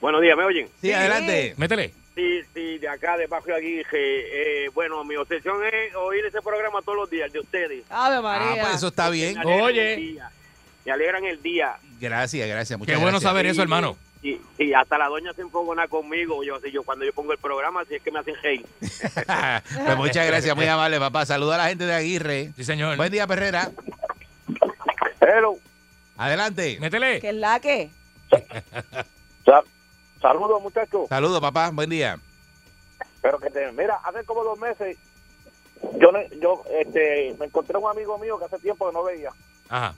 R: Buenos días, ¿me oyen?
A: Sí, adelante.
C: Métele.
R: Sí, sí, de acá, de Bajo Aguirre. Eh, bueno, mi obsesión es oír ese programa todos los días, el de ustedes.
B: Ave
A: Ah,
B: María.
A: pues eso está bien.
R: Me alegran el día, Me alegran el día.
A: Gracias,
C: Qué
A: gracias. Muchas
C: bueno
A: gracias.
C: saber eso,
R: Sí,
C: hermano.
R: Sí, sí, hasta la doña se enfogona conmigo. Yo, así, yo cuando yo pongo el programa, si es que me hacen hate.
A: Pues muchas gracias, muy amable, papá. Saluda a la gente de Aguirre.
C: Sí, señor.
A: Buen día, Perrera.
G: Hello.
A: Adelante.
C: Métele.
B: ¿Qué es la que?
G: Saludos, muchachos.
A: Saludos, papá. Buen día.
G: Pero que te, mira, hace como dos meses yo no- yo este me encontré un amigo mío que hace tiempo que no veía
K: este?
C: Ajá.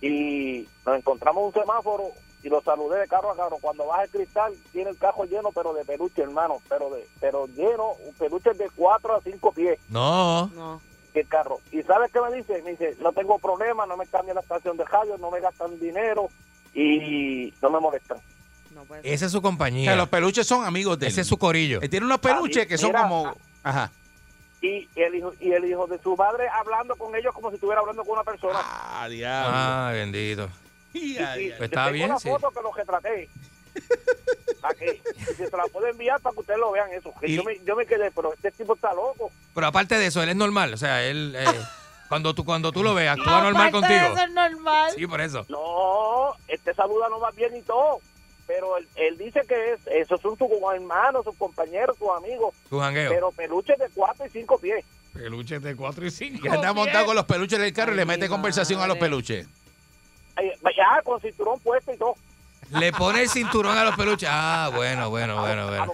G: y nos encontramos en un semáforo y lo saludé de carro a carro. Cuando baja el cristal tiene el carro lleno pero de peluche, hermano, pero de pero lleno, un peluche de 4 a 5 pies
C: No.
B: No.
G: el carro. ¿Y sabes qué me dice? Me dice, "No tengo problema, no me cambian la estación de radio, no me gastan dinero y no me molestan."
B: No puede ser.
C: Esa es su
A: O sea,
C: compañía.
A: los peluches son amigos de él.
C: Ese es su corillo.
A: Él Tiene unos peluches que son
G: Mira. ah,
A: como. Ajá.
G: Y el hijo y el hijo de su madre hablando con ellos como si estuviera hablando con una persona.
A: Ah, diablo.
C: Ah, bendito.
A: Ya,
G: Sí,
A: ya.
C: Pues está
G: tengo
C: bien,
G: una
C: sí.
G: foto que los retraté. ¿A qué? Si se la puedo enviar para que ustedes lo vean eso. Que yo, me, yo me quedé, pero este tipo está loco.
C: Pero aparte de eso, él es normal. O sea, él. eh, cuando, tú, cuando tú lo veas, actúa normal
G: Aparte
C: contigo.
G: de eso, es normal.
C: Sí, por eso.
G: No, este saluda no va bien y todo. Pero él, él dice que es, esos son sus hermanos, sus compañeros, sus amigos.
C: Sus jangueos.
G: Pero peluches de cuatro y cinco pies.
C: Peluches de 4 y 5.
A: Que anda montado con los peluches del carro y le mete conversación a los peluches.
G: Ay, Ya, con cinturón puesto y todo.
C: Le pone el cinturón a los peluches. Ah, bueno, bueno, bueno, bueno.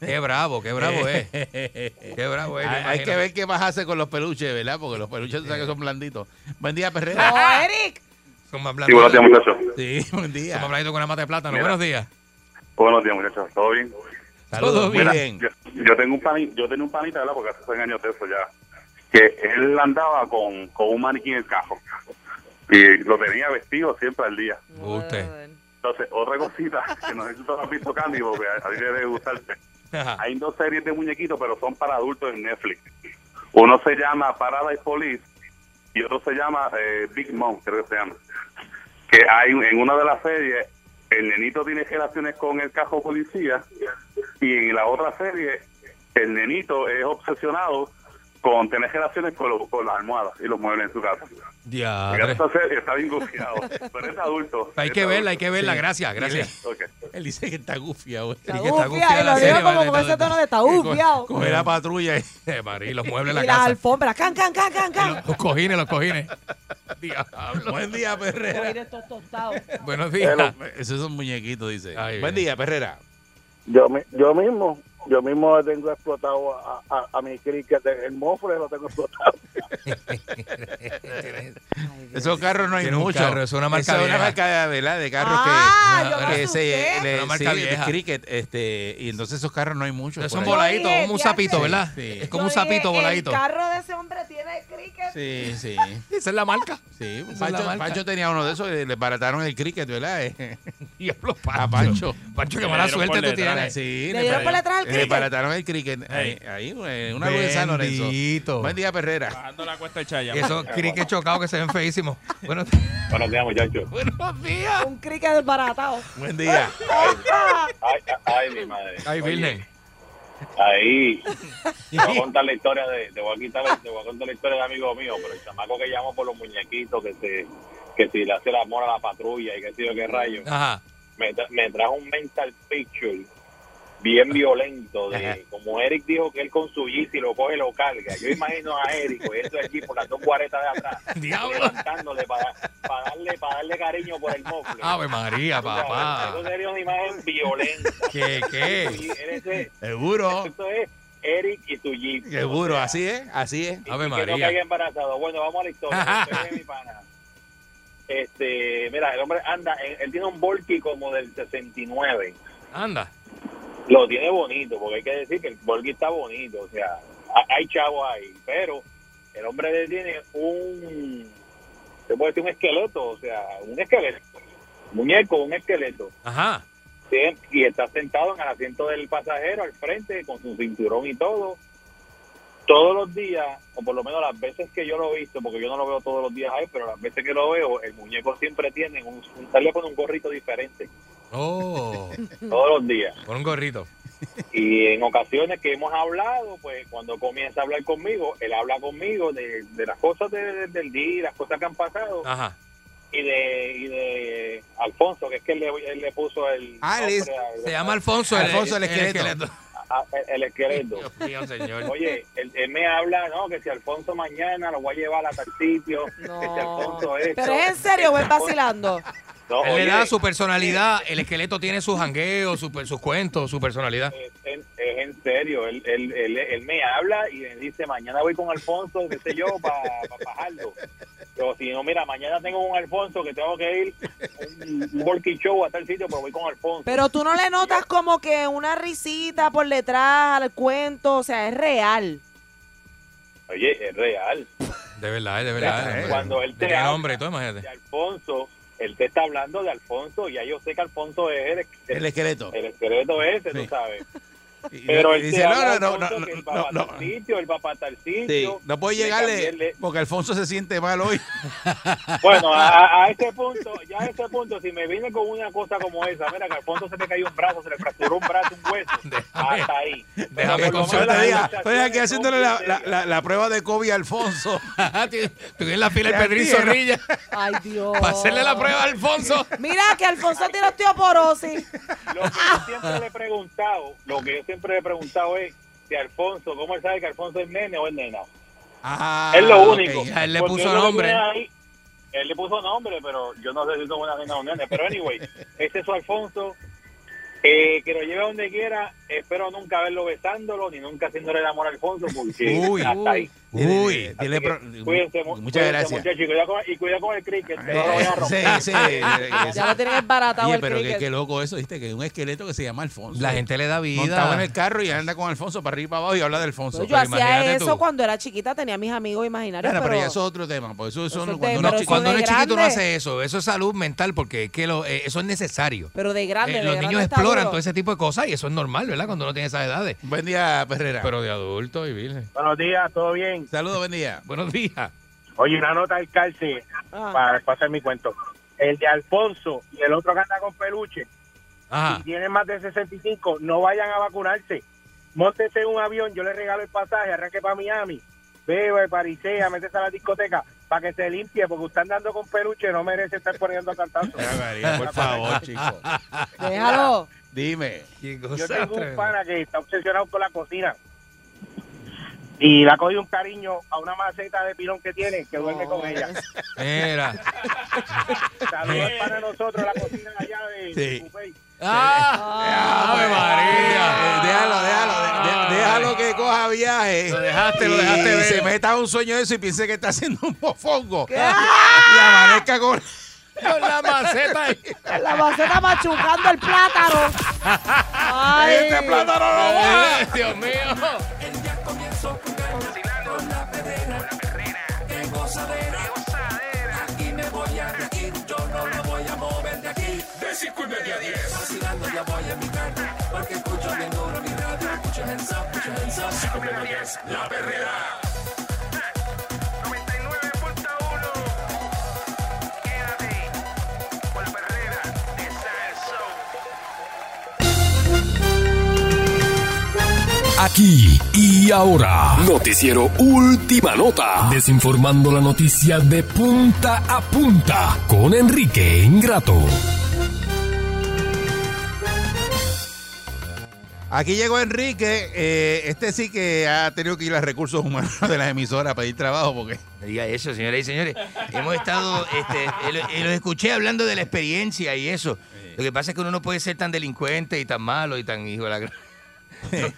C: Qué bravo, qué bravo eh. Ah, es. Qué bravo es. yo
A: Eh, Hay, hay
C: imagino.
A: que ver qué más hace con los peluches, ¿verdad? Porque los peluches tú sabes
C: Eh.
A: que son blanditos. Buen día, Perrera.
B: ¡Oh, Eric!
C: Son más
D: Sí, buenos días, muchachos.
A: Sí, buen día.
C: Son más bladitos que una mata de plátano.
D: Mira.
C: Buenos días.
D: Buenos días, muchachos. ¿Todo bien?
C: Todo
D: Mira,
C: bien.
D: Yo, yo tengo un panita, yo tenía un panita, ¿verdad? Porque hace 100 años de eso ya. Que él andaba con, con un maniquí en el cajo. Y lo tenía vestido siempre al día.
C: Usted.
D: Entonces, otra cosita que no sé si tú has visto, Candy, porque a, a ti te debe gustarte. Hay dos series de muñequitos, pero son para adultos en Netflix. Uno se llama Paradise Police y otro se llama eh, Big Mom, creo que se llama. Que hay en una de las series, el nenito tiene relaciones con el cajo policía y en la otra serie, el nenito es obsesionado con tener relaciones con, lo- con las almohadas y los muebles en su casa. Porque
C: Diadre.
D: Esa serie está bien gufiado, pero es adulto.
C: Hay que
D: Es
C: verla, hay
D: adulto.
C: que verla.
D: Sí.
C: Gracias, gracias.
A: Él dice que está gufiado.
C: Está
B: gufiado, y lo digo como con ese tono de está gufiado.
C: Coge la patrulla y, Eh, María, y los muebles en la
B: Y las
C: casa.
B: alfombras, can, can, can, can, can.
C: Los cojines, los cojines. Diablo. Buen día, Perrera.
B: Oír estos tostados.
C: Buenos días.
A: Esos son muñequitos, dice. Buen día, Perrera.
Y: Yo, mi- yo mismo, yo mismo tengo explotado a, a, a mi cricket, el mofle lo tengo explotado.
A: Esos carros no hay
C: Tiene un
A: mucho.
C: carro, es una marca
A: Esa
C: vieja.
A: marca, ¿verdad? De carros
C: Ah, yo
A: que,
C: me
A: que se
C: asusté.
A: le-
C: Una marca
A: sí, de
C: vieja.
A: cricket, este, y entonces esos carros no hay muchos.
C: Son
A: por ahí.
C: voladitos, como un
B: diache.
C: sapito, ¿verdad?
A: Sí.
C: Es como un
B: Yo dije,
C: sapito voladito.
B: El carro de ese hombre tiene cricket.
A: Sí, sí.
C: Esa es la marca.
A: Sí,
C: es la
A: Pancho,
C: marca.
A: Pancho tenía uno de esos y le barataron el cricket, ¿verdad?
C: Diablo,
A: A Pancho.
C: Pancho, qué
A: Le
C: mala
A: dieron
C: suerte
A: por
C: tú
A: detrás,
C: tienes.
A: Sí,
C: Le dieron por detrás el
A: le
C: cricket.
A: barataron el cricket. Ahí, ahí, eh, una luz de San Lorenzo.
C: Bendito.
A: Buen día, Perrera.
Z: Dando la cuesta el Chaya.
C: Y esos criques chocados que se ven feísimos. Buenos
Z: Buenos días, muchachos.
C: Buenos días.
B: Un cricket desbaratado.
A: Buen día.
Z: Ay, ay, ay, mi madre.
C: Ay,
Z: Oye,
C: Virgen.
Z: Ahí. Te voy a contar la historia de, te voy a quitar- te voy a contar la historia de amigo mío, pero el chamaco que llamó por los muñequitos, que se, que si le hace el amor a la patrulla y qué sé yo qué rayo.
H: Ah,
C: Ajá.
Z: Me, tra- me trajo un mental picture bien violento
C: Ajá.
Z: de como Eric dijo que él con su Yeezy lo coge y lo carga. Yo imagino a Eric con eso aquí por las dos cuaretas de atrás, levantándole para, para darle, para darle cariño por el mofle.
C: Ave María, papá.
Z: Eso sería una imagen violenta.
C: ¿Qué,
Z: Y
C: qué?
Z: él ese-
A: Seguro.
Z: Esto es Eric y su Jeep.
A: Seguro, así es, así es.
Z: Y que no caiga embarazado. Bueno, vamos a la historia. Este es mi pana. Este, mira, el hombre anda, él, él tiene un Volky como del 69.
C: Anda.
Z: Lo tiene bonito, porque hay que decir que el Volky está bonito, o sea, ha- hay chavos ahí, pero el hombre le tiene un, se puede decir un esqueleto, o sea, un esqueleto, muñeco, un esqueleto.
C: Ajá.
Z: Sí, y está sentado en el asiento del pasajero al frente con su cinturón y todo. Todos los días, o por lo menos las veces que yo lo he visto, porque yo no lo veo todos los días ahí, pero las veces que lo veo, el muñeco siempre tiene un, un teléfono, un gorrito diferente,
C: Oh.
Z: todos los días.
C: Con un gorrito.
Z: Y en ocasiones que hemos hablado, pues cuando comienza a hablar conmigo, él habla conmigo de, de las cosas de- de- del día, las cosas que han pasado,
C: Ajá.
Z: y de, y de Alfonso, que es que él le, él le puso el...
C: Ah, él es-
Z: nombre al-
C: se llama Alfonso, el-
Z: Alfonso
C: el esqueleto.
Z: Ah, el, el esqueleto.
C: Dios mío, señor.
Z: Oye, él, él me habla, ¿no? Que si Alfonso mañana lo voy a llevar a tal sitio, que si Alfonso esto.
B: Pero es en serio, o es vacilando.
Z: No,
C: Él le
Z: oye,
C: da su personalidad. El esqueleto tiene sus jangueos, su per- sus cuentos, su personalidad.
Z: en- es en serio, él, él, él, él me habla y me dice, mañana voy con Alfonso, qué sé yo, para bajarlo. Pero si no, mira, mañana tengo un Alfonso que tengo que ir un, un Borky Show a tal sitio, pero voy con Alfonso.
B: Pero tú no le notas como que una risita por detrás al cuento, o sea, es real.
Z: Oye, es real.
C: De verdad, eh, de verdad. eh.
Z: Cuando él te
C: Tiene
Z: habla-
C: nombre y todo, imagínate.
Z: Alfonso, él te está hablando de Alfonso, ya yo sé que Alfonso es el,
A: El esqueleto.
Z: El esqueleto ese, tú sabes. Pero
A: Y
Z: él te
A: dice, no, no,
Z: habla
A: no,
Z: mucho
A: no,
Z: que el
A: no,
Z: papá
A: no.
Z: tal sitio, el papá tal sitio.
A: Sí, no puedo
Z: que también
A: llegarle
Z: le-
A: porque Alfonso se siente mal hoy.
Z: Bueno, a- a, a este punto, ya a este punto, si me viene con una cosa como esa, mira que al fondo se le cayó un brazo, se le fracturó un brazo, un hueso, hasta ahí.
A: Déjame
Z: Pero por lo
A: Alfonso, te
Z: menos las
A: diga,
Z: conversaciones
A: Estoy aquí
Z: son
A: haciéndole
Z: bien
A: la, la, la- la prueba de COVID a Alfonso.
F: Tú en la fila el Pedrín
A: Antier.
F: Zorrilla.
B: Ay, Dios.
F: Para hacerle la prueba a Alfonso.
B: Mira que Alfonso tiene osteoporosis.
Z: siempre le he preguntado, lo que yo siempre le he preguntado es si Alfonso, ¿cómo él sabe que Alfonso es nene o es nena?
A: Ah,
Z: es lo único.
F: ok, a él le
Z: Porque
F: puso
Z: yo lo que
F: nombre.
Z: tenía ahí, él le puso nombre, pero yo no sé si es una nena o un nene. Pero anyway, ese es su Alfonso. eh, que lo lleve a donde quiera. Espero nunca verlo besándolo ni nunca haciéndole el amor a Alfonso porque
A: Uy,
Z: hasta ahí.
A: uy, dile
Z: que
A: pro-
Z: Cuídense, mu-
A: muchas
Z: cuídense,
A: gracias. Eh,
Z: muchachos, y cuidado con, y cuidado con el cricket. no lo vayan a
A: Sí,
Z: romper.
A: sí, eh,
B: Ya lo tienen embaratado
A: Oye,
B: el
A: pero qué,
B: cricket.
A: qué loco eso, ¿viste? Que hay un esqueleto que se llama Alfonso.
F: La gente le da vida.
A: Montado en el carro y anda con Alfonso para arriba y para abajo y habla de Alfonso.
B: Pues Yo hacía eso cuando era chiquita, tenía mis amigos imaginarios,
A: Bueno, pero
B: pero
A: ya eso es otro tema. Por eso, eso,
B: Eso
A: no-
B: es
A: cuando
B: de-
A: uno es
B: pero
A: chiquito-
F: Cuando
B: de
F: uno es chiquito no
B: grande.
F: hace eso. Eso es salud mental porque es que lo- eh, eso es necesario.
B: pero de grande.
F: Eh,
B: de
F: los
B: grande
F: niños
B: está
F: exploran
B: duro.
F: todo ese tipo de cosas y eso es normal, ¿verdad? Cuando uno tiene esas edades.
A: Buen día, Perrera.
F: Pero de adulto y virgen.
G: Buenos días, ¿todo bien?
A: Saludos, buen día.
F: Buenos días.
G: Oye, una nota al calce
B: Ah.
G: para, para hacer mi cuento. El de Alfonso y el otro que anda con peluche, si tienen más de 65, no vayan a vacunarse. Móntese en un avión, yo les regalo el pasaje, arranque para Miami, beba, parisea, métese a la discoteca para que se limpie, porque usted andando con peluche no merece estar poniendo a cantar.
A: Ay, María, por favor, chico.
G: Déjalo.
A: Dime.
G: Yo tengo un pana que está obsesionado con la cocina. Y la cogido un cariño a una maceta de pilón que tiene, que duerme con ella.
F: Mira.
G: Saludos para nosotros, la cocina allá de
A: Sí.
G: Cupey.
F: ¡Ah! ¡Ave María!
A: Eh, déjalo, déjalo, de- de- déjalo que coja viaje. Lo
F: dejaste, lo dejaste
A: Y
F: ver.
A: se meta a un sueño de eso y piense que está haciendo un mofongo. Y amanezca con,
F: Con la maceta ahí.
B: La maceta machucando el plátano. Ay.
A: Este plátano no va.
F: Ay, Dios mío.
K: El día comienzo con ganas con la perrera. Con la perrera. Qué gozadera. Aquí me voy a reír, yo no me voy a mover de aquí. De cinco y media a diez. Vacilando ya voy en mi carro, porque escucho bien duro mi radio. Escucho hands up, escucho hands up. Cinco y media a diez, la perrera. 99.1 Quédate con la perrera de Salso.
L: Aquí y ahora, noticiero Última Nota, desinformando la noticia de punta a punta con Enrique Ingrato.
A: Aquí llegó Enrique. eh, este sí que ha tenido que ir a recursos humanos de las emisoras a pedir trabajo porque.
C: No diga eso, señoras y señores. Hemos estado, este, eh, lo- eh, los escuché hablando de la experiencia y eso. Lo que pasa es que uno no puede ser tan delincuente y tan malo y tan hijo de la gran-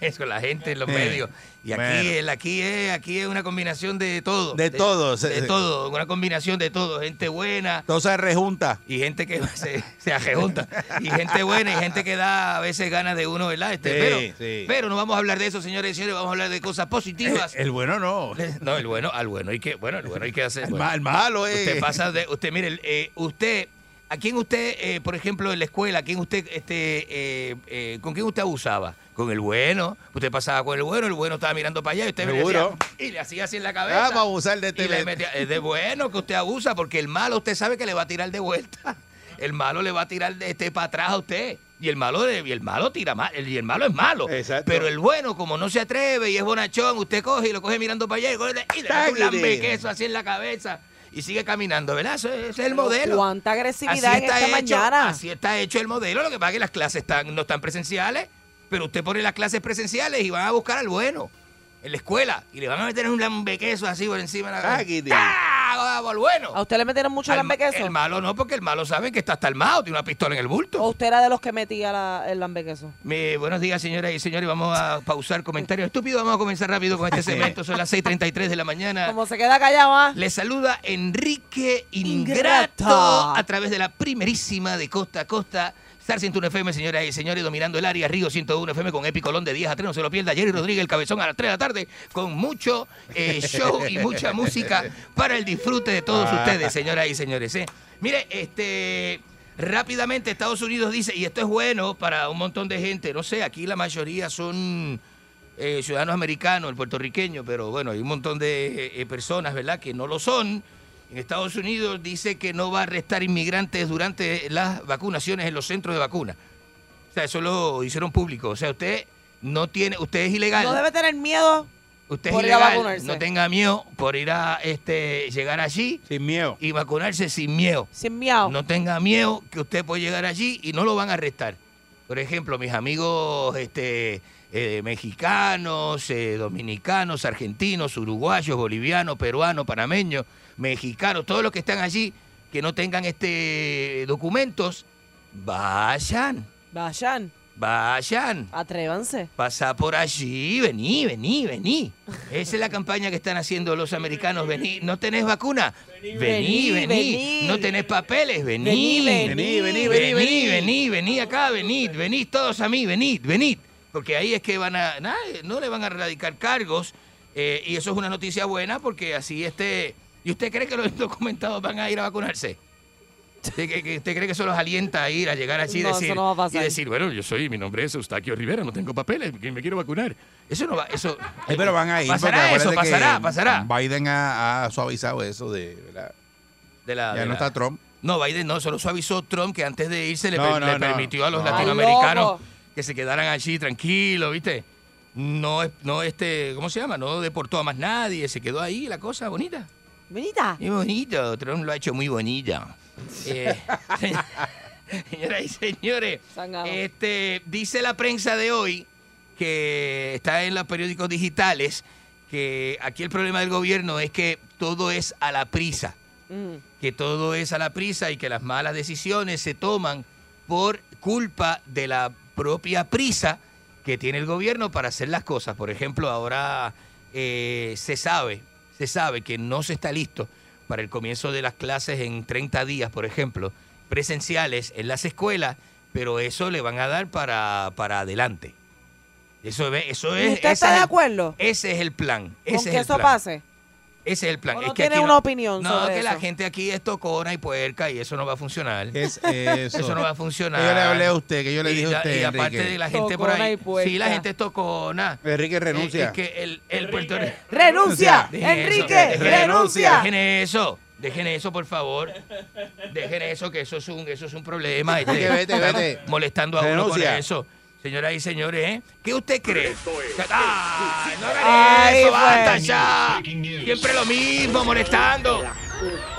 C: eso, la gente en los
A: Sí.
C: medios. Y aquí,
A: Bueno.
C: el- aquí, es, aquí es una combinación de todo.
A: De todo, se-
C: De,
A: se-
C: todo, una combinación de todo. Gente buena,
A: Todo se rejunta.
C: y gente que se, se ajejunta. Y gente buena, y gente que da a veces ganas de uno, ¿verdad? Este,
A: Sí,
C: pero,
A: sí. Eh,
C: pero no vamos a hablar de eso, señores y señores, vamos a hablar de cosas positivas.
A: El bueno no.
C: No, el bueno, al bueno hay que, bueno, el bueno hay que hacer.
A: El ma- el malo, eh.
C: Usted pasa de, usted, mire, eh, usted, ¿a quién usted, eh, por ejemplo, en la escuela, ¿a quién usted, este, eh, eh, con quién usted abusaba? Con el bueno, usted pasaba con el bueno, el bueno estaba mirando para allá y usted le
A: Seguro.
C: decía- y le hacía así en la cabeza.
A: Vamos a abusar de
C: Y
A: este.
C: le metía- es de bueno que usted abusa, porque el malo usted sabe que le va a tirar de vuelta. El malo le va a tirar de este para atrás a usted. Y el malo le- y el malo tira mal, y el malo es malo. Pero el bueno, como no se atreve y es bonachón, usted coge y lo coge mirando para allá y, coge- y le da un
A: Táguere.
C: lambe queso así en la cabeza y sigue caminando, ¿verdad? Eso es, ese es el
B: Pero
C: modelo.
B: cuánta agresividad en esta
C: hecho,
B: mañana.
C: Así está hecho el modelo, lo que pasa es que las clases están, no están presenciales, pero usted pone las clases presenciales y van a buscar al bueno en la escuela y le van a meter un lambequeso así por encima de la
A: Táguete.
C: ¡Ah! Por bueno.
B: ¿A usted le metieron mucho
C: Al ma-
B: lambequeso?
C: El malo no, porque el malo sabe que está hasta armado, tiene una pistola en el bulto.
B: ¿O usted era de los que metía la- el lambequeso?
C: Me- buenos días, señoras y señores. Vamos a pausar comentarios estúpidos. Vamos a comenzar rápido con este segmento. Son las 6:33 de la mañana.
B: Como se queda callado, ¿ah?
C: Les saluda Enrique Ingrato,
B: Ingrato.
C: a través de la primerísima de Costa a Costa. Star 101 FM, señoras y señores, dominando el área. Río 101 FM con Epi Colón de 10 a 3. No se lo pierda. Jerry Rodríguez, el cabezón a las 3 de la tarde con mucho eh, show y mucha música para el disfrute de todos
A: Ah.
C: ustedes, señoras y señores. ¿eh? Mire, este. Rápidamente Estados Unidos dice, y esto es bueno para un montón de gente, no sé, aquí la mayoría son eh, ciudadanos americanos, el puertorriqueño, pero bueno, hay un montón de eh, eh, personas, ¿verdad?, que no lo son. En Estados Unidos dice que no va a arrestar inmigrantes durante las vacunaciones en los centros de vacuna. O sea, eso lo hicieron público. O sea, usted no tiene, usted es ilegal.
B: No debe tener miedo.
C: Usted
B: por
C: es
B: ir a
C: ilegal,
B: vacunarse.
C: no tenga miedo por ir a este llegar allí.
A: Sin miedo.
C: Y vacunarse sin miedo.
B: Sin miedo.
C: No tenga miedo que usted puede llegar allí y no lo van a arrestar. Por ejemplo, mis amigos este, eh, mexicanos, eh, dominicanos, argentinos, uruguayos, bolivianos, peruanos, panameños, mexicanos, todos los que están allí que no tengan este documentos, vayan,
B: Vayan,
C: vayan.
B: atrévanse.
C: Pasa por allí, vení, vení, vení. Esa es la campaña que están haciendo los americanos. Vení, ¿no tenés vacuna? Vení, vení.
B: vení, vení.
C: ¿No tenés papeles?
B: Vení,
C: Vení,
B: vení, vení,
C: vení,
B: vení.
C: vení, vení, vení acá, venid, venid todos a mí, venid, venid. Porque ahí es que van a, na- no le van a erradicar cargos. eh, y eso es una noticia buena porque así este... ¿Y usted cree que los indocumentados van a ir a vacunarse? ¿Usted, cree que- usted cree que eso los alienta a ir, a llegar allí y
B: No, eso
C: decir,
B: no va a pasar.
C: y decir, bueno, yo soy, mi nombre es Eustaquio Rivera, no tengo papeles, que me quiero vacunar? Eso no va, eso...
A: Eh, pero van a ir.
C: Pasará
A: porque
C: eso,
A: acuérdate que
C: pasará, pasará.
A: Biden ha, ha suavizado eso de. ¿verdad?
C: De la-
A: Ya
C: Ah, de
A: no
C: la-
A: está Trump.
C: No, Biden no, solo suavizó Trump que antes de irse le,
A: No,
C: per-
A: no,
C: le
A: no.
C: permitió a los
A: Ay,
C: latinoamericanos
A: loco.
C: que se quedaran allí tranquilos, ¿viste? No, es- no este, ¿cómo se llama? No deportó a más nadie, se quedó ahí la cosa bonita.
B: Bonita.
C: Muy bonito, Trump lo ha hecho muy bonita. Eh, Señoras y señores, este, dice la prensa de hoy que está en los periódicos digitales que aquí el problema del gobierno es que todo es a la prisa,
B: Mm.
C: que todo es a la prisa y que las malas decisiones se toman por culpa de la propia prisa que tiene el gobierno para hacer las cosas. Por ejemplo, ahora eh, se sabe, se sabe que no se está listo para el comienzo de las clases en 30 días, por ejemplo, presenciales en las escuelas, pero eso le van a dar para, para adelante. Eso, ve- eso
B: ¿Y
C: es.
B: usted
C: ese
B: está
C: es
B: de
C: el-
B: acuerdo?
C: Ese es el plan.
B: Con
C: Ese es
B: que
C: el
B: eso
C: plan.
B: pase.
C: Ese es el plan.
B: ¿O
C: Es
B: no
C: que
B: tiene
C: aquí
B: una opinión
C: No,
B: sobre
C: que la
B: eso?
C: gente aquí es tocona y puerca y eso no va a funcionar.
A: Es eso.
C: no va a funcionar.
A: Que yo le hablé a usted, que yo le
C: Y
A: dije a
C: la-
A: usted,
C: Y aparte
A: Enrique.
C: de la gente por
A: Tocona y
C: ahí.
A: puerca.
C: Sí, la gente es tocona.
A: Enrique renuncia.
C: Es que el, el Puerto Rico.
B: ¡Renuncia!
C: Dejen eso.
B: ¡Enrique, renuncia!
C: Dejen eso. Dejen eso, por favor. Dejen eso, que eso es un, eso es un problema. este.
A: Vete, vete,
C: Están
A: vete.
C: Molestando a uno con
A: Renuncia.
C: eso. Señoras y señores, ¿eh? ¿qué usted cree? ¡Ah! ¡No hagan
B: Ay,
C: eso!
B: pues.
C: ¡Basta ya! Siempre lo mismo, molestando.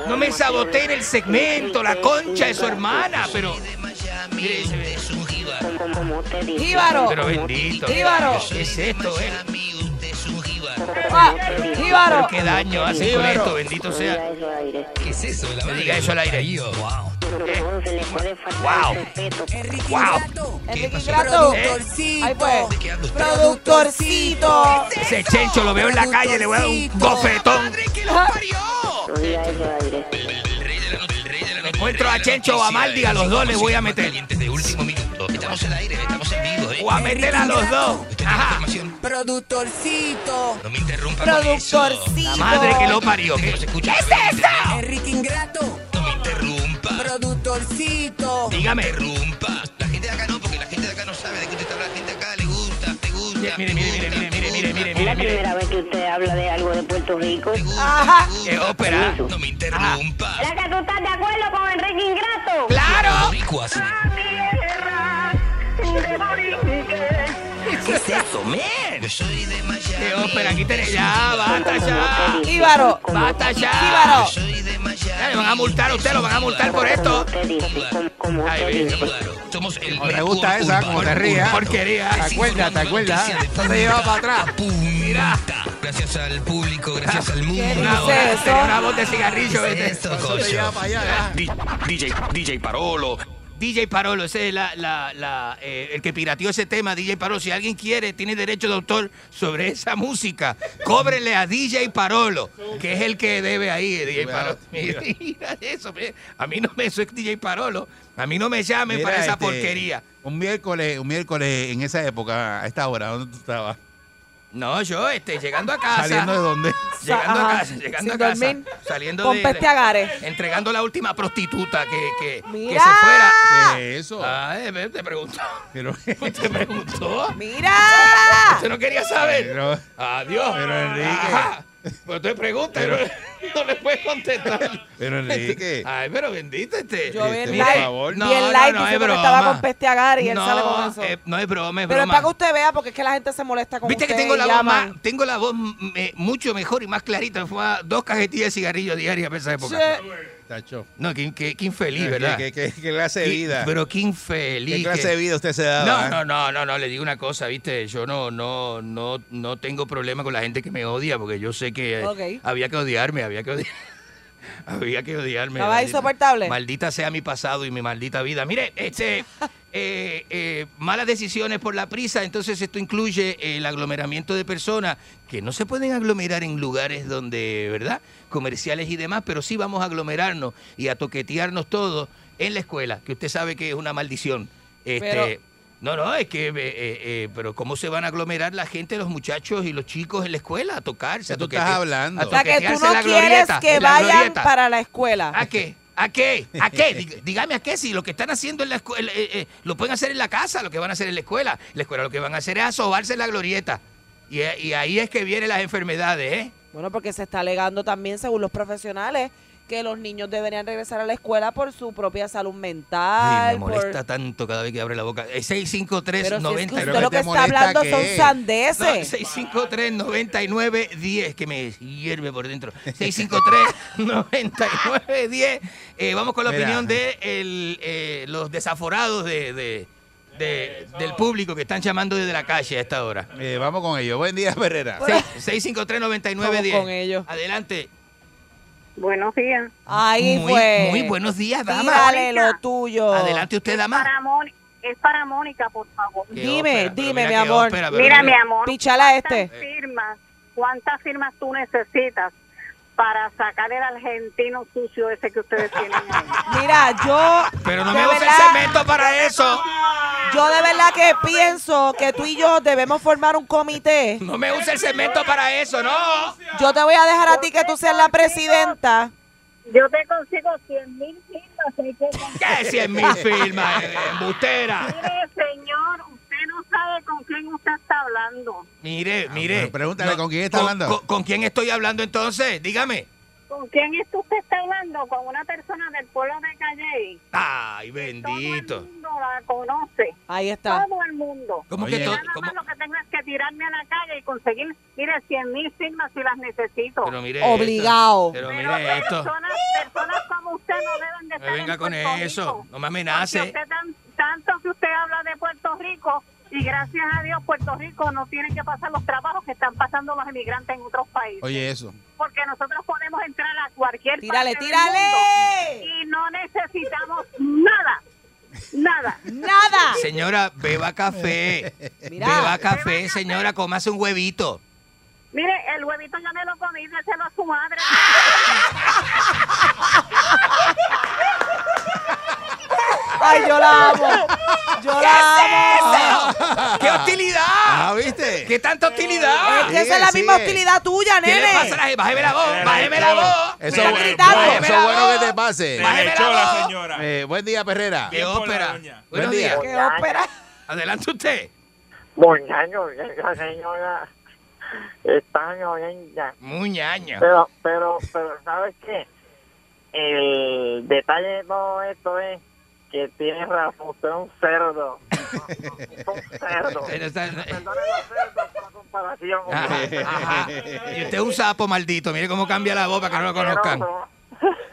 C: No me saboteen el segmento, la concha de su hermana, pero... Mire, es un
B: Jíbaro.
C: Pero bendito.
B: Jíbaro.
C: ¿Qué es esto, eh?
B: Ah, jíbaro.
C: Pero qué daño hace con
B: Jíbaro.
C: esto, bendito sea. ¿Qué es eso? No diga eso al aire. Wow.
B: Enrique
C: Wow.
B: Ingrato. Enrique
C: pasó?
B: Ingrato.
C: ¿Eh?
B: Ahí pues. Productorcito.
C: Ese chencho lo veo en la calle, le voy a dar un gofetón. Me encuentro a Chencho o a Maldi, a los dos les voy a meter. de último minuto. Estamos al aire, estamos en vivo. ¿eh? O a meter a los dos. Ajá.
M: Productorcito.
C: No me interrumpa
M: Productorcito.
C: La madre que lo parió. ¿Qué es eso?
M: Enrique Ingrato. No me interrumpa. Productorcito.
C: Dígame.
M: Interrumpa. La gente de acá no, porque la gente de acá no sabe de qué usted está hablando. La gente de acá le gusta, te gusta. Mire, mire, mire, mire, mire, mire, mire,
K: Es la primera vez que usted habla de algo de Puerto Rico.
C: Ajá. Es ópera. No me
K: interrumpa. ¿Será que tú estás de acuerdo con Enrique Ingrato?
C: ¡Claro!
K: ¿Qué es eso, men?
C: Yo soy de Miami. ópera, aquí tenés. Ya, basta ya.
B: Íbaro.
C: Basta ya.
B: Íbaro.
C: Yo soy de Miami. Ya, le van a multar a usted, lo van a multar por esto. Ay, bien, Somos el
A: Me gusta esa, como te rías.
C: Porquería.
A: ¿Te acuerdas? ¿Te acuerdas? Eso te lleva para atrás.
C: Mira. Ah,
M: Gracias al público, gracias al mundo.
C: Una voz, tenía una voz de cigarrillo.
M: ¿Qué
C: ¿viste?
M: es esto, coño?
C: DJ, DJ Parolo. DJ Parolo, ese es la, la- la, eh, el que pirateó ese tema, DJ Parolo. Si alguien quiere, tiene derecho de autor sobre esa música. Cóbrele a DJ Parolo, que es el que debe ahí, DJ Parolo. Mira, mira eso, mira. a mí no me, eso es DJ Parolo. A mí no me llamen
A: Mira,
C: para esa
A: este,
C: porquería.
A: Un miércoles, un miércoles en esa época, a esta hora, ¿dónde tú estabas?
C: No, yo, este, llegando a casa.
A: ¿Saliendo de dónde?
C: Llegando a
B: ajá,
C: casa, llegando a
B: sin
C: casa,
B: dormir,
C: saliendo
B: con
C: de-
B: peste agare.
C: Entregando la última prostituta que, que, que
B: Mira.
C: se fuera.
M: ¿Qué es eso?
C: Ay, ve, te preguntó. Pues
M: Pero,
C: te preguntó.
B: ¡Mira!
C: Usted no quería saber.
M: Pero-
C: Adiós.
M: Pero Enrique.
C: Ajá. Pero te pregunta, y no, no le puedes contestar.
M: Pero Enrique.
C: Ay, pero bendito este.
B: Yo bien
C: Mira,
B: light, bien light diciendo que estaba con peste agar y él
C: no,
B: sale con eso.
C: eh, no es broma, es
B: Pero es
C: broma.
B: para que usted vea porque es que la gente se molesta con
C: Viste que
B: usted
C: tengo
B: y
C: la, voz
B: llaman.
C: más- tengo la voz mm, eh, mucho mejor y más clarita. Me fumaba dos cajetillas de cigarrillo diarias para esa época.
B: Sí.
M: Tacho.
C: No, qué, qué- qué infeliz,
M: Qué-
C: ¿verdad?
M: qué- qué- qué clase de
C: Qué-
M: vida.
C: Pero qué infeliz.
M: ¿Qué clase
C: que-
M: de vida usted se daba,
C: No,
M: eh?
C: no, no, no, no, le digo una cosa, viste, yo no, no, no, no tengo problema con la gente que me odia, porque yo sé que eh,
B: Ok.
C: había que odiarme, había que odiarme. Había que odiarme.
B: Estaba
C: maldita-
B: insoportable.
C: Maldita sea mi pasado y mi maldita vida. Mire, este, eh, eh, malas decisiones por la prisa, entonces esto incluye el aglomeramiento de personas que no se pueden aglomerar en lugares donde, ¿verdad? Comerciales y demás, pero sí vamos a aglomerarnos y a toquetearnos todos en la escuela, que usted sabe que es una maldición. Este,
O: Pero-
C: no, no, es que, eh, eh, eh, pero ¿cómo se van a aglomerar la gente, los muchachos y los chicos en la escuela a tocarse? a
M: tú estás
C: toquete-
M: hablando?
C: a
M: O sea,
B: que tú
C: toquetearse
B: no
C: la
B: quieres
C: glorieta,
B: que
C: en la
B: vayan
C: glorieta.
B: para la escuela.
C: ¿A qué? ¿A qué? ¿A qué? Dig- Dígame a qué, si lo que están haciendo en la escuela, eh, eh, lo pueden hacer en la casa, lo que van a hacer en la escuela. En La escuela lo que van a hacer es asobarse en la glorieta. Y, eh, y ahí es que vienen las enfermedades, ¿eh?
B: Bueno, porque se está alegando también, según los profesionales, que los niños deberían regresar a la escuela por su propia salud mental.
C: Ay, me molesta tanto cada vez que abre la boca. Eh, 653
B: Pero si es que
C: 90.
B: usted lo que está hablando son sandeces.
C: 653 99 10, que me hierve por dentro. 653 99 10. Eh, vamos con la
M: Mira.
C: opinión de el, eh, los desaforados de, de- de- del público que están llamando desde la calle a esta hora.
M: Eh, vamos con ello. Buen día, Herrera.
C: 653 99 10.
B: Vamos con ellos.
C: Adelante.
O: Buenos días.
B: Ahí
C: Muy-
B: fue.
C: muy buenos días, dama.
B: Dale lo tuyo.
C: Adelante usted, dama.
O: Para Mónica, es para Mónica, por favor.
C: Qué
B: Dime,
C: ópera, pero
B: dime,
C: mira
B: mi
C: qué
B: amor.
C: ópera, pero
O: Mira, mi amor.
B: Pichala
O: ¿cuántas
B: este.
O: Firmas, ¿Cuántas firmas tú necesitas para sacar el argentino sucio ese que ustedes tienen ahí?
B: Mira, yo.
C: Pero no
B: de
C: me use el
B: verdad-
C: cemento para eso.
B: Yo de verdad que pienso que tú y yo debemos formar un comité.
C: No me use el cemento para eso, no.
B: Yo te voy a dejar a ti que tú seas la presidenta.
O: Yo te consigo 100 mil firmas. ¿eh? ¿Qué?
C: ¿Qué 100 mil firmas, eh, embustera?
O: Mire, señor, usted no sabe con quién usted está hablando.
C: Mire, mire.
M: Ah, pero pregúntale, ¿con quién está hablando?
C: Con, con quién estoy hablando entonces? Dígame.
O: ¿Con quién es que usted está hablando? Con una persona del pueblo de Calle.
C: Ay, bendito.
O: No la conoce.
B: Ahí está.
O: Todo el mundo.
C: ¿Cómo
O: Porque
C: que todo-
O: nada
C: cómo?
O: más lo que tengo es que tirarme a la calle y conseguir, mire, 100 mil firmas si las necesito.
C: Pero mire esto,
B: Obligado.
C: Pero mire esto.
O: Personas, personas como usted no deben de
C: No me
O: estar
C: venga
O: en
C: con
O: Puerto
C: eso.
O: Rico.
C: No me
O: Porque
C: amenace.
O: usted tan- tanto que usted habla de Puerto Rico y gracias a Dios Puerto Rico no tiene que pasar los trabajos que están pasando los inmigrantes en otros países
M: Oye, eso.
O: porque nosotros podemos entrar a cualquier
B: Tírale,
O: parte del
B: tírale.
O: mundo y no necesitamos nada, nada.
B: Nada.
C: Señora, beba café.
O: Mira.
C: Beba café, señora, comase un huevito.
O: Mire, el huevito ya me lo comí, déselo a su madre.
B: Ay, yo la amo. Yo la amo.
C: ¡Qué hostilidad!
M: Ah, ¿viste?
C: ¡Qué tanta hostilidad!
B: Es que esa es la
M: Sigue,
B: misma
M: sigue.
B: hostilidad tuya,
C: ¿Qué
B: nene.
C: le pasa a la gente? Bájeme la voz, bájeme la voz.
M: Eso,
C: Me
M: es
C: están
M: bueno,
C: gritando.
M: eso
C: Bájeme
M: es
C: la
M: bueno
C: voz.
M: que te pase.
C: Bájeme la voz.
M: Eh, buen día, Perrera.
C: ¡Qué ópera!
M: Buen
C: Buenos
M: día.
C: días.
B: Qué ópera.
C: Adelante usted.
E: Muñaño, esa señora está ñoña.
C: Muñaña.
E: Pero, pero, pero, ¿sabes qué? El detalle de todo esto es que tiene razón, usted es un cerdo. Un cerdo.
C: Usted no está-
E: Perdone los cerdos por la comparación.
C: Ajá, ajá. Y usted es un sapo maldito. Mire cómo cambia la voz para que no lo conozcan.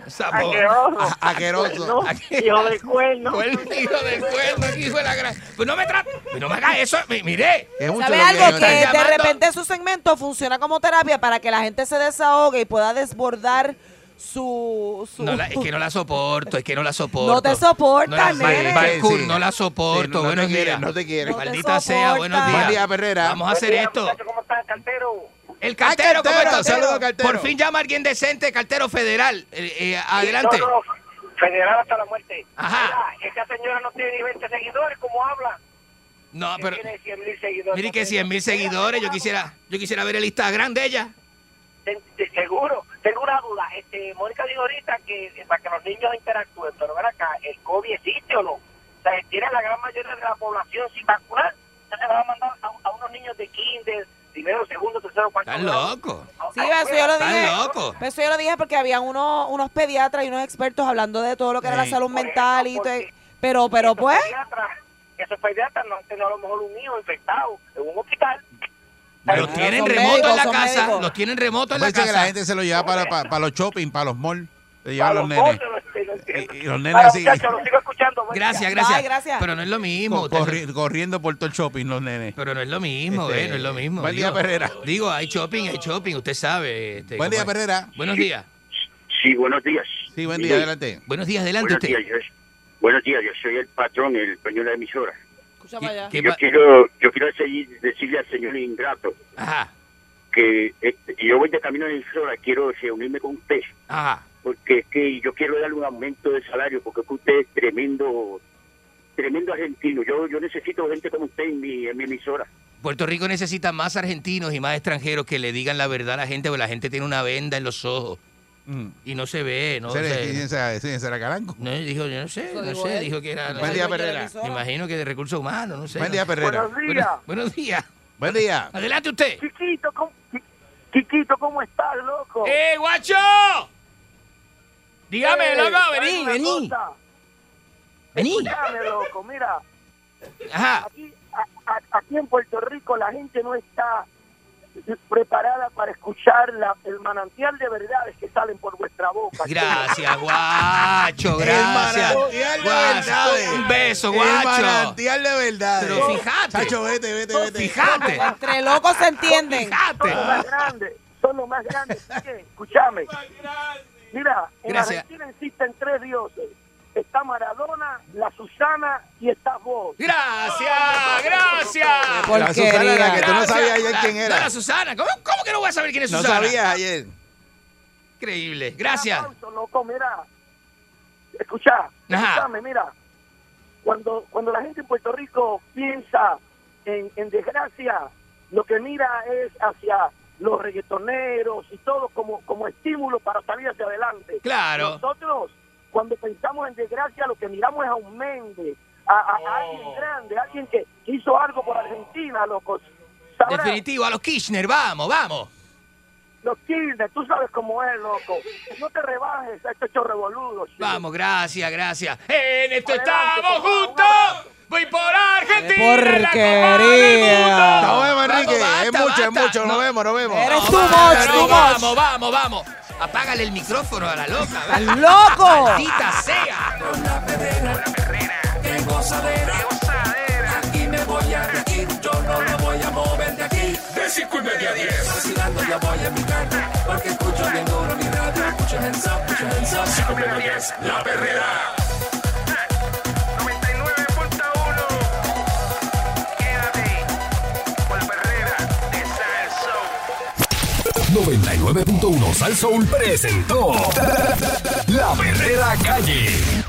C: Sapo.
E: Asqueroso.
C: A- Aqueroso.
E: No, hijo de cuerno.
C: Cuerno, Hijo de cuerno, aquí fue la gran. Pues no me tra... pues no me haga eso. mi- Mire.
M: Es mucho
B: ¿Sabes
M: lo que
B: algo?
M: ellos están
B: Que Eh, de
M: llamando.
B: repente su segmento funciona como terapia para que la gente se desahogue y pueda desbordar su... su-
C: No la- es que no la soporto, es que no la soporto.
B: No te soportas,
C: no la,
B: nene.
C: Balcour,
M: Sí.
C: no la soporto.
M: Sí, no- no te
C: buenos
M: quiere,
C: días.
M: no te quiere. No te
C: Maldita sea,
B: soporta.
C: buenos días.
M: Buen día, Perrera.
C: Vamos a hacer esto.
E: ¿Cómo está el cartero?
C: El cartero, ¿cómo
M: cartero,
C: está?
M: saludos, cartero.
C: Por fin llama a alguien decente, cartero federal. Eh, eh, adelante.
E: No, no, Federal hasta la muerte.
C: Ajá.
E: Mira, esta señora no tiene ni 20 seguidores, como habla.
C: No, Ah, pero
E: Tiene 100 mil seguidores.
C: mire que 100 mil seguidores. Yo quisiera, yo quisiera ver el Instagram de ella.
F: de- de- seguro, tengo una duda. Este, Mónica dijo ahorita que eh, para que los niños interactúen, pero ven acá, ¿el COVID existe o no? O sea, tiene a la gran mayoría de la población sin vacunar. Entonces le va a mandar a, a unos niños de kinder, primero, segundo, tercero, cuarto.
C: Estás
F: grado.
C: loco.
B: Sí, eso yo lo
C: Estás
B: dije.
C: loco.
B: Eso yo lo dije porque habían unos, unos pediatras y unos expertos hablando de todo lo que era la
C: Sí.
B: salud mental y todo. Pero, pero pues,
F: Esos pediatras no han tenido a lo mejor un niño infectado en un hospital.
C: Los tienen remoto en la casa. Los tienen remoto en la
A: Parece que la
C: casa.
A: gente se lo lleva para, para, para los shopping, para los malls. Se lleva a los
C: los malls,
A: nenes. Y, y los nenes
C: Para,
A: así.
C: muchachos, los
B: Bye,
C: Gracias, gracias.
B: gracias.
C: Pero no es lo mismo.
A: co- corri- corriendo por todo el shopping, los nenes.
C: Pero no es lo mismo,
A: Este,
C: eh, no es lo mismo.
A: buen día,
C: Digo-
A: Perrera.
C: Digo, hay shopping, hay shopping, usted sabe. este,
A: Buen día,
C: cómo es.
A: Perrera.
C: Buenos días.
I: Sí, buenos días.
A: Sí, buen
C: día,
A: adelante.
C: Buenos días, adelante
I: Buenos
C: usted.
I: días, yo, buenos días, yo soy el patrón, el dueño de la emisora.
C: ¿Qué
I: Yo
C: pa-
I: quiero, yo quiero seguir- decirle al señor Ingrato
C: Ajá,
I: que este, yo voy de camino a la emisora, quiero reunirme con usted,
C: ajá.
I: porque es que yo quiero darle un aumento de salario, porque es que usted es tremendo, tremendo argentino. Yo, yo necesito gente como usted en mi, en mi emisora.
C: Puerto Rico necesita más argentinos y más extranjeros que le digan la verdad a la gente, porque la gente tiene una venda en los ojos
A: Mm.
C: y no se ve, no
A: Ese era-
C: se-
A: ese era- ese era Caranco.
C: No, dijo, yo no sé, no
A: Eso digo
C: sé,
A: él.
C: dijo que era... no
A: Buen
C: sé,
A: día,
C: dueño de la
A: Perrera.
C: emisora. Me imagino que de recursos humanos, no sé.
A: Buen
C: no
A: día,
C: sé.
A: Perrera. Buenos
C: Bueno,
A: días.
C: buenos días.
A: Buen día.
C: Adelante usted.
F: Chiquito, ¿cómo, chiquito, ¿cómo estás, loco?
C: ¡Eh, guacho! Dígame,
F: Eh,
C: loco,
F: hay
C: vení,
F: una
C: vení.
F: cosa.
C: Vení.
F: Escúchame, loco, mira.
C: Ajá.
F: Aquí, a- a- aquí en Puerto Rico la gente no está preparada para escuchar la- el manantial de verdades que salen por vuestra boca.
C: Gracias, guacho,
F: El
C: gracias.
F: manantial de
C: Guacho,
F: verdades.
C: Un beso,
A: El
C: guacho.
A: manantial de verdad.
C: Pero fíjate.
A: Chacho, vete, vete, vete.
C: Fíjate.
B: entre locos se entienden.
F: Son
C: Fíjate.
F: los más grandes, son los más grandes. ¿sí? Escúchame. Mira, en
C: Gracias.
F: Argentina existen tres dioses. Está Maradona, la Susana y está vos.
C: Gracias, gracias.
A: La Susana, la que tú no sabías ayer
C: La-
A: quién era.
C: no, La Susana, ¿Cómo, cómo que no voy a saber quién es
A: No
C: Susana?
A: sabías ayer.
C: Increíble. Gracias.
F: Un aplauso, loco, mira. Escucha,
C: Ajá.
F: escúchame, mira. Cuando, cuando la gente en Puerto Rico piensa en, en desgracia, lo que mira es hacia los reggaetoneros y todo como, como estímulo para salir hacia adelante.
C: Claro.
F: Nosotros, cuando pensamos en desgracia, lo que miramos es a un mende, a, a- a
C: Oh.
F: alguien grande, alguien que hizo algo por Argentina, locos. Sabrás,
C: Definitivo, a los Kirchner, vamos, vamos.
F: Los Kirchner, tú sabes cómo es, loco. No te rebajes a estos chorrevoludos. chico.
C: Vamos, gracias, gracias. En esto
F: Adelante,
C: estamos
F: por favor,
C: juntos. Voy por Argentina.
A: Porquería. Nos vemos, Enrique.
C: Vamos,
A: es
C: basta,
A: mucho, es
C: basta.
A: mucho. Nos
C: No.
A: vemos, nos vemos.
C: No, vamos, no, Vamos, vamos, vamos. Apágale el micrófono a la loca. ¿verdad?
B: loco.
C: Maldita sea.
K: ¡Qué gozadera! Aquí me voy a reír, yo no me voy a mover de aquí. De cinco y media a diez. Vacilando ya voy a mi carta, porque escucho bien duro mi radio. Escucho hands up, escucho hands up. Cinco y media a diez, la perrera.
L: Show. 99.1 Sal Soul presentó La Verdadera Calle.